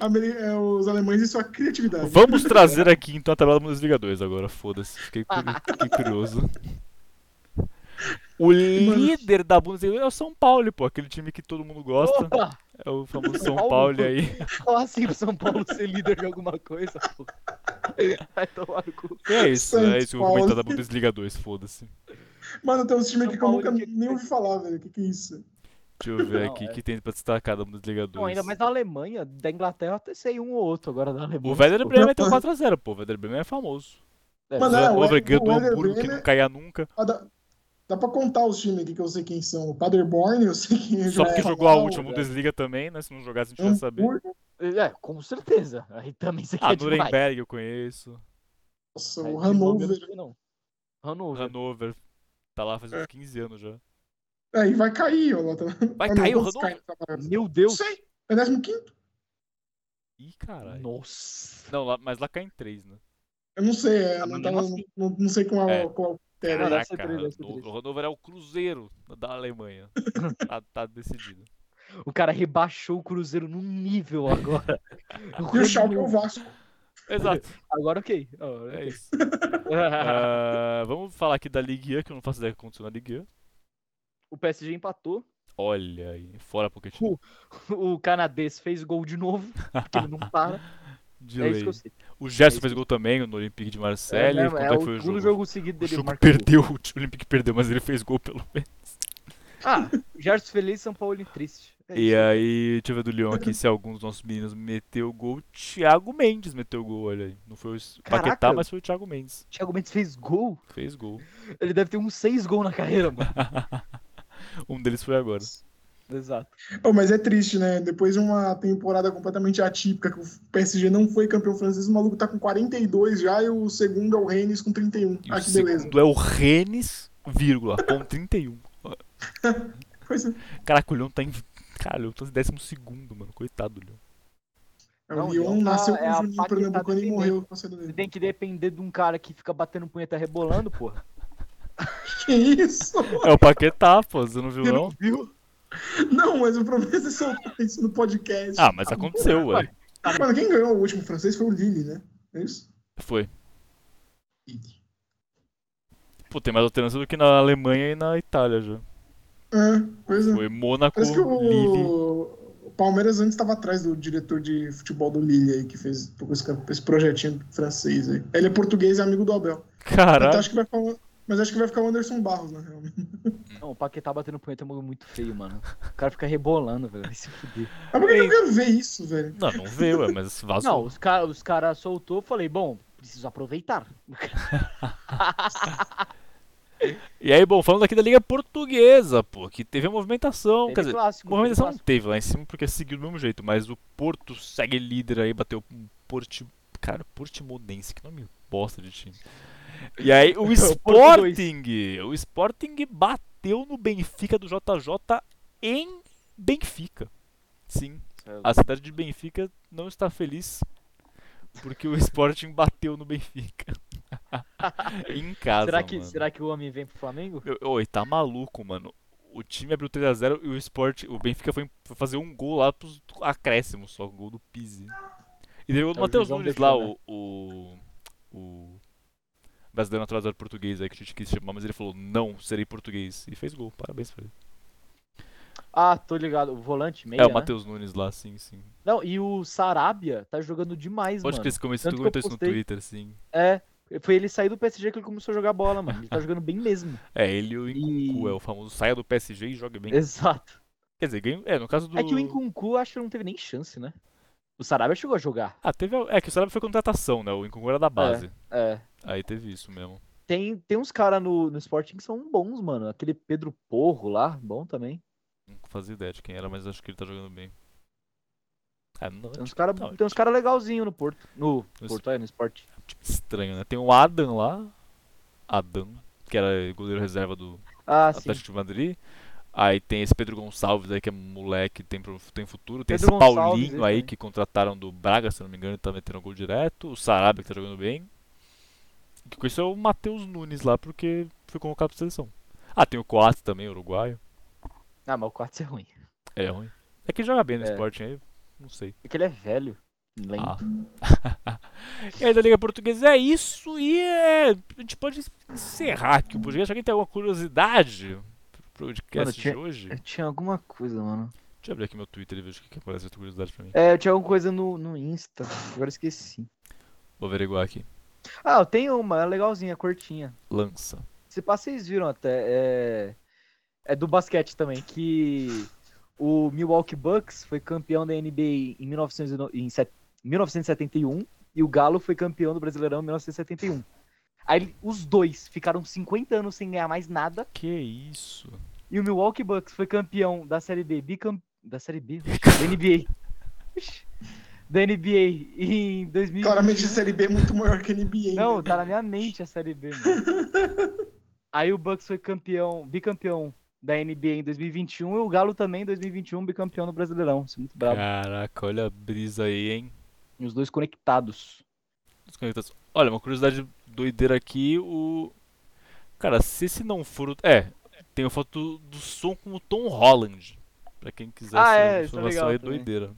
Speaker 2: Ameri- é, Os alemães e sua criatividade.
Speaker 1: Vamos trazer aqui então a tabela da Bundesliga 2 agora, foda-se. Fiquei,
Speaker 3: <laughs>
Speaker 1: curi- fiquei curioso. O líder da Bundesliga é o São Paulo, pô. Aquele time que todo mundo gosta.
Speaker 3: Opa!
Speaker 1: É o famoso
Speaker 3: Oh. São
Speaker 1: São
Speaker 3: Paulo?
Speaker 1: Paulo aí.
Speaker 3: Falar assim pro São Paulo ser líder de alguma coisa, pô. Vai tomar no cu.
Speaker 1: E é isso,
Speaker 2: São
Speaker 1: é isso que eu vou comentar da
Speaker 2: Paulo.
Speaker 1: Bundesliga 2, foda-se.
Speaker 2: Mano, tem uns times
Speaker 3: São
Speaker 2: aqui que eu
Speaker 3: Paulo
Speaker 2: nunca
Speaker 3: tinha que
Speaker 2: nem
Speaker 3: ter-
Speaker 2: ouvi falar, velho. O que, que é isso?
Speaker 1: Deixa eu ver
Speaker 3: Não,
Speaker 1: aqui o
Speaker 3: é.
Speaker 1: que tem pra destacar da Bundesliga 2.
Speaker 3: Não, ainda mais na Alemanha, da Inglaterra eu até sei um ou outro agora da Alemanha.
Speaker 1: O Werder
Speaker 3: pô.
Speaker 1: Bremen meteu 4x0, pô. O Werder Bremen é famoso.
Speaker 3: É,
Speaker 1: O
Speaker 2: Mano, é, o
Speaker 1: Hannover
Speaker 2: Werder-
Speaker 1: ganhou do
Speaker 2: o Werder
Speaker 1: Hamburgo que
Speaker 2: Bremen-
Speaker 1: não caia nunca.
Speaker 2: Ah, dá, dá pra contar os times aqui que eu sei quem são. O Paderborn, eu sei quem é.
Speaker 1: Só porque
Speaker 2: é,
Speaker 1: jogou a
Speaker 2: Hamburgo,
Speaker 1: última Bundesliga também, né? Se não jogasse a gente não ia saber.
Speaker 2: Hamburgo.
Speaker 3: É, com certeza. Aí também você
Speaker 1: A
Speaker 3: quer demais.
Speaker 1: Nuremberg eu conheço.
Speaker 2: Nossa,
Speaker 3: Aí,
Speaker 2: o
Speaker 3: de nome eu não
Speaker 2: Hannover.
Speaker 3: sei, não. Hannover.
Speaker 1: Hannover. Tá lá
Speaker 3: É.
Speaker 1: faz uns 15 anos já.
Speaker 2: Aí É, vai cair, ó. Lá, tá...
Speaker 1: Vai
Speaker 2: Ah, não,
Speaker 1: cair o
Speaker 2: quantos
Speaker 1: Hannover?
Speaker 2: caem nessa bagaça?
Speaker 3: Meu
Speaker 2: Não
Speaker 3: Deus.
Speaker 2: sei. É 15?
Speaker 1: Ih, caralho.
Speaker 3: Nossa.
Speaker 1: Não, lá- mas lá cai em 3, né?
Speaker 2: Eu não sei. é,
Speaker 3: Ah,
Speaker 2: não,
Speaker 3: mas
Speaker 2: tava-
Speaker 3: mesmo assim.
Speaker 2: não, não sei qual é
Speaker 1: É.
Speaker 2: o- qual é.
Speaker 3: Caralho.
Speaker 2: né?
Speaker 3: ser
Speaker 1: Caraca,
Speaker 3: três, deve ser
Speaker 1: Hano-
Speaker 3: três.
Speaker 1: o Hannover é o Cruzeiro da
Speaker 3: <laughs>
Speaker 1: Alemanha. tá, tá decidido.
Speaker 3: O cara rebaixou o Cruzeiro num nível agora.
Speaker 2: E o Schalke é o Vasco.
Speaker 1: Exato,
Speaker 3: Agora ok. Ó,
Speaker 1: é isso.
Speaker 3: <laughs> Ah,
Speaker 1: Ah, vamos falar aqui da Ligue 1, que eu não faço ideia do que aconteceu na Ligue 1.
Speaker 3: <laughs> o PSG empatou.
Speaker 1: Olha aí, fora Pochettino.
Speaker 3: Uh, O canadense fez gol de novo. Porque ele não para.
Speaker 1: de
Speaker 3: é isso que eu
Speaker 1: lei.
Speaker 3: sei.
Speaker 1: O Gerson
Speaker 3: é isso.
Speaker 1: fez gol também no Olympique de Marseille.
Speaker 3: é,
Speaker 1: Quanto
Speaker 3: é
Speaker 1: é que
Speaker 3: o
Speaker 1: foi o
Speaker 3: segundo
Speaker 1: jogo?
Speaker 3: jogo, seguido
Speaker 1: O
Speaker 3: dele.
Speaker 1: jogo
Speaker 3: marcou.
Speaker 1: perdeu, o Olympique perdeu, mas ele fez gol pelo menos.
Speaker 3: Ah, Gerson feliz, São Paulo triste. É
Speaker 1: E
Speaker 3: isso.
Speaker 1: aí, deixa eu ver do Leão aqui se algum dos nossos meninos meteu gol. O Thiago Mendes meteu gol, olha aí. Não foi o
Speaker 3: Caraca.
Speaker 1: Paquetá, mas foi o Thiago Mendes.
Speaker 3: Thiago Mendes fez gol.
Speaker 1: Fez gol.
Speaker 3: Ele deve ter uns seis gols na carreira, mano.
Speaker 1: Um deles foi agora.
Speaker 3: Exato.
Speaker 2: Pô, mas é triste, né? Depois de uma temporada completamente atípica, que o PSG não foi campeão francês, o maluco tá com 42 já e o segundo é o Rennes com 31.
Speaker 1: E
Speaker 2: Ah,
Speaker 1: o
Speaker 2: que beleza.
Speaker 1: segundo é o Rennes, vírgula, com 31.
Speaker 2: coisa.
Speaker 1: Caraca, o Leão tá em. Cara, o Leão tá em décimo segundo, mano. Coitado do Leão.
Speaker 2: É,
Speaker 3: Não,
Speaker 2: o Leon
Speaker 3: Leon tá-
Speaker 2: nasceu
Speaker 3: é
Speaker 2: com
Speaker 3: a
Speaker 2: o Juninho
Speaker 3: pá que tá
Speaker 2: Pernambucano e
Speaker 3: defendendo.
Speaker 2: morreu com a sede
Speaker 3: Você
Speaker 2: dele.
Speaker 3: tem que depender de um cara que fica batendo punheta rebolando, porra.
Speaker 2: Que isso?
Speaker 1: É o Paquetá, pô. Você não viu,
Speaker 2: Você
Speaker 1: não?
Speaker 2: não viu? Não, mas o problema é soltar isso no podcast. Tá,
Speaker 1: Ah, mas aconteceu, ué.
Speaker 2: Mano, quem ganhou o último francês foi o Lille, né? É isso?
Speaker 1: Foi.
Speaker 2: Lille.
Speaker 1: Pô, tem mais alternância do que na Alemanha e na Itália já.
Speaker 2: É, pois é.
Speaker 1: Foi Mônaco,
Speaker 2: Parece que
Speaker 1: Lille.
Speaker 2: o, o Palmeiras antes estava atrás do diretor de futebol do Lille aí, que fez esse esse projetinho francês aí. Ele é português e amigo do Abel. Então,
Speaker 1: Caralho.
Speaker 2: acho que vai ficar, o- mas acho que vai ficar o Anderson Barros, na real. Mas
Speaker 3: Não, o Paquetá batendo punheta é um bagulho muito feio, mano. O cara fica rebolando, velho. Vai se fuder.
Speaker 2: por que eu quero ver isso, velho?
Speaker 1: Não, não veio, ué,
Speaker 3: <laughs>
Speaker 1: mas vazou.
Speaker 3: Não, os caras os cara soltou, eu falei, bom, preciso aproveitar.
Speaker 1: E aí, bom, falando aqui da Liga Portuguesa, pô, que teve a movimentação,
Speaker 3: Teve
Speaker 1: quer dizer,
Speaker 3: clássico, teve
Speaker 1: movimentação não
Speaker 3: clássico.
Speaker 1: teve lá em cima porque seguiu do mesmo jeito, mas o Porto segue líder aí, bateu um Porti... Cara, Portimonense, que nome bosta de time. E aí o
Speaker 3: É <laughs> o Porto dois.
Speaker 1: Sporting, o Sporting bateu no Benfica do JJ em Benfica. Sim, a cidade de Benfica não está feliz porque o Sporting bateu no Benfica. <laughs> em casa,
Speaker 3: será, que,
Speaker 1: mano.
Speaker 3: será que o homem vem pro Flamengo?
Speaker 1: Meu, Oi, tá maluco, mano. O time abriu 3x0 e o Sport, o Benfica foi, foi fazer um gol lá pros acréscimos só, gol do Pizzi. E daí o
Speaker 3: É, o
Speaker 1: Matheus
Speaker 3: juizão
Speaker 1: Nunes
Speaker 3: deixou,
Speaker 1: lá,
Speaker 3: né?
Speaker 1: o, o, o brasileiro naturalizado português aí que a gente quis chamar, mas ele falou, não, serei português. E fez gol, parabéns pra ele.
Speaker 3: Ah, tô ligado. O volante, meia,
Speaker 1: é, o
Speaker 3: né?
Speaker 1: Matheus Nunes lá, sim, sim.
Speaker 3: Não, e o Sarabia tá jogando demais,
Speaker 1: Pode
Speaker 3: mano.
Speaker 1: que esse começo
Speaker 3: Tanto
Speaker 1: tu
Speaker 3: que eu
Speaker 1: comentou isso no
Speaker 3: postei.
Speaker 1: Twitter, sim.
Speaker 3: É, foi ele sair do PSG que ele começou a jogar bola, mano.
Speaker 1: <laughs>
Speaker 3: Ele tá jogando bem mesmo.
Speaker 1: É, ele e o Incuncu,
Speaker 3: E-
Speaker 1: é o famoso saia do PSG e joga bem.
Speaker 3: Exato.
Speaker 1: Quer dizer, ganhou, é, no caso do...
Speaker 3: É que o Incuncu acho que não teve nem chance, né? O Sarabia chegou a jogar.
Speaker 1: Ah, teve, a- é que o Sarabia foi contratação, né, o Incuncu era da base.
Speaker 3: É.
Speaker 1: Aí teve isso mesmo.
Speaker 3: Tem, tem uns caras no, no Sporting que são bons, mano. Aquele Pedro Porro lá, bom também.
Speaker 1: Não fazia ideia de quem era, mas acho que ele tá jogando bem. Ah, não, é
Speaker 3: Tem
Speaker 1: um
Speaker 3: uns caras
Speaker 1: Não,
Speaker 3: uns cara legalzinho no Porto. No Porto, é, no Sporting.
Speaker 1: time estranho, né? Tem o Adam lá. Adam, que era goleiro reserva do
Speaker 3: Ah, sim.
Speaker 1: Atlético de Madrid. Aí tem esse Pedro Gonçalves aí, que é moleque, tem, pro- tem futuro. Tem
Speaker 3: Pedro
Speaker 1: esse
Speaker 3: Gonçalves,
Speaker 1: Paulinho
Speaker 3: ele
Speaker 1: aí,
Speaker 3: também.
Speaker 1: que contrataram do Braga, se eu não me engano, ele tá metendo gol direto. O Sarabia, que tá jogando bem. E Com isso é o Matheus Nunes lá, porque foi convocado pra seleção. Ah, tem o Coates também, uruguaio.
Speaker 3: Ah, mas o Coates é ruim.
Speaker 1: É ruim. É que ele joga bem no
Speaker 3: É.
Speaker 1: esporte aí, não sei.
Speaker 3: Porque ele é velho. Lento.
Speaker 1: Ah. <laughs> e aí da Liga Portuguesa é isso e é, a gente pode encerrar aqui o podcast. Alguém tem alguma curiosidade pro podcast
Speaker 3: Mano, tinha-
Speaker 1: de hoje?
Speaker 3: Eu tinha alguma coisa, mano.
Speaker 1: Deixa eu abrir aqui meu Twitter e ver o que, que aparece outra curiosidade pra mim.
Speaker 3: É, eu tinha alguma coisa no, no Insta. Agora eu esqueci.
Speaker 1: Vou averiguar aqui.
Speaker 3: Ah, eu tenho uma, é legalzinha, curtinha.
Speaker 1: Lança.
Speaker 3: Se pá, vocês viram até. É, é do basquete também, que o Milwaukee Bucks foi campeão da NBA em, 1909 em set- 1971 e o Galo foi campeão do Brasileirão em 1971. Aí ele- os dois ficaram 50 anos sem ganhar mais nada
Speaker 1: Que isso?
Speaker 3: e o Milwaukee Bucks foi campeão da Série B, bicam... da Série B, da NBA. da NBA em 2000.
Speaker 2: Claramente a Série B é muito maior que a né? NBA.
Speaker 3: Não,
Speaker 2: Não,
Speaker 3: tá na minha mente a Série B, mano. Aí o Bucks foi campeão, bicampeão da NBA em 2021 e o Galo também em 2021 bicampeão no Brasileirão. Isso é muito brabo.
Speaker 1: Caraca, olha a brisa aí, hein?
Speaker 3: E os dois conectados.
Speaker 1: Desconectados. Olha, uma curiosidade doideira aqui, o. Cara, se esse não for o. É, tem a foto do, do som com o Tom Holland. Pra quem quiser
Speaker 3: Ah,
Speaker 1: essa
Speaker 3: é, isso é
Speaker 1: informação
Speaker 3: legal
Speaker 1: aí,
Speaker 3: também.
Speaker 1: doideira.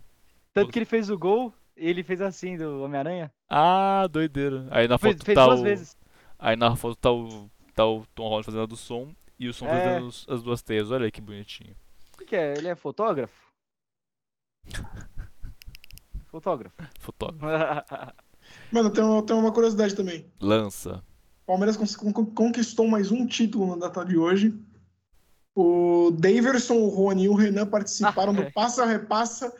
Speaker 3: Tanto que ele fez o gol e ele fez assim do Homem-Aranha.
Speaker 1: Ah, doideira. Aí na
Speaker 3: Fez,
Speaker 1: foto
Speaker 3: fez
Speaker 1: tá
Speaker 3: duas
Speaker 1: o...
Speaker 3: vezes.
Speaker 1: Aí na foto tá o, tá o Tom Holland fazendo a do som e o som
Speaker 3: É.
Speaker 1: fazendo os- as duas teias. Olha aí que bonitinho.
Speaker 3: O que que é? Ele é fotógrafo? Fotógrafo.
Speaker 1: Fotógrafo.
Speaker 2: Mano, eu tenho, eu tenho uma curiosidade também.
Speaker 1: Lança.
Speaker 2: O Palmeiras cons- con- con- conquistou mais um título na data de hoje. O Daverson, o Rony e o Renan participaram <laughs>
Speaker 3: Ah,
Speaker 2: do
Speaker 3: é.
Speaker 2: Passa Repassa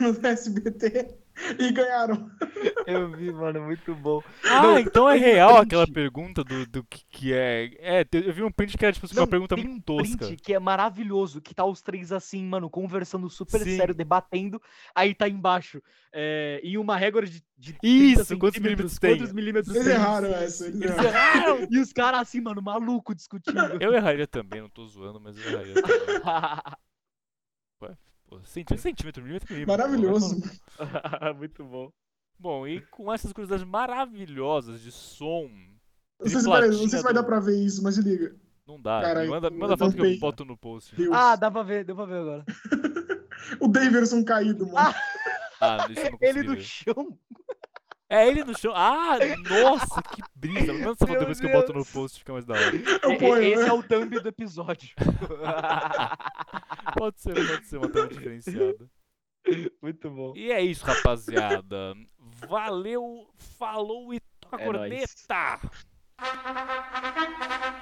Speaker 2: no SBT. E ganharam.
Speaker 3: Eu vi, mano, muito bom.
Speaker 1: Ah, então
Speaker 3: um
Speaker 1: é real aquela pergunta do, do que, que é. É, te- eu vi um print que era tipo assim, uma
Speaker 3: Não,
Speaker 1: pergunta
Speaker 3: tem
Speaker 1: muito
Speaker 3: um print
Speaker 1: tosca.
Speaker 3: que é maravilhoso, que tá os três assim, mano, conversando super
Speaker 1: Sim.
Speaker 3: sério, debatendo, aí tá embaixo, é, em uma régua de, de 30
Speaker 1: Isso, quantos milímetros tem?
Speaker 3: quantos milímetros
Speaker 2: Vocês
Speaker 3: tem?
Speaker 2: erraram essa. eles
Speaker 3: Eles
Speaker 2: erraram.
Speaker 3: erraram! e os caras assim, mano, maluco, discutindo. <laughs>
Speaker 1: Eu erraria também, não tô zoando, mas eu erraria. também. Pô, centímetro, centímetro, milímetro, milímetro.
Speaker 2: Maravilhoso.
Speaker 3: muito bom.
Speaker 1: Bom, e com essas curiosidades maravilhosas de som,
Speaker 2: Não sei, se vai, não sei se
Speaker 1: Triplatina
Speaker 2: vai dar
Speaker 1: do-
Speaker 2: pra ver isso, mas se liga.
Speaker 1: não dá.
Speaker 2: Caralho,
Speaker 1: manda
Speaker 2: eu
Speaker 1: manda a foto que eu
Speaker 2: também.
Speaker 1: boto no post.
Speaker 2: Deus.
Speaker 3: Ah, dá pra ver, deu pra ver agora.
Speaker 2: O Daverson caído, mano.
Speaker 1: Ah, isso eu não
Speaker 3: Ele
Speaker 1: consegui
Speaker 3: no
Speaker 1: ver.
Speaker 3: chão?
Speaker 1: É ele no chão. Ah, nossa, que brisa. Manda essa foto
Speaker 3: Meu
Speaker 1: depois que eu boto no
Speaker 3: Deus.
Speaker 1: post, fica mais da hora.
Speaker 2: Eu
Speaker 3: E-
Speaker 2: ponho.
Speaker 3: e- Esse
Speaker 2: né?
Speaker 3: é o thumb do
Speaker 1: <laughs>
Speaker 3: episódio.
Speaker 1: Pode ser, pode ser uma trama diferenciada.
Speaker 3: muito bom.
Speaker 1: E é isso, rapaziada. Valeu, falou e toca a
Speaker 3: É nóis.
Speaker 1: corneta!
Speaker 4: Thank you.